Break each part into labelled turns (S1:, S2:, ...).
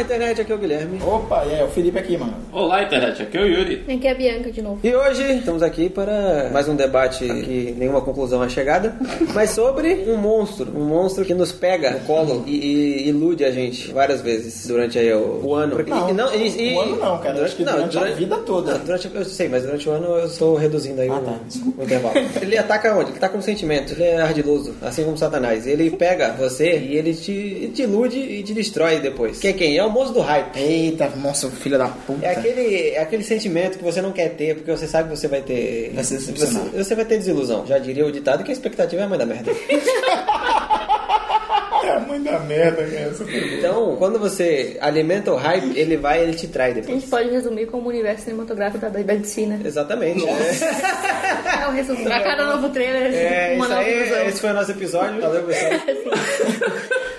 S1: internet, aqui é o Guilherme.
S2: Opa, e aí, o Felipe aqui, mano.
S3: Olá, internet. Aqui é o Yuri.
S4: Aqui é a Bianca de novo.
S1: E hoje estamos aqui para mais um debate que nenhuma conclusão é chegada, mas sobre um monstro. Um monstro que nos pega no colo e, e ilude a gente várias vezes durante aí o, o ano.
S2: Não,
S1: E- e
S2: o ano não, cara. Acho que durante a vida toda.
S1: Não, durante- eu sei, mas durante o ano eu estou reduzindo aí
S2: Ah,
S1: o,
S2: tá,
S1: o intervalo. ele ataca onde? Ele ataca um sentimento. Ele é ardiloso, assim como Satanás. Ele pega você e ele te, ele te ilude e te destrói depois. Que é quem? É o monstro do hype.
S2: Eita, nossa, filha da puta.
S1: É aquele, é aquele sentimento que você não quer ter, porque você sabe que você vai ter.
S2: Vai se decepcionar.
S1: você, você vai ter desilusão. Já diria o ditado que a expectativa é a mãe da merda.
S2: É a mãe da merda, cara. Essa pergunta.
S1: Então, quando você alimenta o hype, ele vai e ele te trai
S4: A
S1: depois.
S4: gente pode resumir como o universo cinematográfico da medicina.
S1: Exatamente. né?
S4: É um resumo. A cada novo trailer,
S1: É,
S4: uma
S1: isso
S4: nova
S1: aí,
S4: visão.
S1: esse foi o nosso episódio. Valeu, pessoal.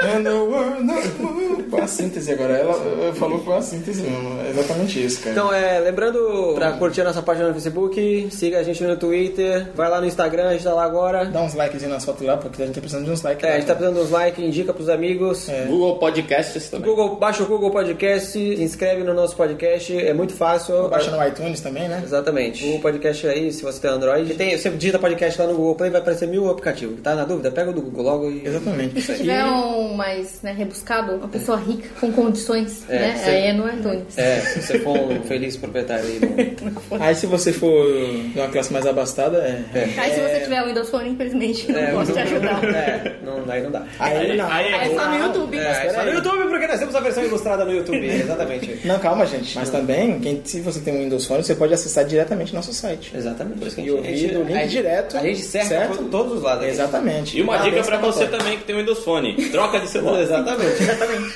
S2: And the world is moving. Foi a síntese agora. Ela eh, falou com a síntese mesmo. É exatamente isso, cara.
S1: Então, é, lembrando pra curtir a nossa página no Facebook, siga a gente no Twitter, vai lá no Instagram, a gente tá lá agora.
S2: Dá uns likes aí nas fotos lá, porque a gente tá precisando de uns likes.
S1: É, a gente tá
S2: precisando.
S1: precisando dos likes, indica pros amigos.
S3: Google Podcasts também.
S1: Google, baixa o Google Podcast, se inscreve no nosso podcast, é muito fácil.
S2: Baixa no iTunes também, né?
S1: Exatamente. O podcast aí, se você tem Android, tem, você digita podcast lá no Google Play, vai aparecer mil aplicativos. Tá na dúvida? Pega o do Google logo e.
S2: Exatamente.
S4: Se tiver um mais né, rebuscado, uma pessoa rica, com condições,
S1: É,
S4: né?
S1: sim.
S4: Aí é no iTunes.
S1: É, se você for um feliz proprietário aí. do-
S2: Aí se você for de uma classe mais abastada, é.
S4: Aí Tá, se você tiver o Windows Phone, infelizmente, não
S1: É,
S4: posso te ajudar.
S1: É, não, aí não dá.
S2: Aí não.
S4: Aí é só no YouTube.
S1: É, só no YouTube, porque nós temos a versão ilustrada no YouTube. Exatamente.
S2: Não, calma, gente. Mas também, quem- se você tem um Windows Phone, você pode acessar diretamente nosso site.
S1: Exatamente. Por isso que a
S2: E
S1: gente- a
S2: ouvir
S1: gente-
S2: do link
S1: a gente-
S2: direto.
S1: A gente cerca
S2: certo?
S1: por todos os lados.
S2: Exatamente. Tá
S3: E uma dica
S2: Parabéns
S3: pra você
S2: papai.
S3: também que tem Windows Phone. Troca de celular.
S1: Exatamente.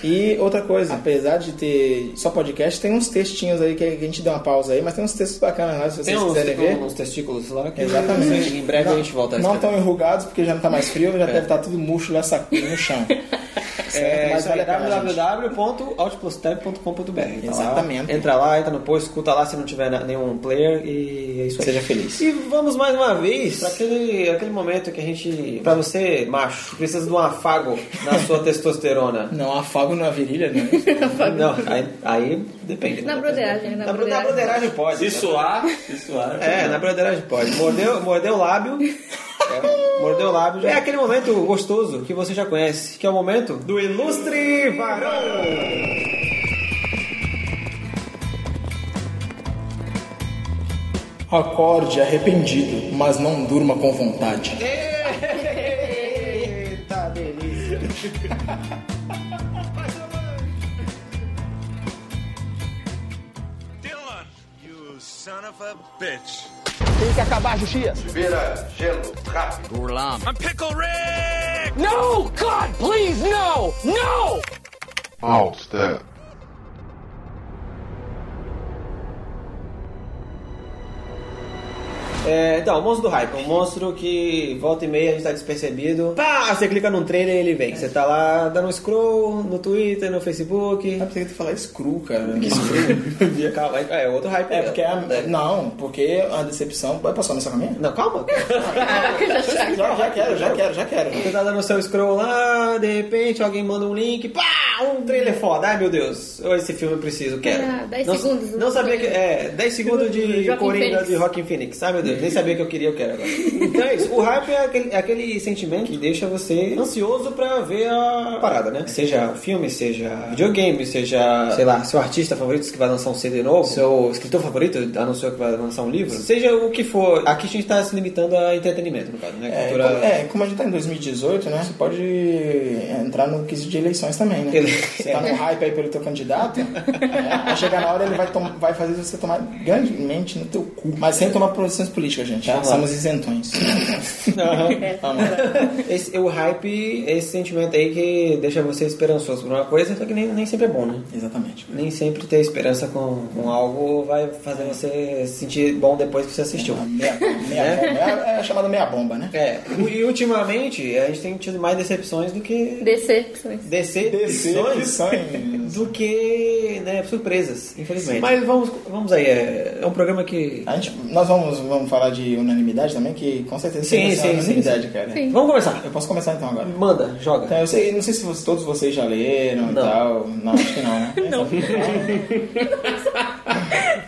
S2: E outra coisa, apesar de ter só podcast, tem uns textinhos aí que a gente deu uma pausa aí, mas tem uns textos bacanas lá, se vocês
S1: Tem uns,
S2: quiserem ver.
S1: tem uns testículos lá que
S2: Exatamente.
S1: em breve
S2: não,
S1: a gente volta a
S2: Não
S1: escrever.
S2: estão enrugados porque já não tá mais frio, já deve estar tudo murcho lá sacudo no chão.
S1: É,
S2: Certo? Mas
S1: isso aí,
S2: vale a pena, gente.
S1: www.outplustep.com.br. Tá
S2: Exatamente.
S1: Lá, entra lá, entra no post, escuta lá se não tiver na- nenhum player e é isso aí.
S2: Seja feliz.
S1: E vamos mais uma vez para aquele, aquele momento que a gente. Pra você, macho, que precisa de um afago na sua testosterona.
S2: Não, afago na virilha, né?
S1: Não, aí, aí depende.
S4: Na
S1: né?
S4: broderagem,
S1: Na,
S4: na
S1: bro- na
S4: broderagem.
S1: broderagem pode. né?
S3: Se suar, se suar.
S1: É, na broderagem pode. Mordeu, mordeu o lábio. É, mordeu o lábio. já- É aquele momento gostoso que você já conhece, que é o momento do ilustre varão.
S2: Acorde arrependido, mas não durma com vontade.
S1: Eita delícia!
S5: Dylan, you son of a bitch.
S6: Vira gelo rápido.
S5: I'm Pickle Rick!
S7: No! God, please, no! No!
S6: Out step.
S1: É, então, o monstro do hype, um monstro que volta e meia a gente tá despercebido. Pá! Você clica num trailer e ele vem. Você tá lá dando um scroll no Twitter, no Facebook.
S2: Ah, pensei que tu falar screw, cara.
S1: Calma, é é outro hype.
S2: É porque a,
S1: É.
S2: Não, porque a decepção. Vai passar nessa caminha?
S1: Não, calma.
S2: É, Já, já quero, já quero, já quero.
S1: Você tá dando seu scroll lá, de repente alguém manda um link, pá, um trailer foda. Ai meu Deus, eu esse filme eu preciso, quero.
S4: Ah, 10
S1: não,
S4: segundos.
S1: Não sabia que. É, 10 segundos de
S4: Joaquim
S1: Coringa
S4: Phoenix.
S1: de Rockin' Phoenix. Ai meu Deus, nem sabia que eu queria, eu quero agora. Então é isso. O hype é aquele, é aquele sentimento que deixa você ansioso pra ver a parada, né? Seja filme, seja videogame, seja, sei lá, seu artista favorito que vai lançar um CD novo, seu escritor favorito anunciou que vai lançar um livro, seja o que for. Aqui a gente tá se limitando a entretenimento, no caso, né?
S2: É,
S1: Cultura.
S2: como- é, como a gente tá em 2018, né? Você pode entrar no quesito de eleições também, né?
S1: Ele-
S2: Você tá no hype aí pelo teu candidato, né? vai chegar na hora ele vai, tom- vai fazer você tomar grandemente no teu cu. Mas sem tomar posições políticas, gente. tá?
S1: Vamos lá.
S2: Somos isentões.
S4: é.
S2: Vamos.
S1: Esse, o hype é esse sentimento aí que deixa você esperançoso por uma coisa, só que nem, nem sempre é bom, né?
S2: Exatamente.
S1: Nem sempre ter esperança com, com algo vai fazer você se sentir bom depois que você assistiu.
S2: A Meia, meia
S1: É?
S2: bomba. É, é a chamada meia bomba, né?
S1: É, e ultimamente a gente tem tido mais decepções do que
S4: Decepções.
S1: decepções
S2: Decepções.
S1: do que né, surpresas, infelizmente. Mas vamos, vamos aí, é, é um programa que
S2: A gente, nós vamos, vamos vamos falar de unanimidade também, que com certeza
S1: Sim,
S2: tem que ser
S1: sim,
S2: uma
S1: sim,
S2: unanimidade, cara.
S4: Sim.
S1: Vamos começar.
S2: Eu posso começar então agora.
S1: Manda, joga.
S2: Então, eu sei, não sei se vocês- todos vocês já leram e
S1: Não.
S2: tal. Não, acho que não, né?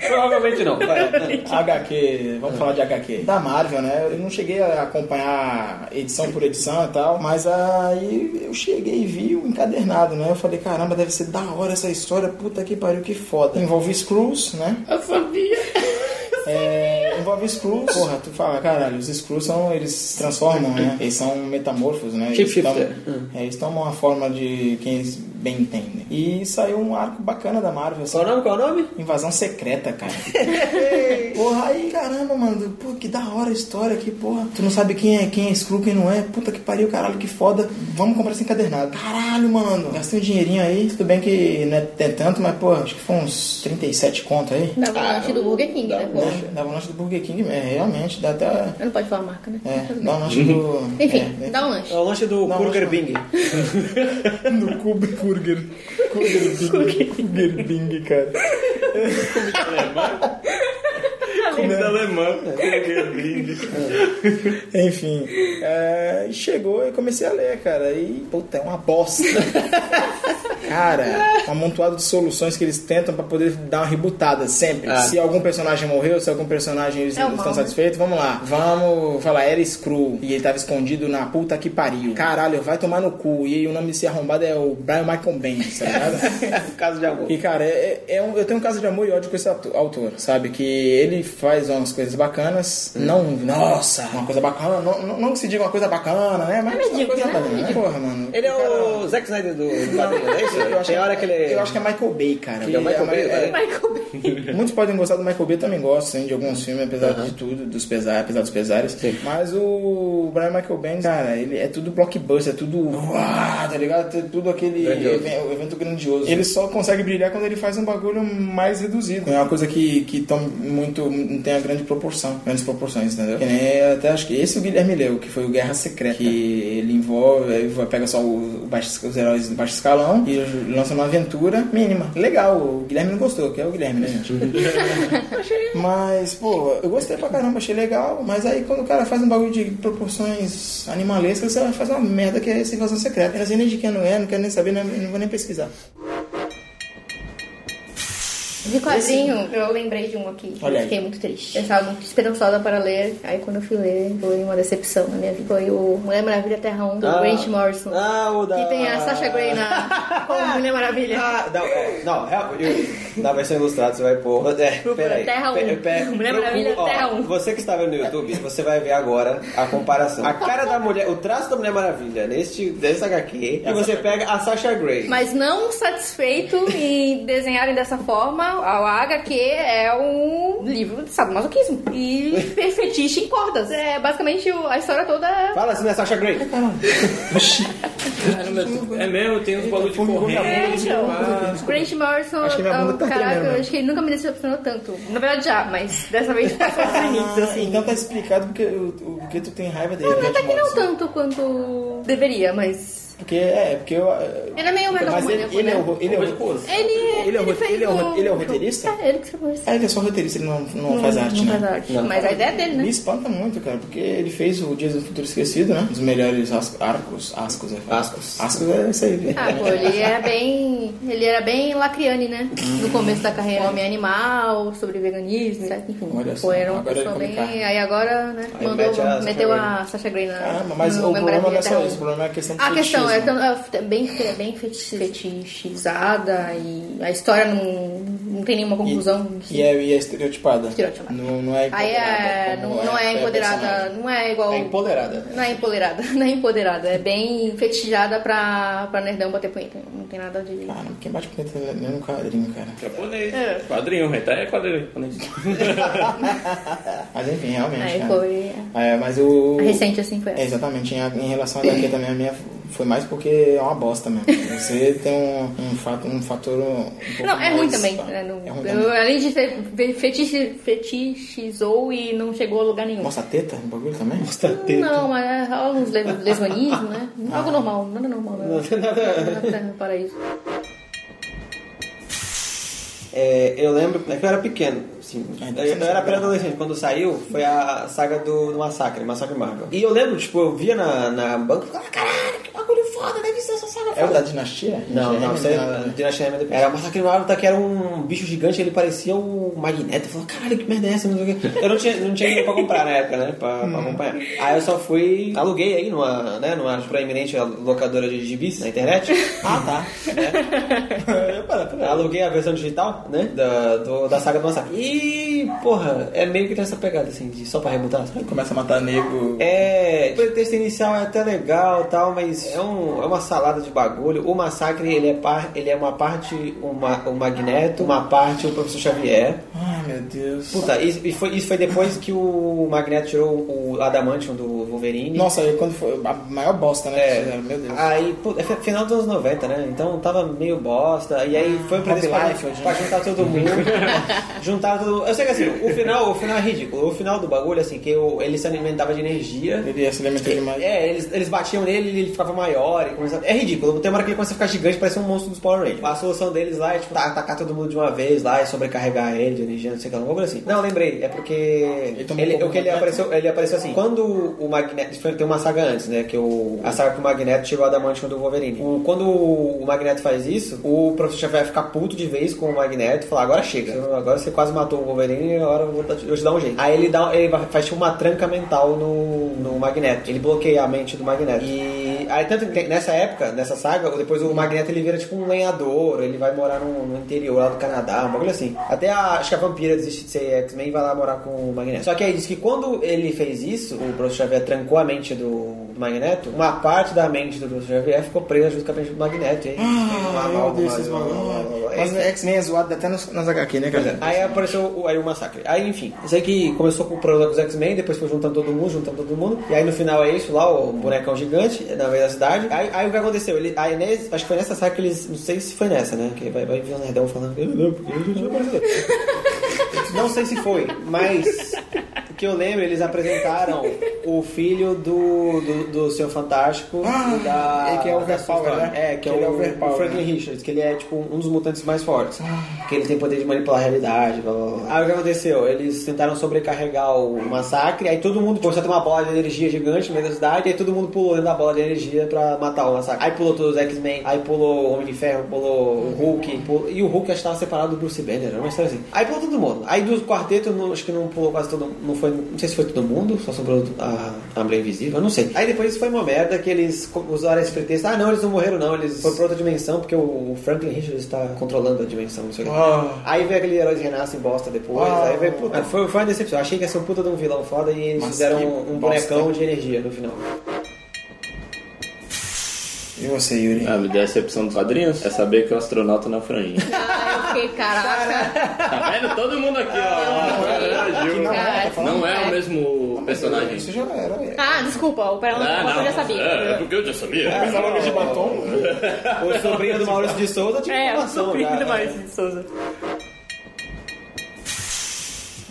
S1: Provavelmente não. Vai.
S2: HQ, vamos falar de HQ. Da Marvel, né? Eu não cheguei a acompanhar edição por edição e tal, mas aí eu cheguei e vi o encadernado, né? Eu falei, caramba, deve ser da hora essa história, puta que pariu, que foda. Envolve Screws, né?
S3: Eu sabia.
S2: É, envolve Screws. Porra, tu fala, caralho, os Screws são, eles se transformam, né? Eles são metamorfos, né?
S3: Tipo
S2: Eles
S1: Shapeshifter.
S2: tomam-
S3: ah.
S2: é, eles tomam a forma de quem eles bem entendem. E saiu um arco bacana da Marvel. assim.
S1: Qual é o nome? Qual o nome?
S2: Invasão secreta, cara. porra, aí, caramba, mano. Pô, que da hora a história aqui, porra. Tu não sabe quem é, quem é Screw, quem não é. Puta que pariu, caralho, que foda. Vamos comprar esse encadernado. Caralho, mano. Gastei um dinheirinho aí. Tudo bem que não é, é tanto, mas, porra, acho que foi uns 37 conto aí.
S4: Dava um lanche do Burger King, né? pô?
S2: Né? Dava um lanche do Burger King, é, realmente, dá até.
S4: Eu não pode falar a marca, né?
S2: É, dá um lanche do.
S4: Enfim,
S2: é,
S4: dá um lanche.
S1: É o lanche do
S2: Não,
S1: Burger
S2: não.
S1: Bing.
S2: No Cube Burger. Burger Bing. Burger Bing, cara.
S3: Comida alemã. Burger King.
S2: Enfim, é, chegou e comecei a ler, cara. E, puta, é uma bosta. cara, um amontoado de soluções que eles tentam pra poder dar uma rebutada sempre. Se algum personagem morreu, se algum personagem eles
S4: É o
S2: não estão
S4: mal, né?
S2: satisfeitos, vamos lá. Vamos falar, era Screw. E ele tava escondido na puta que pariu. Caralho, vai tomar no cu. E o nome desse arrombado é o Brian Michael Bendis, tá ligado?
S1: Caso de amor.
S2: E, cara, é, é- é um- eu tenho um caso de amor e ódio com esse atu- autor, sabe? Que ele faz umas coisas bacanas,
S1: Hum.
S2: não, nossa, uma coisa bacana, não, não, não que se diga uma coisa bacana, né? Mas uma
S4: medíocre,
S2: coisa
S4: né?
S2: bacana, né? Porra, mano.
S1: Ele é o Zack Snyder do do quadrinho, não é isso?
S2: Eu acho,
S1: Tem hora que ele
S2: eu acho que é Michael Bay, cara.
S1: Ele é o Michael Bay, né?
S4: Michael Bay.
S2: Muitos podem gostar do Michael Bay, eu também gosto, hein, de alguns filmes, apesar de tudo, dos pesares, apesar dos pesares. Mas o Brian Michael Bendis, cara, ele é tudo blockbuster, é tudo uá, tá ligado? É tudo aquele
S1: Grandioso.
S2: even- evento grandioso. Ele só consegue brilhar quando ele faz um bagulho mais reduzido. É uma coisa que, que tão muito, não tem a grande proporção, grandes proporções, entendeu? Que nem eu até acho que esse o Guilherme leu, que foi o Guerra Secreta, que ele envolve, ele vai- pega só o baixo- os heróis do baixo escalão e lança uma aventura mínima. Legal, o Guilherme não gostou, que é o Guilherme, né, gente? Mas, pô, eu gostei pra caramba, achei legal. Mas aí quando o cara faz um bagulho de proporções animalescas, você vai fazer uma merda que é essa invasão secreta. Eu não sei nem de quem não é, não quero nem saber, não, não vou nem pesquisar.
S4: De quadrinho, eu lembrei de um aqui.
S2: Olha
S4: eu
S2: aí.
S4: fiquei muito triste. Eu estava muito esperançosa para ler. Aí quando eu fui ler, foi uma decepção na minha vida. Foi o Mulher Maravilha Terra 1, do
S1: Ah.
S4: Grant é Morrison.
S1: Ah, o da...
S4: Que tem a Sasha Grey na como Mulher Maravilha.
S1: Ah, não, é, não, real- eu- na versão ilustrada você vai pôr. É,
S4: Procura,
S1: peraí.
S4: Terra
S1: Pe-
S4: um.
S1: pe-
S4: Mulher
S1: procura-
S4: Maravilha,
S1: ó,
S4: Terra um.
S1: Você que está vendo no YouTube, você vai ver agora a comparação. A cara da mulher, o traço da Mulher Maravilha neste, nesse HQ, e você pega a Sasha Grey.
S4: Mas não satisfeito em desenharem dessa forma, a HQ é um livro de sadomasoquismo. E fetiche em cordas. É basicamente o- a história toda é
S1: Fala assim, né, Sasha Grey?
S4: Tá.
S3: É mesmo, tem uns bagulho de corrente.
S4: É, então. Grant Morrison,
S2: Acho que minha
S4: ah,
S2: bunda tá
S4: caraca,
S2: tremendo, né?
S4: eu acho que ele nunca me decepcionou tanto. Na verdade já, mas dessa vez passou bonito,
S2: Ah,
S4: assim.
S2: então tá explicado porque, o, o- porque tu tem raiva dele. né,
S4: Até
S2: de
S4: que não tá.
S2: Morrison.
S4: tanto quanto deveria, mas.
S2: Porque é, porque eu. é,
S4: Ele é meio
S2: Mas ele,
S4: megalomaníaco,
S2: ele é
S4: né?
S2: o ro- ele é o ro-
S4: Ele,
S2: ele é o rote-
S4: fez
S2: ele é o
S4: o-
S2: rote- ele é o roteirista?
S4: É, ele que escreveu isso.
S2: Ah, ele é só roteirista, ele não, não, faz arte,
S4: Ah, não
S2: né?
S4: faz arte. Mas a ideia é dele, né?
S2: Me espanta muito, cara, porque ele fez o Dias do Futuro Esquecido, né? Um dos melhores as- arcos, ascos, é
S1: Ascos.
S2: Ascos é isso aí.
S4: Ah, pô, ele era bem. Ele era bem lacriane, né? No começo da carreira. Homem animal, sobre veganismo, etc. enfim.
S2: Olha só,
S4: Pô, era uma
S2: agora
S4: pessoa
S2: ele come
S4: bem.
S2: carne.
S4: Aí agora, né?
S1: Aí
S4: mandou,
S1: mete a Sasha
S4: meteu
S1: Grey.
S4: a Sasha Grey na.
S2: Caramba, Ah, mas
S4: no
S2: o problema não é
S4: Maravilha
S2: só
S4: Terra
S2: isso, o
S4: Um.
S2: problema é a questão do
S4: A questão é,
S2: fetichismo.
S4: tão- é bem, é bem fetiche- fetichizada e a história não, não tem nenhuma conclusão.
S2: E, e, é, e é estereotipada.
S4: Estereotipada.
S2: Não, não é empoderada.
S4: Aí é,
S2: como
S4: não, não é empoderada,
S2: personagem.
S4: não é igual.
S2: É empoderada.
S4: Não é empoderada, não é empoderada. É bem fetichada pra, pra nerdão bater punheta. Não tem nada de.
S2: Cara, quem bate punheta é nem no quadrinho, cara.
S3: Japonês.
S4: É.
S3: Quadrinho, Rita. É quadrinho japonês.
S2: Mas enfim, realmente.
S4: Tá. Aí
S2: cara.
S4: foi.
S2: É, mas o.
S4: A recente, assim, foi
S2: É,
S4: essa.
S2: exatamente. Em, em relação a daqui também, a minha foi mais porque é uma bosta mesmo. Você tem um, um, fato, um fator. Um pouco
S4: Não, é ruim
S2: mais-
S4: também. né? Não-
S2: É ruim
S4: eu-
S2: também.
S4: além de fe- fe- fetiche, fetichizou e não chegou a lugar nenhum.
S2: Mostra a teta no bagulho também?
S4: Não, mas é, rola uns le- lesbianismo, né?
S2: Ah.
S4: Algo normal, nada normal. Né? Nada. Nada para isso.
S1: É, eu lembro, é que eu era pequeno, assim, eu, eu era pré-adolescente, quando saiu, foi a saga do, do Massacre, Massacre Marvel. E eu lembro, tipo, eu via na, na banca e ficava, caralho, que bagulho foda, deve ser essa saga
S2: É o
S1: foda.
S2: da dinastia?
S1: Não,
S2: Dinastia
S1: não, isso aí
S2: Hamilton, né?
S1: Dinastia Hamilton depois. Era o Massacre Marvel, tá, que era um bicho gigante, ele parecia o Magneto. Eu falava, caralho, que merda é essa? Não sei o quê. Eu não tinha, não tinha dinheiro pra comprar na época, né? Pra, pra acompanhar. Aí eu só fui, aluguei aí numa, né, numa proeminente locadora de gibis na internet. Ah, tá. Né? Para, para. aluguei a versão digital, né? Da, do- da saga do Massacre. E, porra, é meio que nessa pegada, assim, de só pra rebutar, sabe?
S2: Começa a matar nego.
S1: É, o pretexto inicial é até legal tal, mas é, um, é uma salada de bagulho. O massacre ele é, par, ele é uma parte o, Ma- o Magneto, uma parte o Professor Xavier.
S2: Ai, meu Deus.
S1: Puta, isso, e foi, isso foi depois que o Magneto tirou o Adamantium do Wolverine.
S2: Nossa, aí quando foi a maior bosta, né?
S1: É.
S2: Meu Deus.
S1: Aí, pô, é final dos anos 90, né? Então tava meio bosta. E aí foi o pretexto
S2: Happy
S1: pra,
S2: Ah, Life, né?
S1: pra juntar todo mundo. juntar todo Eu sei que assim, o final, o final é ridículo. O final do bagulho, assim, que o- ele se alimentava de energia.
S2: Ele ia se alimentar demais.
S1: É, eles, eles batiam nele e ele ficava maior e começava... É ridículo. Tem uma hora que ele começa a ficar gigante, parece um monstro dos Power Rangers. A solução deles lá é, tipo, tá- atacar todo mundo de uma vez lá e sobrecarregar ele de energia, não sei o que lá, um bagulho assim. Não, lembrei. É porque...
S2: tomou
S1: Ele,
S2: um pouco
S1: o que ele
S2: do
S1: apareceu, ele apareceu assim. Quando o Magneto... Tem uma saga antes, né? Que o... A saga que o Magneto tirou a Adamantium do Wolverine. O- quando o Magneto faz isso, o Professor Xavier fica puto de vez com o Magneto e fala, agora chega. Agora você quase matou o Wolverine, agora eu vou dar- eu te dar um jeito. Aí ele, dá, ele faz tipo uma tranca mental no, no Magneto. Ele bloqueia a mente do Magneto. E aí, tanto que tem- nessa época, nessa saga, depois o Magneto ele vira tipo um lenhador, ele vai morar no, no interior lá do Canadá, um bagulho assim. Até a, acho que a vampira desiste de ser X-Men e vai lá morar com o Magneto. Só que aí diz que quando ele fez isso, o Professor Xavier trancou a mente do, do Magneto, uma parte da mente do Professor Xavier ficou presa junto com a mente do Magneto. E aí, fez uma
S2: Meu
S1: amálgama,
S2: Deus, esses
S1: blá, blá, blá, blá, blá.
S2: bagulho.
S1: É
S2: Mas o X-Men é zoado até nos, nas HQ, né, cara?
S1: Aí apareceu o, aí o massacre. Aí, enfim, isso aí que começou com o problema dos X-Men, depois foi juntando todo mundo, juntando todo mundo. E aí no final é isso lá, o bonecão gigante, na vez da cidade. Aí, aí o que aconteceu? Ele, aí nesse, acho que foi nessa saga que eles. Não sei se foi nessa, né? Que vai, vai vir o Nerdão falando. Eu não lembro, porque eu não lembro. Não sei se foi, mas o que eu lembro, eles apresentaram o filho do, do, do Senhor Fantástico.
S2: Ah,
S1: da,
S2: é que é
S1: da
S2: overpower,
S1: Sua História.
S2: né?
S1: É, que,
S2: Que ele
S1: é
S2: é
S1: o,
S2: overpower,
S1: o Franklin
S2: né? Ah.
S1: Richards, que ele é tipo um dos mutantes mais fortes. Que ele tem poder de manipular a realidade. Blá, blá, blá. Aí o que aconteceu? Eles tentaram sobrecarregar o massacre, aí todo mundo começou a ter uma bola de energia gigante no meio da cidade, e aí todo mundo pulou dentro da bola de energia pra matar o massacre. Aí pulou todos os X-Men, aí pulou o Homem de Ferro, pulou o Hulk, pulou- e o Hulk já estava separado do Bruce Banner, era uma história assim. Aí pulou todo mundo. Aí do quarteto, não- acho que não pulou quase todo mundo, não foi, não sei se foi todo mundo, só sobrou a, a Mulher Invisível, eu não sei. Aí depois foi uma merda que eles co- usaram esse pretexto, ah não, eles não morreram não, eles foram pra outra dimensão, porque o Franklin Richards está controlando a dimensão, não sei o que.
S2: Ah.
S1: Aí veio aquele herói que renasce em bosta depois.
S2: Ah.
S1: aí veio, puta, foi, foi uma decepção. Eu Achei que ia ser um puta de um vilão foda e eles
S2: Mas
S1: fizeram
S2: que
S1: um, um
S2: bosta.
S1: bonecão de energia no final.
S2: E você, Yuri?
S3: Ah, me deu a decepção dos quadrinhos. É saber que o astronauta não é o franjinha.
S4: Ah, eu fiquei, caraca.
S3: Tá vendo? Todo mundo aqui, ó. Elogio.
S4: não Ah, é, tá
S3: Não é o mesmo
S2: Isso
S3: personagem.
S2: já era. é.
S4: Ah, desculpa, o Perna
S3: Ah,
S4: eu já sabia. É.
S3: É, é porque eu já sabia.
S2: Logo de batom. né?
S1: O sobrinho do Maurício de Souza tinha
S4: É, eu
S1: informação,
S4: sou
S1: já,
S4: filho
S1: né?
S4: mais de Souza.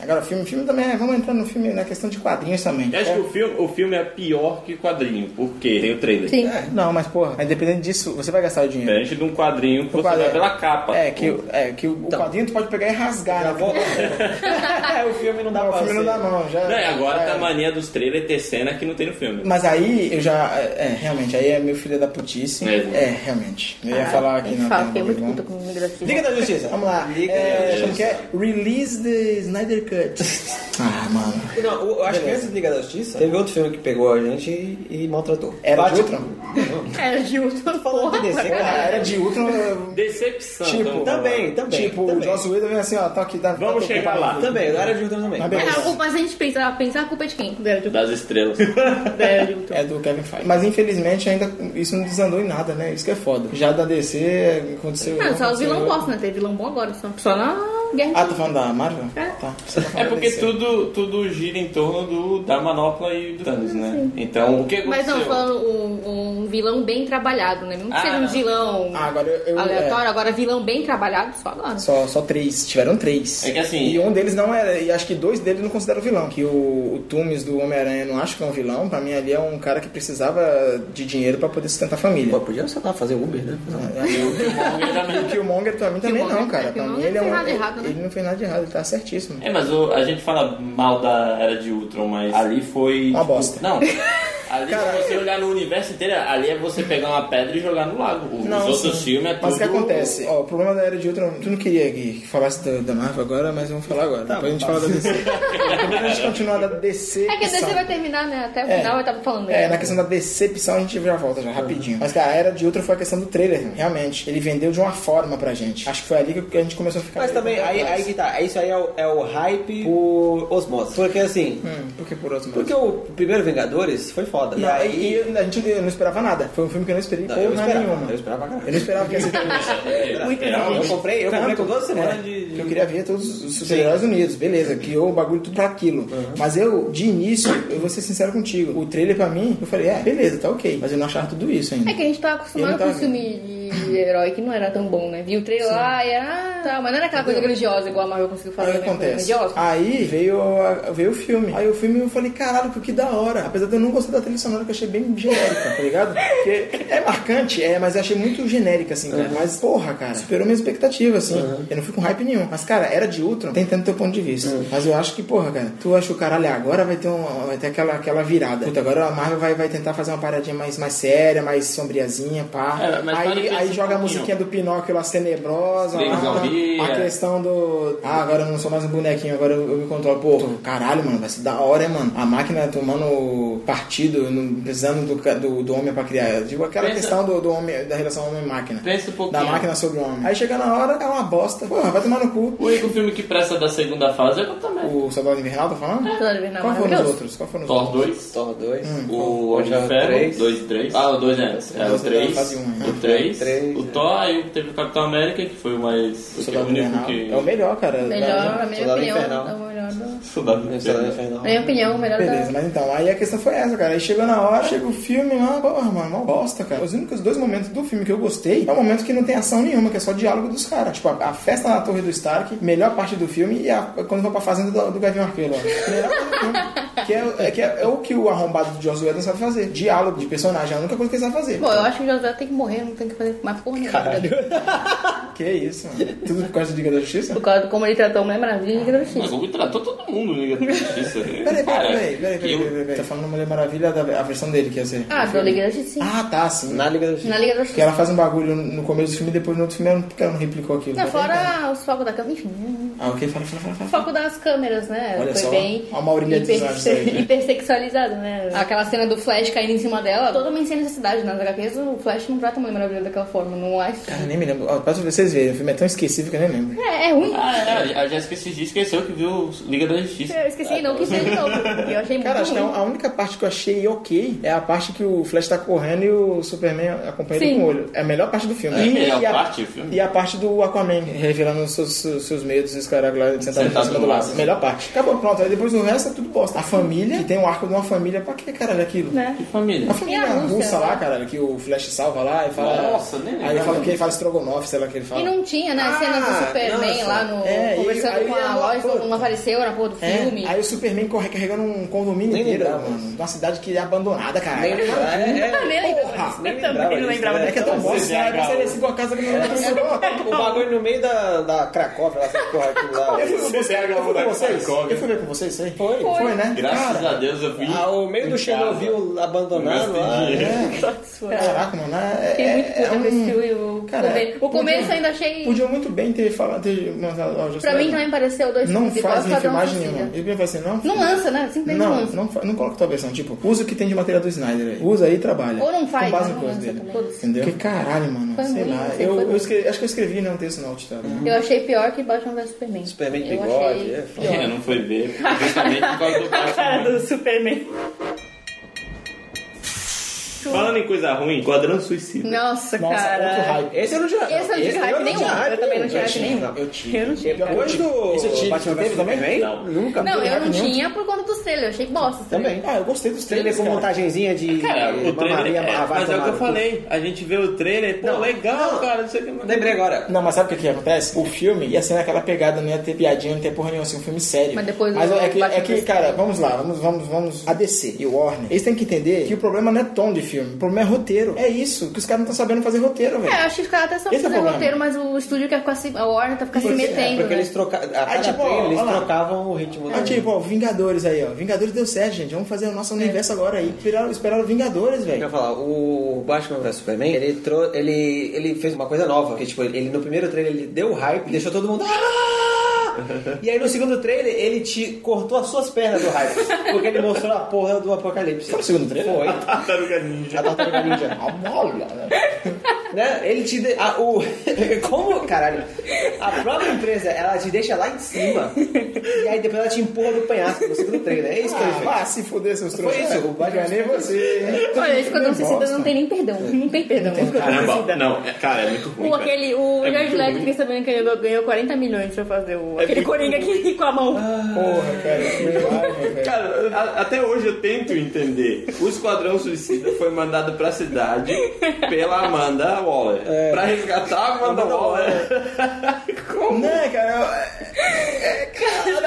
S2: Agora, filme, filme também é. Vamos entrar no filme, na questão de quadrinhos também.
S3: Eu acho que o filme, o filme é pior que quadrinho, porque tem o trailer.
S4: Sim.
S2: É, Não, mas porra, independente disso, você vai gastar o dinheiro.
S3: Diferente de um quadrinho que
S2: O
S3: você vai pela capa.
S2: É, que, o- é, que o
S1: Então.
S2: quadrinho tu pode pegar e rasgar.
S1: Já
S2: né?
S1: vou- É, o filme não dá
S2: Não, o
S1: pra
S2: filme não
S1: ser.
S2: dá não, já...
S3: Não, e agora
S2: já
S3: tá a
S2: era.
S3: mania dos trailers ter cena que não tem no filme.
S2: Mas aí eu já. É, é, realmente, aí é meu filho é da putice.
S3: É.
S2: É, realmente. Eu ia falar aqui na.
S4: Ah, Fala, fiquei muito puta com o Migração.
S1: Liga da Justiça.
S2: Vamos lá.
S1: Liga da
S2: É,
S1: Justiça.
S2: como que é? Release the Snyder Cut. ah, mano.
S1: Não, eu acho que antes de Liga da Justiça, teve outro filme que pegou a gente e, e maltratou.
S2: Era
S1: Bate-
S2: de Ultron?
S4: É, Gil, tô
S1: Falando de DC,
S2: Ah,
S1: cara. é
S2: era de Ultron. eu-
S3: Decepção.
S2: Tipo,
S3: então,
S1: Também, também.
S2: tipo, o
S1: também.
S2: Joss Whedon vem assim, ó, tá aqui. Dá,
S3: Vamos
S2: tá
S3: chegar lá.
S1: Também, era de Ultron também.
S2: Mas beleza.
S4: É, Mas a gente pensa, ah, pensar a culpa é de quem?
S3: Das estrelas.
S4: Ah,
S2: É do Kevin Feige. Mas infelizmente ainda isso não desandou em nada, né? Isso que é foda. Já da DC aconteceu.
S4: Ah, só
S2: aconteceu-
S4: os vilão bosta, né? Tem vilão bom agora, só, só na Guerra
S2: Ah, tá falando da Marvel?
S4: É.
S2: Tá.
S3: É porque tudo, tudo gira em torno do, da manopla e do Thanos, né? Então, o que aconteceu?
S4: Mas não, falando um, um vilão bem trabalhado, né? Não que
S3: Ah,
S4: seja um
S3: não.
S4: vilão
S2: Ah, agora eu- eu-
S4: aleatório, agora vilão bem trabalhado, só agora.
S2: Só, só três, tiveram três.
S3: É que assim-
S2: E um deles não era, e acho que dois deles não considero vilão. Que o, o Tumes do Homem-Aranha eu não acho que é um vilão, pra mim ali é um cara que precisava de dinheiro pra poder sustentar a família.
S1: Pô, podia, sei lá, fazer Uber, né?
S3: E o Killmonger também.
S2: O Killmonger pra mim também
S4: Killmonger,
S2: não, cara.
S4: é,
S2: Pra mim
S4: Killmonger
S2: ele é
S4: não
S2: um.
S4: fez nada errado, né?
S2: Ele não fez nada de errado, ele tá certíssimo.
S3: É, mas o- a gente fala mal da Era de Ultron, mas ali foi...
S2: Uma bosta.
S3: Não. Ali, se você olhar no universo inteiro, ali é você pegar uma pedra e jogar no lago. Os
S2: Não,
S3: outros
S2: sim.
S3: filmes é tudo...
S2: Mas o que acontece? Ó, o problema da Era de Ultron, tu não queria que falasse da, da Marvel agora, mas vamos falar
S1: Tá
S2: agora. Depois a gente fala da DC. Depois a gente continua da DC.
S4: É que a DC vai terminar, né? Até o final eu tava falando. né?
S2: É, na questão da decepção a gente já volta já, rapidinho. Mas, cara, a era de Ultron foi a questão do trailer, né? realmente. Ele vendeu de uma forma pra gente. Acho que foi ali que a gente começou a ficar...
S1: Mas também, aí, aí que tá, isso aí é o, é o hype por osmose. Porque assim,
S2: Hum, por que por outro motivo?
S1: porque o primeiro Vingadores foi foda.
S2: E
S1: né?
S2: aí, e a gente eu não esperava nada. Foi um filme que eu não esperei
S1: Não,
S2: porra
S1: eu esperava,
S2: nenhuma.
S1: eu esperava pra
S2: Eu
S1: caralho.
S2: não esperava que ia ser tudo isso.
S3: Muito
S1: Eu comprei, eu
S2: é
S1: comprei com duas semanas de...
S2: Que eu queria ver todos os super-heróis unidos, beleza, criou o bagulho tudo pra aquilo. Mas eu, de início, eu vou ser sincero contigo, o trailer pra mim, eu falei, é, beleza, tá ok. Mas eu não achava tudo isso ainda.
S4: É que a gente tava
S2: Eu
S4: acostumado
S2: não
S4: com
S2: tava
S4: os filme de herói que não era tão bom, né? Viu o trailer lá e era. Ah, tá, mas não era aquela coisa grandiosa igual a Marvel conseguiu fazer.
S2: Aí
S4: né?
S2: acontece.
S4: Grandiosa.
S2: Aí veio, a- veio o filme. Aí o filme eu falei, caralho, que da hora. Apesar de eu não gostar da trilha sonora, que eu achei bem genérica, tá ligado? Porque é marcante, é, mas eu achei muito genérica, assim,
S3: É.
S2: cara. Mas, porra, cara, superou minha expectativa, assim. Eu não fui com hype nenhum. Mas, cara, era de Ultron, tentando teu ponto de vista. Mas eu acho que, porra, cara, tu acha o caralho, agora vai ter, um, vai ter aquela, aquela virada. Puta, agora a Marvel vai, vai tentar fazer uma paradinha mais, mais séria, mais sombriazinha, pá.
S3: É, mas para e
S2: aí
S3: pensa
S2: aí
S3: um
S2: joga a
S3: pouquinho.
S2: musiquinha do Pinóquio lá, tenebrosa.
S3: Sim,
S2: Lá,
S3: zumbi,
S2: a
S3: é.
S2: questão do. Ah, agora eu não sou mais um bonequinho, agora eu, eu me controlo. Pô, caralho, mano, vai ser da hora, hein, mano. A máquina tomando partido, não precisando do, ca- do, do homem pra criar. Digo, aquela
S3: Pensa-
S2: questão do, do homem, da relação homem-máquina.
S3: Pensa um pouquinho.
S2: Da máquina sobre o homem. Aí chega na hora, é uma bosta. Porra, vai tomar no
S3: O
S2: cu.
S3: único filme que presta da segunda fase é o Capitão América.
S2: O Soldado Invernal, tá falando?
S4: Soldado Invernal,
S2: Qual foram os
S4: maravilhoso.
S2: outros? Qual foram os
S3: Thor
S2: outros?
S3: 2.
S1: Thor 2,
S4: Hum.
S3: O Homem de Ferro, 2 e 3. Ah, o 2 é. É o
S2: Mas eu tava
S3: 3.
S2: fase um, né?
S3: O 3.
S1: Três,
S3: O
S1: é.
S3: Thor, aí teve o Capitão América, que foi o mais.
S2: O
S3: O
S2: Soldado
S3: único
S2: Invernal.
S3: que.
S2: É o melhor, cara.
S4: Melhor, a minha
S1: Soldado
S4: opinião.
S1: Infernal.
S4: é o melhor do-
S3: Soldado Invernal.
S4: Na
S1: né?
S4: minha opinião, o melhor
S2: Beleza,
S4: da.
S2: mas então, aí a questão foi essa, cara. Aí chegou na hora, chega o filme lá, porra, mano, mó bosta, cara. Os únicos dois momentos do filme que eu gostei é o momento que não tem ação nenhuma, que é só diálogo dos caras. Tipo, a, a festa na Torre do Stark, melhor parte do filme, e a, quando vai pra fazenda do, do Gavião Arqueiro, ó. Melhor parte do filme. Que é, é que é, é o que o arrombado do Joss Whedon sabe fazer. Diálogo de personagem, é a única coisa que ele sabe fazer.
S4: Bom, eu acho que o José tem que morrer, não tem que fazer mais porra nenhuma. né?
S2: Que isso, mano. Tudo por causa de Liga da Justiça?
S4: Por causa de como ele tratou a Mulher Maravilha e Liga da Justiça.
S3: Mas o Hulk tratou todo mundo, né?
S2: Peraí,
S3: Peraí,
S2: peraí, peraí, peraí, peraí, peraí, peraí. Tá falando da Mulher Maravilha, da, a versão dele que ia ser.
S4: Ah, da Liga da Justiça, sim.
S2: Ah, tá, sim.
S1: Na Liga da Justiça.
S4: Na Liga da
S2: Que
S4: Justiça.
S2: ela faz um bagulho no começo do filme e depois no outro filme ela não, porque ela não replicou aquilo.
S4: Não,
S2: Tá ligado?
S4: fora os focos da câmera, enfim. né?
S2: Ah, ok, fala, fala, fala. fala.
S4: O foco das câmeras, né?
S2: Olha
S4: Foi
S2: só,
S4: bem
S2: a Maurília dos Anjos aí.
S4: hipersexualizado, né? Aquela cena do Flash caindo em cima dela, totalmente sem necessidade. Nas HQs, o Flash não trata a Mulher Maravilha daquela forma, não é?
S2: Cara, nem me lembro. Ó, pra vocês verem, o filme é tão esquecível que eu nem lembro.
S4: É, é. é ruim.
S3: Ah, é, a Jéssica esses dias esqueceu que viu Liga da Justiça.
S4: Eu esqueci, não quis ver de novo. porque Eu achei
S2: Cara,
S4: muito
S2: acho que é um- a
S4: ruim.
S2: a única parte que eu achei ok é a parte que o Flash tá correndo e o Superman acompanha ele
S4: Sim.
S2: com o olho. É a melhor parte do filme.
S3: É a
S2: e,
S3: melhor
S2: e a,
S3: parte do filme.
S2: E a parte do Aquaman revelando os seus, seus, seus medos, esses caras lá sentados
S3: Sentado
S2: em cima
S3: no
S2: do laço.
S3: laço.
S2: Melhor parte. Acabou, pronto. Aí depois o resto é tudo bosta. A família, que tem um arco de uma família, pra que caralho é aquilo?
S4: Né?
S3: Que família.
S2: A família
S4: E a Rússia,
S2: russa lá,
S4: né?
S2: caralho, que o Flash salva lá e fala.
S3: Nossa, nem lembro.
S2: Aí fala que ele fala estrogonofe, sei lá o que ele fala.
S4: E não tinha, né? A cena do
S1: Ah,
S4: Superman
S1: nossa.
S4: lá no.
S2: É, e
S4: conversando
S2: aí
S4: com
S2: é
S4: a
S2: uma
S4: Lois,
S2: puta.
S4: não apareceu na porra do
S2: É,
S4: filme.
S2: aí o Superman corre carregando um condomínio
S1: Nem
S2: inteiro,
S1: lembrava
S2: mano. Uma cidade que é abandonada, cara.
S1: Nem lembrava. É,
S4: Nem lembrava
S1: porra, nem né?
S8: Também não lembrava
S2: É que é tão
S3: Você
S2: bosta,
S3: É.
S2: cara.
S3: vê a
S2: Você assim com a casa que não
S1: disso. O bagulho no meio da, da Cracóvia, lá, essa porra aquilo lá.
S3: Você é a
S2: Eu fui
S3: da
S2: com vocês?
S3: Cracóvia.
S2: Eu fui ver com vocês isso aí?
S1: Foi.
S2: Foi, né?
S3: Graças
S2: Cara,
S3: a Deus eu vi.
S1: Ao Ah, meio do
S3: em casa.
S1: Chernobyl abandonado lá.
S2: Caraca, mano. É,
S4: Fiquei muito
S2: é
S4: puta com esse filme. O,
S2: Cara,
S4: come- o
S2: podia-
S4: começo eu ainda achei.
S2: Podia muito bem ter falado, ter mandado ó, já
S4: Pra
S2: sei
S4: mim é
S2: lá.
S4: também pareceu dois
S2: Não
S4: filmes iguais,
S2: faz
S4: só deu uma
S2: refilmagem
S4: torcida.
S2: nenhuma. Ele vai assim, não.
S4: Não lança, né? Simplesmente não,
S2: Não,
S4: lança.
S2: não, fa- não coloca tua versão. Tipo, usa o que tem de material do Snyder aí. Usa aí e trabalha.
S4: Ou não faz,
S2: Com base
S4: né?
S2: no
S4: Não
S2: coisa
S4: lança
S2: dele.
S4: também. Foda-se.
S2: Entendeu? Porque caralho, mano.
S4: Foi
S2: sei
S4: ruim,
S2: lá.
S4: sei,
S2: Eu,
S4: foi
S2: eu
S4: ruim.
S2: escrevi- acho que eu escrevi, não, um texto no Outstyle.
S4: Eu achei pior que Batman vs Superman.
S1: Superman de
S4: eu
S1: bigode,
S4: achei
S1: é,
S4: pior.
S3: Eu não fui ver, justamente por causa do
S8: A cara
S3: Batman.
S8: do Superman.
S4: acho.
S3: Falando em coisa ruim, Quadrão Suicida.
S4: Nossa,
S2: Nossa,
S4: cara.
S2: outro hype.
S1: Esse eu não tinha.
S4: Esse eu não tive hype nenhum. Eu também não tive hype nenhum.
S2: Eu tive.
S4: Eu não tive. cara.
S1: Hoje do
S2: Esse eu tive.
S1: Batman teve também?
S3: Não.
S1: Nunca.
S4: Não, eu não
S2: nenhum.
S4: tinha por conta dos trailers. Eu achei bosta. os trailers.
S1: Também.
S2: Ah, eu gostei dos
S1: Trailer
S2: trailers,
S1: com
S2: cara.
S1: montagenzinha de
S3: Cara, o trailer.
S1: mamaria,
S3: é-
S1: vai
S3: mas é o
S1: tomar
S3: que eu
S1: no cu.
S3: falei. A gente vê o trailer, pô,
S1: Não.
S3: legal,
S1: Não.
S3: cara, não sei o que. mas-
S1: Lembrei agora.
S2: Não, mas sabe o que, que acontece? O filme ia ser naquela pegada, não ia ter piadinha, não ia ter porra nenhuma, assim, um filme sério.
S4: Mas depois
S2: Mas
S4: o
S2: é que, é
S4: Batman
S2: que
S4: vs
S2: cara,
S4: Superman.
S2: vamos lá, vamos, vamos, vamos. A DC e o Warner, eles têm que entender que o problema não é tom de filme, o problema é roteiro. É isso, que os caras não estão sabendo fazer roteiro, velho.
S4: É, eu acho que os caras até só
S2: Esse é o
S4: fazendo
S2: problema.
S4: roteiro, mas o estúdio quer ficar se. A Warner tá ficar se
S2: Pois é,
S4: metendo.
S1: Porque
S4: né?
S1: eles trocavam. A cada
S2: tipo, ó,
S1: trailer, eles
S2: olha lá.
S1: trocavam o ritmo
S2: Ah,
S1: do-
S2: tipo, ó, Vingadores aí, ó. Vingadores deu certo, gente. Vamos fazer o nosso universo agora aí. Esperaram, esperaram Vingadores,
S1: Eu ia
S2: velho.
S1: falar, o Batman vs Superman, ele, trou- ele, ele fez uma coisa nova. Que, tipo, ele no primeiro trailer ele deu o hype, deixou todo mundo. "Ah!" E aí no segundo trailer ele te cortou as suas pernas do hype. Porque ele mostrou a porra do apocalipse.
S2: Foi o segundo trailer?
S1: Foi.
S3: Tartaruga Ninja.
S1: A Tartaruga Ninja.
S2: A mola, né?
S1: né? Ele te. De... a- o... Como, caralho? A própria empresa, ela te deixa lá em cima. E aí depois ela te empurra do penhasco no segundo trailer. É isso que ele
S2: Ah,
S1: fez.
S2: vá se fuder, seus
S1: Foi
S2: trouxas. é
S1: isso, o Batman
S2: Enganei você, hein?
S4: Olha, esse quadrão
S2: Bosta.
S4: suicida não tem nem perdão. Não tem perdão.
S3: Caramba, não, é- cara, é muito ruim.
S4: O,
S3: cara.
S4: aquele, o
S3: É
S4: Jared
S3: muito
S4: Leto
S3: ruim. É
S4: que sabendo que ele ganhou 40 milhões pra fazer o, aquele
S3: muito
S4: coringa aqui com a mão.
S2: Ah. Porra, cara, que raiva, velho.
S3: Cara, a- até hoje eu tento entender. O Esquadrão Suicida foi mandado pra cidade pela Amanda Waller. Pra resgatar a É. Amanda Waller.
S2: Não, cara,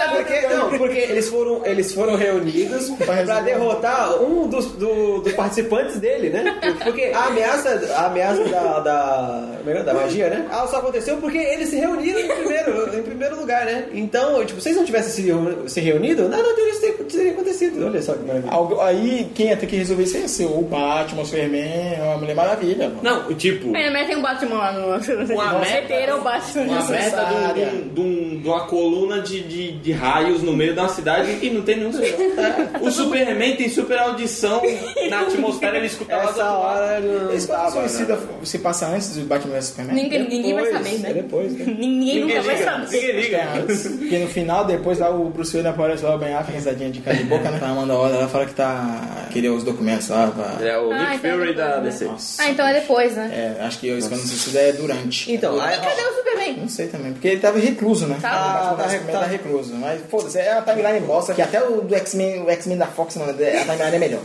S1: Sabe por quê? Não, porque eles foram, eles foram reunidos pra derrotar um dos, do- dos participantes dele, né? Porque a ameaça, a ameaça da, da, melhor, da magia, né? Ela só aconteceu porque eles se reuniram em primeiro, em primeiro lugar, né? Então, tipo, se eles não tivessem se, reuni- se reunido, nada deles teria teria acontecido. Olha só que maravilha.
S2: Algu- Aí quem ia ter que resolver isso ia ser o Batman, o Superman, a Mulher Maravilha. mano.
S3: Não, tipo,
S4: Ainda mais tem um Batman lá no.
S3: Uma
S4: Uma
S3: meta-
S4: certeira o Batman.
S3: uma meta de, um-
S2: é Necessária.
S3: de um- de um- de uma coluna de, de- de raios no meio da cidade e não tem nenhum super. O Superman tem super audição na atmosfera, ele escuta lá do
S1: Essa
S3: outro lado.
S1: hora não
S2: Esse Esquadrão
S1: tava,
S2: Suicida
S1: né?
S2: se passa antes do Batman vs Superman?
S4: Ninguém, ninguém vai
S1: Depois,
S4: saber,
S1: é
S4: né?
S1: Depois, né?
S4: Ninguém, nunca vai
S3: liga,
S4: saber.
S3: ninguém
S2: É
S3: liga.
S2: antes. Porque no final, depois lá o Bruce Wayne aparece lá, o Ben Affleck, risadinha de cara de boca, né? Ela manda ordem, ela fala que tá... Queria os documentos lá tá. pra...
S3: É o
S4: Ah,
S3: Nick
S4: então é
S3: Fury
S4: depois,
S3: da
S4: né?
S3: DC.
S4: Ah, então é depois, né?
S2: É, acho que o Esquadrão Suicida é durante.
S1: Então, aí,
S4: Cadê o Superman?
S2: Não sei também, porque ele tava recluso, né?
S4: Tá.
S2: o Batman vs Superman tá recluso. Mas, foda-se, é uma timeline bosta, que até o do X-Men, o X-Men da Fox, mano, a timeline é melhor.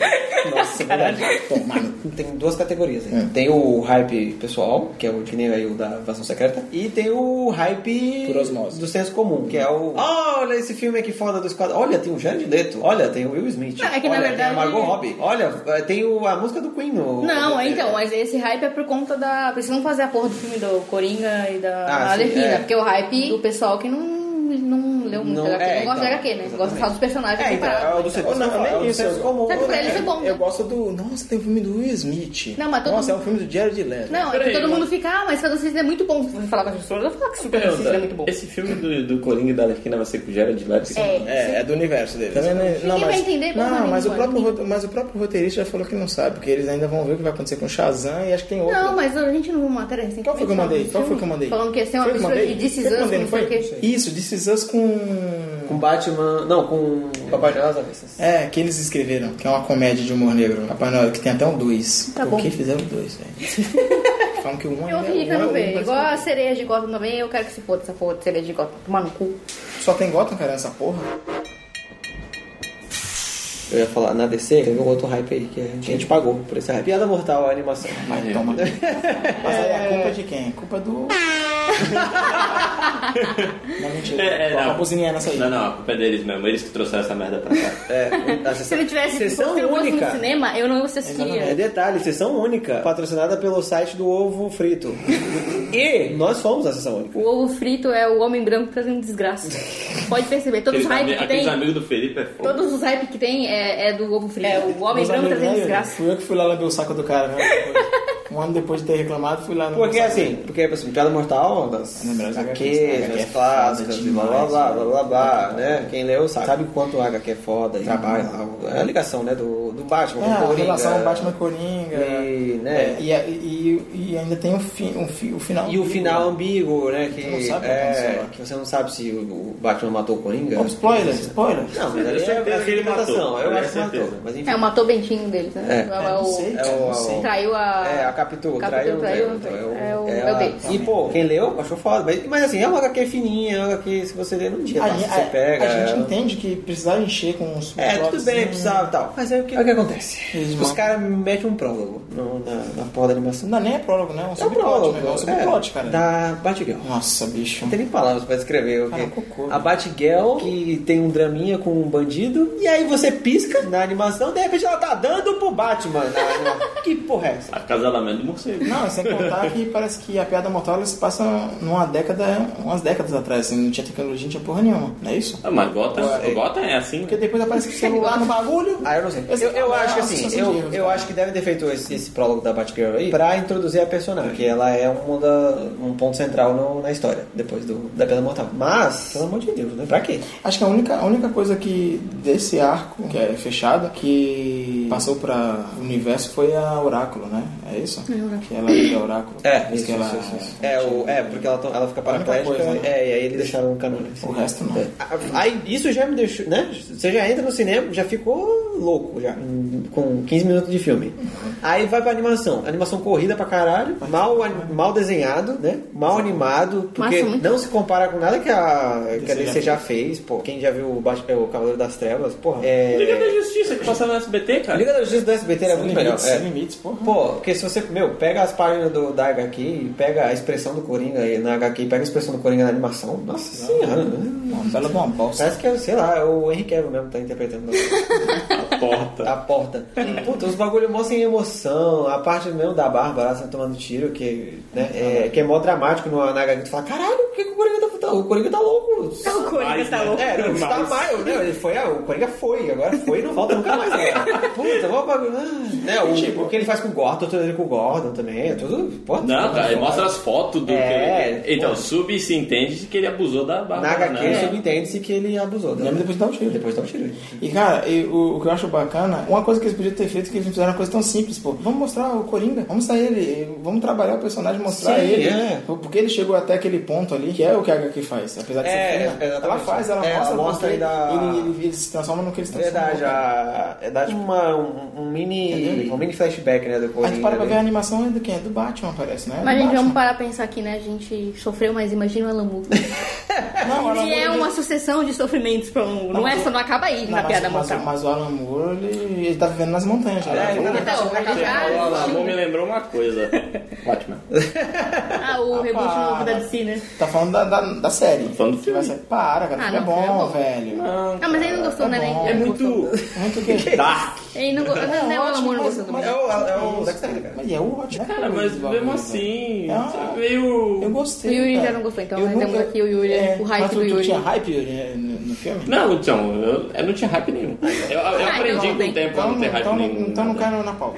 S2: Nossa, é verdade. Tomar no
S1: Tem duas categorias. Aí. Tem o hype pessoal, que é o que nem aí o da invasão secreta, e tem o hype
S2: Por osmose.
S1: do senso comum, que é o "Ah, olha esse filme aqui foda do esquadrão. Olha, tem o Jared Leto. Olha, tem o Will Smith.
S4: Ah, é que, na
S1: olha, tem a
S4: verdade-
S1: Margot Robbie. Olha, eh, tem o- a música do Queen. No,
S4: Não,
S1: no-
S4: então, mas esse hype é por conta da. Precisam fazer a porra do filme do Coringa e da
S1: Ah, sim,
S4: Alequina,
S1: é.
S4: porque o hype do pessoal que não, não leu muito
S1: Não-
S4: HQ,
S1: é,
S4: não gosta de
S1: então,
S4: HQ, né? Gosta
S1: exatamente.
S4: só dos personagens
S1: É, então, é
S4: separados.
S1: o do senso,
S2: Ou não,
S1: não, é o
S2: nem
S1: do
S2: isso,
S1: senso
S2: eu-
S1: comum.
S4: Sabe por
S1: né?
S4: quê? Ele foi bom, né?
S2: Eu gosto do. Nossa, tem um filme do Will Smith.
S4: Não, mas todo
S2: Nossa, é
S4: mundo-
S2: um filme do Jared Leto.
S4: Não, é
S3: Peraí,
S4: que todo mundo
S3: mas-
S4: fica, ah, mas Esquadrão Suicida é muito bom. Você falar com as pessoas, eu vou falar que Esquadrão
S3: Pergunta,
S4: Suicida é muito bom.
S3: Esse filme do, do Coringa e da Arlequina vai ser com o Jared Leto?
S2: É, é do universo dele. Também não,
S4: vai entender porra
S2: não, mas o,
S4: nenhuma,
S2: próprio,
S4: ninguém.
S2: rote- mas o próprio roteirista já falou que não sabe, porque eles ainda vão ver o que vai acontecer com o Shazam e acho que tem outro.
S4: Não, mas a gente não viu uma matéria recente.
S2: Qual foi que eu mandei? Qual foi que eu mandei?
S4: Falando que ia ser uma
S2: Foi que eu
S4: mistura de
S2: mandei?
S4: This Is
S2: Foi que eu
S4: Us
S2: mandei, não
S4: com não sei o
S2: foi?
S4: quê.
S2: Isso, This Is Us com.
S1: Com Batman. Não, com Papai Noel às avessas.
S2: É, que eles escreveram, que é uma comédia de humor negro. Papai Noel, que tem até um 2.
S4: Tá
S2: Por
S4: bom.
S2: que fizeram dois, velho? Falam que o um é
S4: Eu
S2: um
S4: fingi que eu
S2: é
S4: não
S2: um,
S4: vejo.
S2: parece
S4: Igual a sereia de Gotham também, eu quero que se foda essa porra de sereia de Gotham. Tomar no cu.
S2: que Só tem Gotham, cara, nessa porra.
S1: Eu ia falar, na DC teve um outro hype aí que a gente, a gente pagou por esse hype. Piada Mortal, a animação.
S2: Vai tomar. Mas aí a culpa é de quem? Culpa do. não, mentira.
S3: É, é,
S2: Coloca
S3: não.
S2: a buzininha nessa aí.
S3: Não, não, a culpa é deles mesmo, eles que trouxeram essa merda pra cá.
S1: É, a
S4: Se
S1: sessão-
S4: eu não tivesse
S1: sessão
S4: se eu fosse
S1: única.
S4: no cinema, eu não
S1: É
S4: assistiria.
S1: detalhe, sessão única, patrocinada pelo site do Ovo Frito. e nós somos a sessão única.
S4: O ovo frito é o homem branco trazendo desgraça. Pode perceber, todos os
S3: Aqueles, ami-
S4: hype que
S3: aqueles
S4: tem.
S3: amigos do Felipe é foda.
S4: Todos os hype que tem é, é do ovo frito. É o homem
S2: Meus
S4: branco
S2: amigos,
S4: trazendo
S2: né,
S4: desgraça.
S2: Fui eu que fui lá lamber o saco do cara, né? Um ano depois de ter reclamado, fui lá no.
S1: Porque assim, porque assim, Piada Mortal, das
S2: É, lembra, as HQs,
S1: HQs,
S2: HQ é
S1: das
S2: foda
S1: clássicas, blá blá blá
S2: demais,
S1: blá
S2: né?
S1: blá blá, né? Quem leu sabe, sabe quanto o HQ é foda e trabalha lá. É a ligação, né, do, do Batman
S2: É,
S1: com o
S2: a
S1: Coringa.
S2: relação ao Batman e Coringa.
S1: E, né?
S2: É, e, a- e- e ainda tem o, fi, o, fi- o final.
S1: E o final ambíguo, né? Que,
S2: Você não sabe o que aconteceu
S1: é,
S2: lá.
S1: que você não sabe se o o Batman matou o Coringa.
S2: Oh, spoiler, spoiler.
S1: Não, mas ali
S3: Eu
S1: é,
S3: certeza
S1: é
S3: que ele
S1: interpretação.
S3: matou.
S1: Eu
S3: Eu
S1: acho que
S3: certeza.
S1: matou. Mas enfim.
S4: É, matou o bentinho deles,
S1: É.
S4: né? o,
S2: É, não sei,
S1: É
S2: cara,
S1: o,
S2: não sei.
S4: Traiu a.
S1: é, a Capitu,
S4: Capitu
S1: traiu,
S4: traiu,
S1: né?
S4: traiu.
S1: Então,
S4: É o-
S1: a-
S4: é o deles.
S1: E pô, quem leu achou foda. Mas, mas assim, é uma HQ fininha, é uma HQ se você ler num dia,
S2: A,
S1: tá?
S2: gen-
S1: você
S2: a-
S1: pega.
S2: a gente
S1: ela.
S2: entende que precisava encher com uns.
S1: É, tudo
S2: plots,
S1: bem,
S2: né?
S1: precisava e tal. Mas aí o que, o que acontece?
S2: Eles
S1: Os
S2: matam.
S1: caras metem um prólogo no- na, na porra da animação.
S2: Não, nem é prólogo, né? É um
S1: É um
S2: subplot,
S1: prólogo.
S2: né? É um
S1: é,
S2: subplot, cara.
S1: Da Batgirl.
S2: Nossa, bicho.
S1: Não tem nem palavras pra descrever o
S2: Cara,
S1: que.
S2: cocô,
S1: A
S2: né?
S1: Batgirl, que tem um draminha com um bandido, e aí você pisca na animação, de repente ela tá dando pro Batman. na animação. que porra é essa?
S3: Acasalamento do morcego.
S2: Não, sem contar que parece que a piada mortal ela se passa numa década, umas décadas atrás, assim, não tinha tecnologia, não tinha porra nenhuma, não é isso?
S3: Ah, mas Gotham,
S1: É.
S3: Gotham é assim.
S2: Porque depois aparece o celular no bagulho.
S1: Ah, eu não sei. Eu, eu acho que assim, eu, eu acho que deve ter feito esse, esse prólogo da Batgirl aí pra introduzir a personagem, porque ela é uma da- um ponto central no- na história, depois do, da Pedra Mortal. Mas, pelo amor de Deus, né? Pra quê?
S2: Acho que a única, a única coisa que desse arco, que é fechado, que passou pra universo foi a Oráculo, né? É isso? Que ela é Oráculo.
S1: É,
S2: Diz
S1: isso,
S2: que
S1: isso,
S2: ela
S1: isso, isso. É, o, é, porque ela, to- ela fica
S2: única
S1: paraplégica
S2: coisa, né?
S1: é, e aí eles deixaram um canudo.
S2: O resto não.
S1: É. Aí isso já me deixou, né? Você já entra no cinema, já ficou louco já, com 15 minutos de filme. Aí vai pra animação. Animação corrida pra caralho, mal, an- mal desenhado, né? Mal animado, porque
S4: Massa, muito.
S1: não se compara com nada que a, que a
S2: Esse
S1: DC já fez, pô. Quem já viu o, Bat- o Cavaleiro das Trevas, porra. É...
S3: Liga da Justiça que passava no SBT,
S1: A
S3: cara.
S1: Liga da Justiça do SBT era
S2: Sem
S1: muito melhor.
S2: limites,
S1: é.
S2: sem limites, porra.
S1: Pô, porque se você, meu, pega as páginas do, da HQ e pega a expressão do Coringa aí na HQ e pega a expressão do Coringa na animação, nossa senhora, né?
S2: Uma bela de uma bosta.
S1: Parece que, é, sei lá, é o Henry Cavill mesmo que tá interpretando
S3: Porta.
S1: a porta. E, puta, os bagulho mó sem emoção, a parte mesmo da Bárbara assim, tomando tiro, que, né, é, que é mó dramático no, na HQ, tu fala, caralho, por que, que o Coringa tá, tá- o Coringa tá louco?
S4: O Coringa
S3: Mas,
S4: tá
S3: né?
S4: louco.
S1: É, não,
S3: Mas-
S1: está mais, né? Ele foi, ah, o Coringa foi, agora foi, não volta nunca mais. Agora. Puta, vamos bagulho. ah, Né, o, o que ele faz com o Gordon, tudo ele com o Gordon também, é tudo. Pô,
S3: Não,
S1: tudo
S3: cara, ele
S1: foda.
S3: mostra as fotos do
S1: É,
S3: que ele... Então,
S1: pô.
S3: sub se entende que ele abusou da
S1: Na
S3: Bárbara,
S1: HQ
S3: né?
S1: subentende-se que ele abusou. né?
S2: Lembra depois de dar um tiro.
S1: Depois dá um tiro.
S2: E cara, e o, o que eu acho bacana, uma coisa que eles podiam ter feito é que eles não fizeram uma coisa tão simples, pô. Vamos mostrar o Coringa, vamos mostrar ele, e vamos trabalhar o personagem, mostrar
S1: Sim,
S2: ele.
S1: é.
S2: Por- Porque ele chegou até aquele ponto ali, que é o que a HQ faz, apesar de
S1: É,
S2: ser fina,
S1: exatamente.
S2: Ela faz, ela
S1: É, ela
S2: mostra,
S1: mostra
S2: porque
S1: ele da-
S2: ele, ele- ele se transforma no que ele se transforma.
S1: Verdade, a, é dar tipo uma, um, um mini,
S2: Entendeu?
S1: um mini flashback né, do
S2: A gente para
S1: Coringa.
S2: pra ver a
S1: ali.
S2: animação é do quem? É do Batman, parece, né? É do
S4: Mas, gente,
S2: Batman.
S4: vamos parar pra pensar aqui, né? A gente sofreu, mas imagina o Alamu.
S2: Não,
S4: Que é uma sucessão de sofrimentos pra um. Não é só, não acaba aí na piada
S2: mas,
S4: mortal.
S2: mas o Alan Moore, ele, ele tá vivendo nas montanhas. já.
S1: É, ele tá-
S4: Então, ele
S3: Você falou Alamo, me
S4: já.
S3: lembrou uma coisa. Batman.
S4: Ah, o reboot novo da DC, né?
S2: Tá falando da, da, da série.
S3: falando do
S2: Que vai
S3: filme.
S2: sair. Para, cara. filme
S4: Ah,
S2: é
S4: não, filme é
S2: bom,
S4: bom.
S2: velho.
S4: Ah, mas ele não gostou, né?
S2: bom. É
S4: né? Ele não gostou.
S3: Muito
S2: Muito que...
S3: dark.
S4: Ele não gostou. Não, é o Alan Moore não gostou também.
S1: É o, Tá. é o Zack Snyder, cara.
S2: Mas é ótimo. né?
S3: Cara, mas
S2: Esse bagulho, velho.
S3: mesmo assim,
S2: Ah.
S3: você
S2: Eu
S3: veio...
S4: O
S2: gostei.
S4: Yuri
S2: cara.
S4: já não gostou, então
S2: Eu
S4: nós temos
S2: nunca-
S4: aqui o Yuri,
S2: É,
S4: o hype
S2: mas tu-
S4: do
S2: tu
S4: Yuri.
S2: tinha hype Yuri, no, no filme?
S3: Não, então, eu, eu não tinha hype nenhum. Eu, eu
S4: então
S3: aprendi
S4: não
S3: com
S4: tem.
S3: o tempo a não ter é hype
S2: então,
S3: nenhum. né?
S2: então não cai na pauta.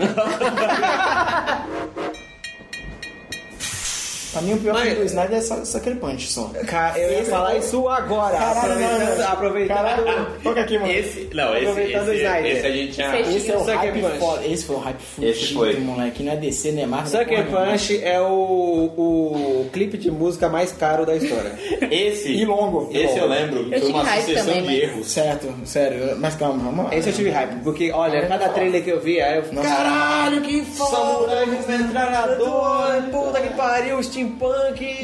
S2: pra mim, o pior
S1: Mas-
S2: do Snyder é só, só aquele punch só.
S1: Cara, eu ia falar isso agora.
S2: Caralho,
S1: aproveitando.
S2: não,
S1: aproveitando
S2: Caralho, toca aqui, mano.
S3: Esse, não, esse,
S1: Aproveitando o
S3: esse,
S1: Snyder.
S3: esse a gente tinha...
S4: Esse-
S2: Esse é o
S1: Sucker
S2: hype
S1: Punch.
S2: foda. Esse foi o hype
S3: Esse foi.
S2: fudido, moleque. Não é DC, nem é Marvel.
S1: Sucker
S2: porra nenhuma.
S1: Punch é o, o clipe de música mais caro da história.
S3: Esse,
S2: E longo.
S3: esse
S1: E
S3: eu
S1: longo.
S3: lembro.
S4: Eu
S3: foi
S4: tinha
S3: uma
S4: hype
S3: sucessão
S4: também,
S3: de
S4: mas-
S3: erros.
S2: Certo, sério. Mas calma, vamos lá.
S1: Esse eu tive hype, porque olha, cada trailer que eu vi, aí eu fico,
S2: Nossa.
S1: caralho, que foda! Samurai metralhador, puta que pariu, steampunk!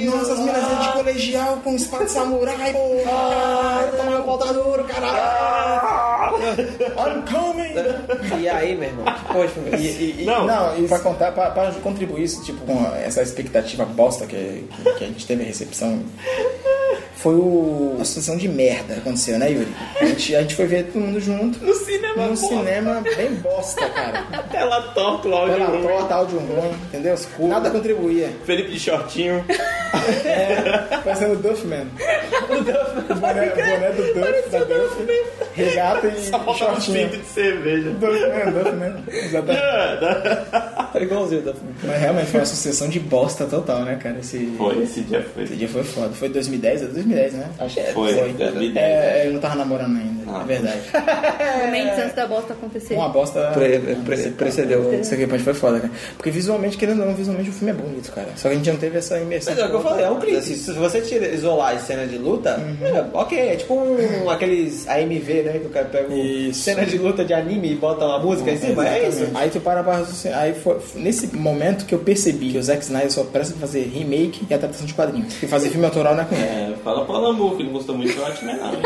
S2: Nossa, as minas dentro de colegial com espada de samurai, porra! Tá meu contador, caralho! I'm coming!
S1: E aí, meu irmão, que porra de filme é esse?
S2: Não, e pra contar, pra, pra contribuir isso, tipo, com essa expectativa bosta que, que, que a gente teve a recepção. Foi o... uma situação de merda que aconteceu, né, Yuri? A gente, a gente foi ver todo mundo junto. No cinema, Num cinema bem bosta, cara.
S3: Tela torta, o áudio
S2: Pela
S3: ruim.
S2: torta, áudio ruim, entendeu? Nada contribuía.
S3: Felipe de shortinho.
S2: Parecendo o Duffman. O boné, o boné do Duff, da Duff. Regata e
S3: Só faltava um
S2: shortinho.
S3: cinto de cerveja.
S2: É. Duffman, Duffman. Exatamente.
S1: Tá igualzinho da filme.
S2: Mas realmente foi uma sucessão de bosta total, né, cara? Esse,
S3: Foi, esse dia foi.
S2: esse dia foi foda. Foi 2010? É 2010, né? Acho que é.
S3: Foi, 2010,
S2: É, eu não tava namorando ainda,
S3: Ah.
S2: é verdade.
S4: Momentos antes da bosta acontecer.
S2: É. Uma bosta.
S1: Pre-
S2: Não,
S1: pre-
S2: esse-
S1: precedeu.
S2: Isso aqui pode foi foda, cara. né? Porque visualmente, querendo ou não, visualmente o filme é bonito, cara. Só que a gente não teve essa imersão.
S1: Mas é o que eu falei, é um clipe. Se você tira, isolar as cenas de luta,
S2: Uhum.
S1: é, ok, é tipo um- aqueles AMV, né? Que o cara pega um
S2: Isso.
S1: cena de luta de anime e bota uma música em cima, é isso.
S2: Aí tu para pra raciocinar. Aí foi nesse momento que eu percebi que o Zack Snyder só presta pra fazer remake e adaptação de quadrinhos. E fazer filme autoral não é com ele.
S3: É, fala pro Alambu, que ele gostou muito de Watchmen, não. hein?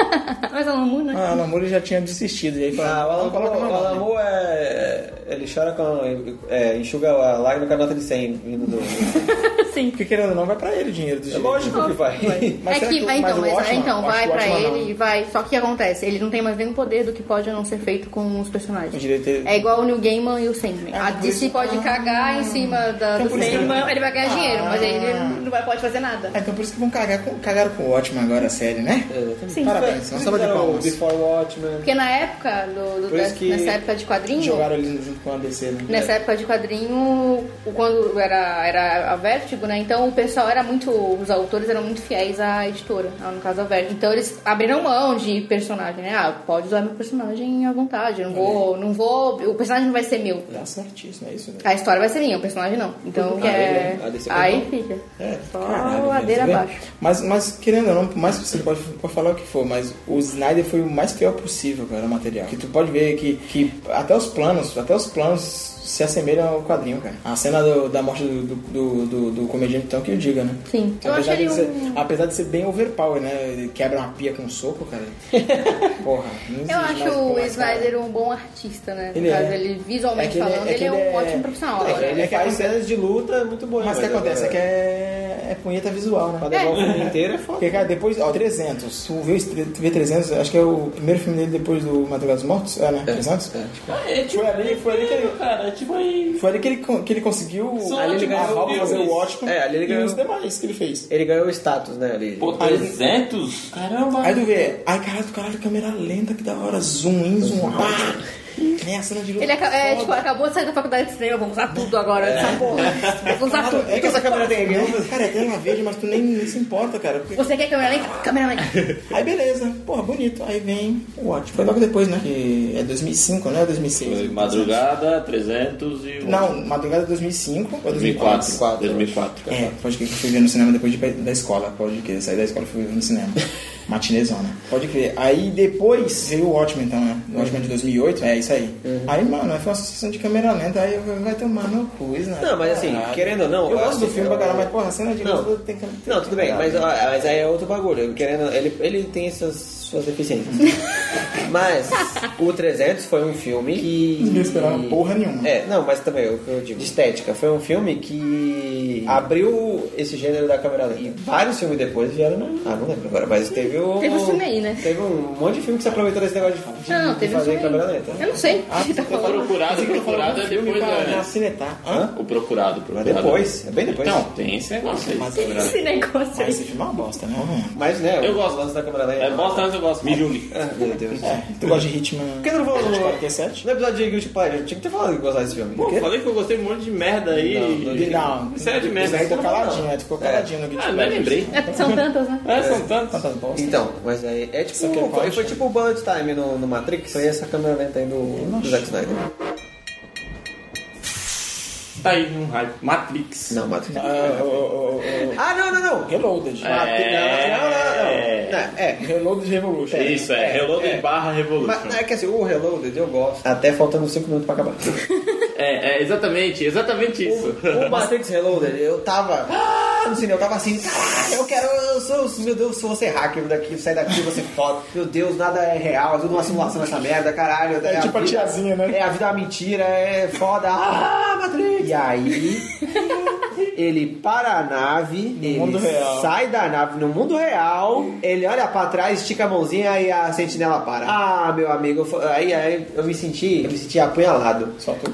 S4: Mas ela não muda, né?
S2: Ah, o Moore já tinha desistido. E aí falou,
S1: Ah, o Alan
S2: não, coloca
S1: Moore-
S2: meu
S1: o Alan
S2: nome.
S1: Moore é, ele chora com. É, enxuga a lágrima com a nota de 100 vindo do.
S4: Sim.
S2: Porque querendo ou não, vai pra ele o dinheiro do
S1: É
S2: dinheiro.
S1: lógico que vai.
S2: Mas
S4: é
S2: será
S4: que,
S2: que o-
S4: vai,
S2: mas
S4: então,
S2: o
S4: mas,
S2: Watchman-
S4: então,
S2: acho
S4: vai
S2: que o
S4: pra
S2: Watchman
S4: ele
S2: não.
S4: e vai. Só que o que acontece? Ele não tem mais nenhum poder do que pode ou não ser feito com os
S2: O
S4: personagens.
S2: direito
S4: É igual o New Gaiman e o Sandman.
S2: Ah,
S4: a
S2: por
S4: DC
S2: isso-
S4: pode
S2: Ah.
S4: cagar em cima da,
S2: Então,
S4: do
S2: por isso que-
S4: Sandman, ele vai ganhar dinheiro, mas ele
S2: Ah.
S4: não vai, pode fazer nada.
S2: É, então por isso que vão cagar com, cagaram com o Watchman agora, a série, né?
S4: Sim.
S2: Parabéns, uma salva de palmas.
S1: Então, Before Watchmen.
S4: Porque na época do, do-
S1: Por isso
S4: da-
S1: que
S4: nessa época de quadrinho,
S2: Jogaram ele junto com a DC, né?
S4: nessa época de quadrinho, o- quando era, era a Vertigo, né? Então o pessoal era muito. Os autores eram muito fiéis à editora, ah, no caso a Vertigo. Então eles abriram mão de personagem, né? Ah, pode usar meu personagem à vontade. Eu não vou.
S2: É.
S4: Não vou. O personagem não vai ser meu.
S2: Tá certíssimo, é isso, né?
S4: A história vai ser minha, o personagem não. Então
S1: Ah,
S4: é.
S1: ele- a DC
S4: aí
S1: comprou.
S4: fica.
S2: É,
S4: Só
S2: caralho,
S4: ladeira
S2: velho,
S4: abaixo.
S2: Mas, mas querendo ou não, por mais que você pode, pode falar o que for, mas o Snyder foi o mais fiel possível, cara, ao material. Que tu pode ver que, que até os planos, até os planos se assemelham ao quadrinho, cara. A cena do- da morte do, do, do, do- do comediante, então, que eu diga, né?
S4: Sim. Eu acho
S2: Apesar
S4: ele
S2: de, ser,
S4: um.
S2: apesar de ser bem overpower, né? Ele quebra uma pia com um soco, cara. Porra, não existe
S4: Eu
S2: mais
S4: acho o
S2: mais, cara.
S4: Snyder um bom artista, né? No
S2: Ele
S4: caso,
S2: é.
S4: ele visualmente
S2: É que ele é-
S4: falando,
S2: é
S4: ele
S2: que
S4: é,
S2: ele
S4: um
S2: é-
S4: ótimo profissional.
S2: É,
S4: Agora,
S1: Ele
S2: é que
S1: faz
S2: aí-
S1: cenas de luta muito boas.
S2: Mas o que acontece é que
S1: é.
S2: é, é punheta visual, né?
S1: Pra levar o filme inteiro é foda.
S2: Porque, cara, depois, ó, 300. Tu viu esse tre- tu vê 300? Acho que é o primeiro filme dele depois do Madrugada dos Mortos? É, né? 300? Foi ali, foi ali que ele.
S3: Cara, é tipo aí.
S2: Foi ali que ele, con- que ele conseguiu
S3: Só
S2: ali ele
S1: Tipo,
S3: ótimos
S1: ah,
S2: ganhou a Valve
S3: filmes.
S2: fazer o Watchmen
S1: É, ali ele ganhou.
S2: e os demais que ele fez.
S1: Ele ganhou o status, né? Ali.
S3: Pô, 300? Caramba.
S2: Aí tu vê, ai caralho, caralho, câmera lenta, que da hora, zoom in, zoom out. Nem a cena de luta.
S4: Ele aca- é,
S2: foda.
S4: tipo, acabou de sair da faculdade de cinema, vamos usar tudo agora, essa porra. Vamos usar tudo.
S1: É que essa câmera tem aqui?
S2: Não, Cara, é tela verde, mas tu nem, nem se importa, cara. porque-
S4: Você quer câmera lenta? Câmera lenta.
S2: Aí beleza, porra, bonito. Aí vem o Watchmen. Foi logo depois, né? Que é 2005, né? 2006.
S3: Foi madrugada, 300 e... um. o-
S2: Não, madrugada de 2005 ou 2004?
S3: 2004. 2004.
S2: É, pode crer que eu fui ver no cinema depois de, da escola. Pode crer, saí da escola e fui ver no cinema. Matinezona. Pode crer. Aí depois veio o Watchmen, então, né? O Watchmen de 2008, é isso aí. Aí, mano, aí foi uma sucessão de câmera lenta. Aí eu falei, vai tomar no cu, né?
S1: Não, mas assim, querendo ou não,
S2: Eu gosto
S1: assim,
S2: do filme
S1: eu-
S2: pra caralho, mas porra, a cena de
S1: Não.
S2: luta tem câmera.
S1: Não, tudo bem, mas, ó, mas aí é outro bagulho. Querendo, ele, ele tem essas suas deficiências. mas o 300 foi um filme que.
S2: Ninguém esperava porra nenhuma.
S1: É, não, mas também o que eu digo, de estética. Foi um filme que abriu esse gênero da câmera lenta. E vários filmes depois vieram. no- Ah, não lembro agora, mas teve o.
S4: Teve um filme aí, né?
S1: Teve um monte de filme que se aproveitou desse negócio de, de
S4: Não, não, teve um
S1: fazer
S4: filme.
S1: câmera lenta.
S4: Eu não sei o
S1: Ah,
S4: que tá falando.
S3: Procurado, procurado é
S2: Filme
S3: depois,
S2: pra,
S3: né?
S2: pra cinetar. Hã?
S3: O procurado, o
S1: Mas
S3: procurado.
S1: depois, é bem depois. é
S3: Então, tem esse negócio aí.
S2: Mas-
S3: Procurado.
S4: Esse negócio
S2: Mas esse
S4: aí.
S2: filme é uma bosta, né?
S1: Mas né,
S3: Eu
S1: o
S3: gosto.
S1: lance da câmera lenta.
S3: É bosta, mas eu gosto. Me julgue.
S1: Ah, meu Deus.
S2: É, tu gosta de Hitman
S1: Por que não vou no,
S2: 47?
S1: no episódio de Guilty Pleasure? Tinha que ter falado que gostava desse filme.
S3: Pô, falei que eu gostei de um monte de merda aí.
S1: Não,
S2: Não,
S3: Isso é de merda.
S2: Isso aí ficou
S3: Não, não.
S2: caladinho, tu ficou caladinho no Guilty
S3: Ah, nem
S2: Pleasures.
S3: lembrei.
S4: É, São tantas, né?
S3: É, são tantos.
S2: Tantas bosta.
S1: Então, mas aí é tipo.
S2: Isso aqui é
S1: Foi,
S2: forte.
S1: foi tipo o Bullet Time no, no Matrix. Foi essa câmera lenta aí do, do Zack Snyder.
S3: Tá aí um hype. Matrix.
S1: Não, Matrix.
S2: Ah, o- o- o- o-
S1: Ah, não, não, não!
S2: Reloaded. Ah,
S1: Não, não, não,
S3: É.
S1: não. Não, É.
S2: Reloaded Revolution.
S3: Isso, é. Reloaded
S1: é.
S3: barra
S1: Mas
S3: Revolution.
S1: é que assim, o Reloaded eu gosto. Até faltando 5 minutos pra acabar.
S3: É, é, exatamente, exatamente isso.
S1: o Matrix Reloaded, eu tava. Ah, no cinema, eu tava assim, caralho, eu quero. Eu sou, meu Deus, se você é hacker daqui, sai daqui, você é foda. Meu Deus, nada é real, é tudo uma simulação dessa merda, caralho.
S2: É tipo a
S1: vida-
S2: tiazinha, né?
S1: É, a vida é uma mentira, é foda. Ah, Matrix! E aí. ele para a nave, ele
S2: mundo real.
S1: sai da nave no mundo real, ele olha pra trás, estica a mãozinha, aí a sentinela para. Ah, meu amigo, fo- aí, aí eu me senti, eu me senti apunhalado.
S2: Só tô...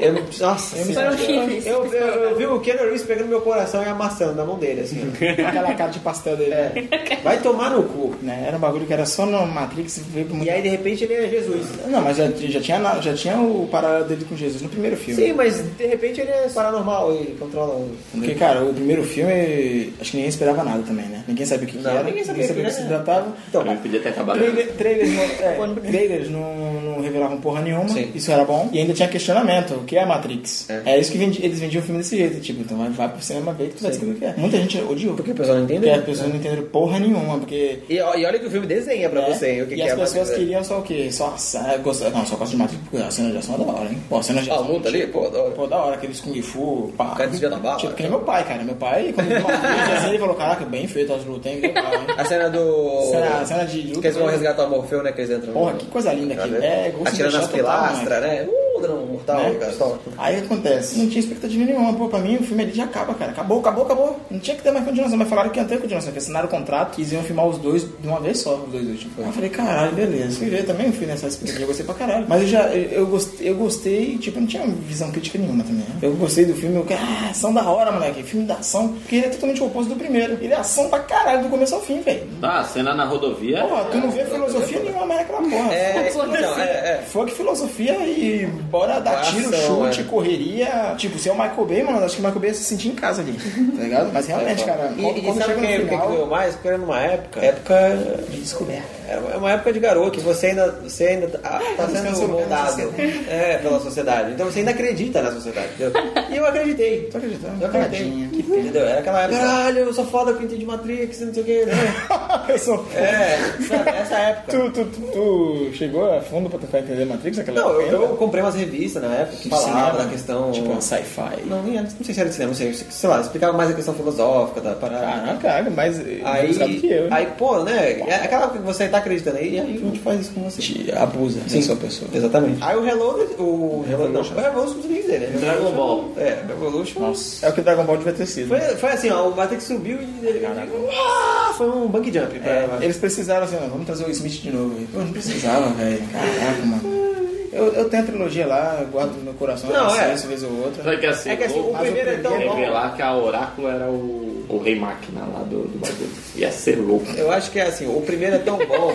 S1: Eu, nossa,
S2: Eu me
S1: senhora.
S4: senti-
S1: eu, eu, eu- eu vi o Keanu Reeves pegando meu coração e amassando na mão dele, assim. ó.
S2: Aquela cara de pastel dele. né?
S1: Vai tomar no cu.
S2: Né? Era um bagulho que era só no Matrix veio pro mundo.
S1: E aí, de repente, ele é Jesus.
S2: Não, mas já, já, tinha, na- já tinha o paralelo dele com Jesus no primeiro filme.
S1: Sim, mas de repente ele é paranormal e controla o.
S2: Porque, cara, o primeiro filme, acho que ninguém esperava nada também, né? Ninguém sabia o que, que
S1: Não,
S2: era,
S1: ninguém
S2: ninguém
S1: sabia
S2: sabia,
S1: o
S2: o
S1: que
S2: que se
S1: era.
S2: tratava.
S1: Então,
S3: Mas podia ter acabado. né?
S2: Trailer- trailers não, é, trailers não, não revelavam porra nenhuma,
S1: Sim.
S2: isso era bom. E ainda tinha questionamento, o que é Matrix? É, isso que vendi- eles vendiam o filme desse jeito, tipo, então vai, vai pro cinema ver que tu vai descobrir o que é. Muita gente odiou,
S1: porque
S2: porque,
S1: o pessoal não entendeu.
S2: as pessoas não entenderam porra nenhuma, porque...
S1: E, ó- e olha que o filme desenha pra
S2: né?
S1: você o que,
S2: e
S1: que
S2: as
S1: é a
S2: pessoas
S1: Matrix.
S2: queriam só o quê? Só ah, gosta- Não, só gosto de Matrix porque a cena de ação é da hora, hein? Pô, a cena de
S1: Ah,
S2: ação... é tipo,
S1: o mundo ali, pô, da hora.
S2: Pô, da hora, aqueles Kung Fu, pá.
S1: cara desviando a bala,
S2: Tipo, que
S1: cara.
S2: nem meu pai, cara. Meu pai, quando viu uma coisa assim, ele falou, caraca, bem feito as lutas, hein? Meu pai, hein?
S1: A cena do.
S2: Cena- a cena de luta.
S1: Que eles vão resgatar o Morfeu, né? Que eles entram.
S2: Porra, que coisa linda aquilo. É, gosto de
S1: Atirando
S2: deixar
S1: nas
S2: total,
S1: pilastras, né? Uh, drama mortal,
S2: né?
S1: cara. Só.
S2: Aí acontece, não tinha expectativa nenhuma, pô, pra mim o filme ali já acaba, cara. Acabou, acabou, acabou. Não tinha que ter mais continuação, mas falaram que ia ter continuação, que assinaram o contrato, que eles iam filmar os dois de uma vez só, os dois últimos. Aí eu falei, caralho, beleza. Fui ver também, fui nessa expectativa, eu gostei pra caralho. Mas eu já, eu, eu gostei, eu gostei, tipo, não tinha visão crítica nenhuma também. né? Eu gostei do filme, eu, ah, ação da hora, moleque, filme da ação, porque ele é totalmente o oposto do primeiro. Ele é ação pra caralho, do começo ao fim, velho.
S3: Tá, a cena na rodovia.
S2: Porra, tu não vê filosofia nenhuma mais naquela porra.
S1: É,
S2: assim.
S1: então, é, é.
S2: Funk, filosofia e bora dar
S1: Ação,
S2: tiro, chute,
S1: é.
S2: correria. Tipo, se é o Michael Bay, mano, acho que o Michael Bay ia se sentir em casa ali, tá ligado? Mas realmente, cara,
S1: E,
S2: quando
S1: e
S2: quando
S1: sabe
S2: chega
S1: quem é
S2: no
S1: que
S2: final,
S1: doeu mais? Porque era numa época. Época.
S2: de descoberta.
S1: É uma- é uma época de garoto, você ainda, você ainda tá, tá sendo
S2: sou-
S1: moldado é, pela sociedade. Então você ainda acredita na sociedade. Entendeu? E eu acreditei.
S2: Tô acreditando.
S1: Eu acreditei.
S2: Tadinha, que pena.
S1: Entendeu? Era aquela época. Caralho, eu sou foda porque eu entendi Matrix, não sei o que. Né?
S2: Eu sou.
S1: É, sabe, essa época.
S2: Tu, tu, tu, tu chegou a fundo pra tentar entender Matrix aquela
S1: Não, eu,
S2: época?
S1: eu comprei umas revistas na época que falava da questão.
S2: Tipo, sci-fi.
S1: Não, nem- não sei se era de cinema, não sei, sei lá, explicava mais a questão filosófica da parada.
S2: Caraca, mas mais
S1: Aí,
S2: buscado que eu. né?
S1: aí, pô, né? É aquela que você tá acreditando aí, e aí a gente faz isso com você.
S2: Te abusa
S1: Sim.
S2: da sua pessoa.
S1: Exatamente. Aí o Reloaded, o Reloaded não, o Revolution não precisa nem dizer, né?
S3: Dragon
S1: Revolution-
S3: Ball.
S1: É, Revolution.
S2: Nossa. É o que o Dragon Ball devia ter sido. né?
S1: Foi, foi assim, ó, o Matrix subiu e Uá! foi um bug jump pra
S2: É, eles precisaram assim, ó, vamos trazer o Smith de novo. aí. Pô, não precisava, velho. Caraca, mano. Eu, eu tenho a trilogia lá, eu guardo no meu coração,
S1: Não,
S2: não,
S1: é.
S2: é. vez ou outra.
S3: Só que assim,
S1: É que assim, o
S3: vou
S1: primeiro é tão bom.
S3: revelar que a Oráculo era o, o rei máquina lá do, do bagulho. Ia ser louco.
S1: Eu acho que é assim, o primeiro é tão bom.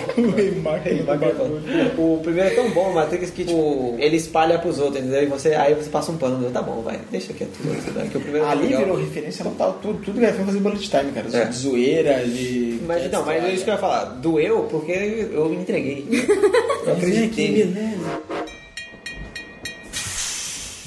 S1: o primeiro é tão bom, o Matrix, que tipo, ele espalha pros outros, entendeu? E você, aí você passa um pano, entendeu? tá bom, vai, deixa quieto. né? Que o primeiro é
S2: Ali
S1: legal.
S2: virou referência total, tudo, tudo que era filme fazia bullet time, cara.
S1: É.
S2: De zoeira, de.
S1: Mas então, mas é isso que eu ia falar. Doeu porque eu me entreguei. Eu acreditei.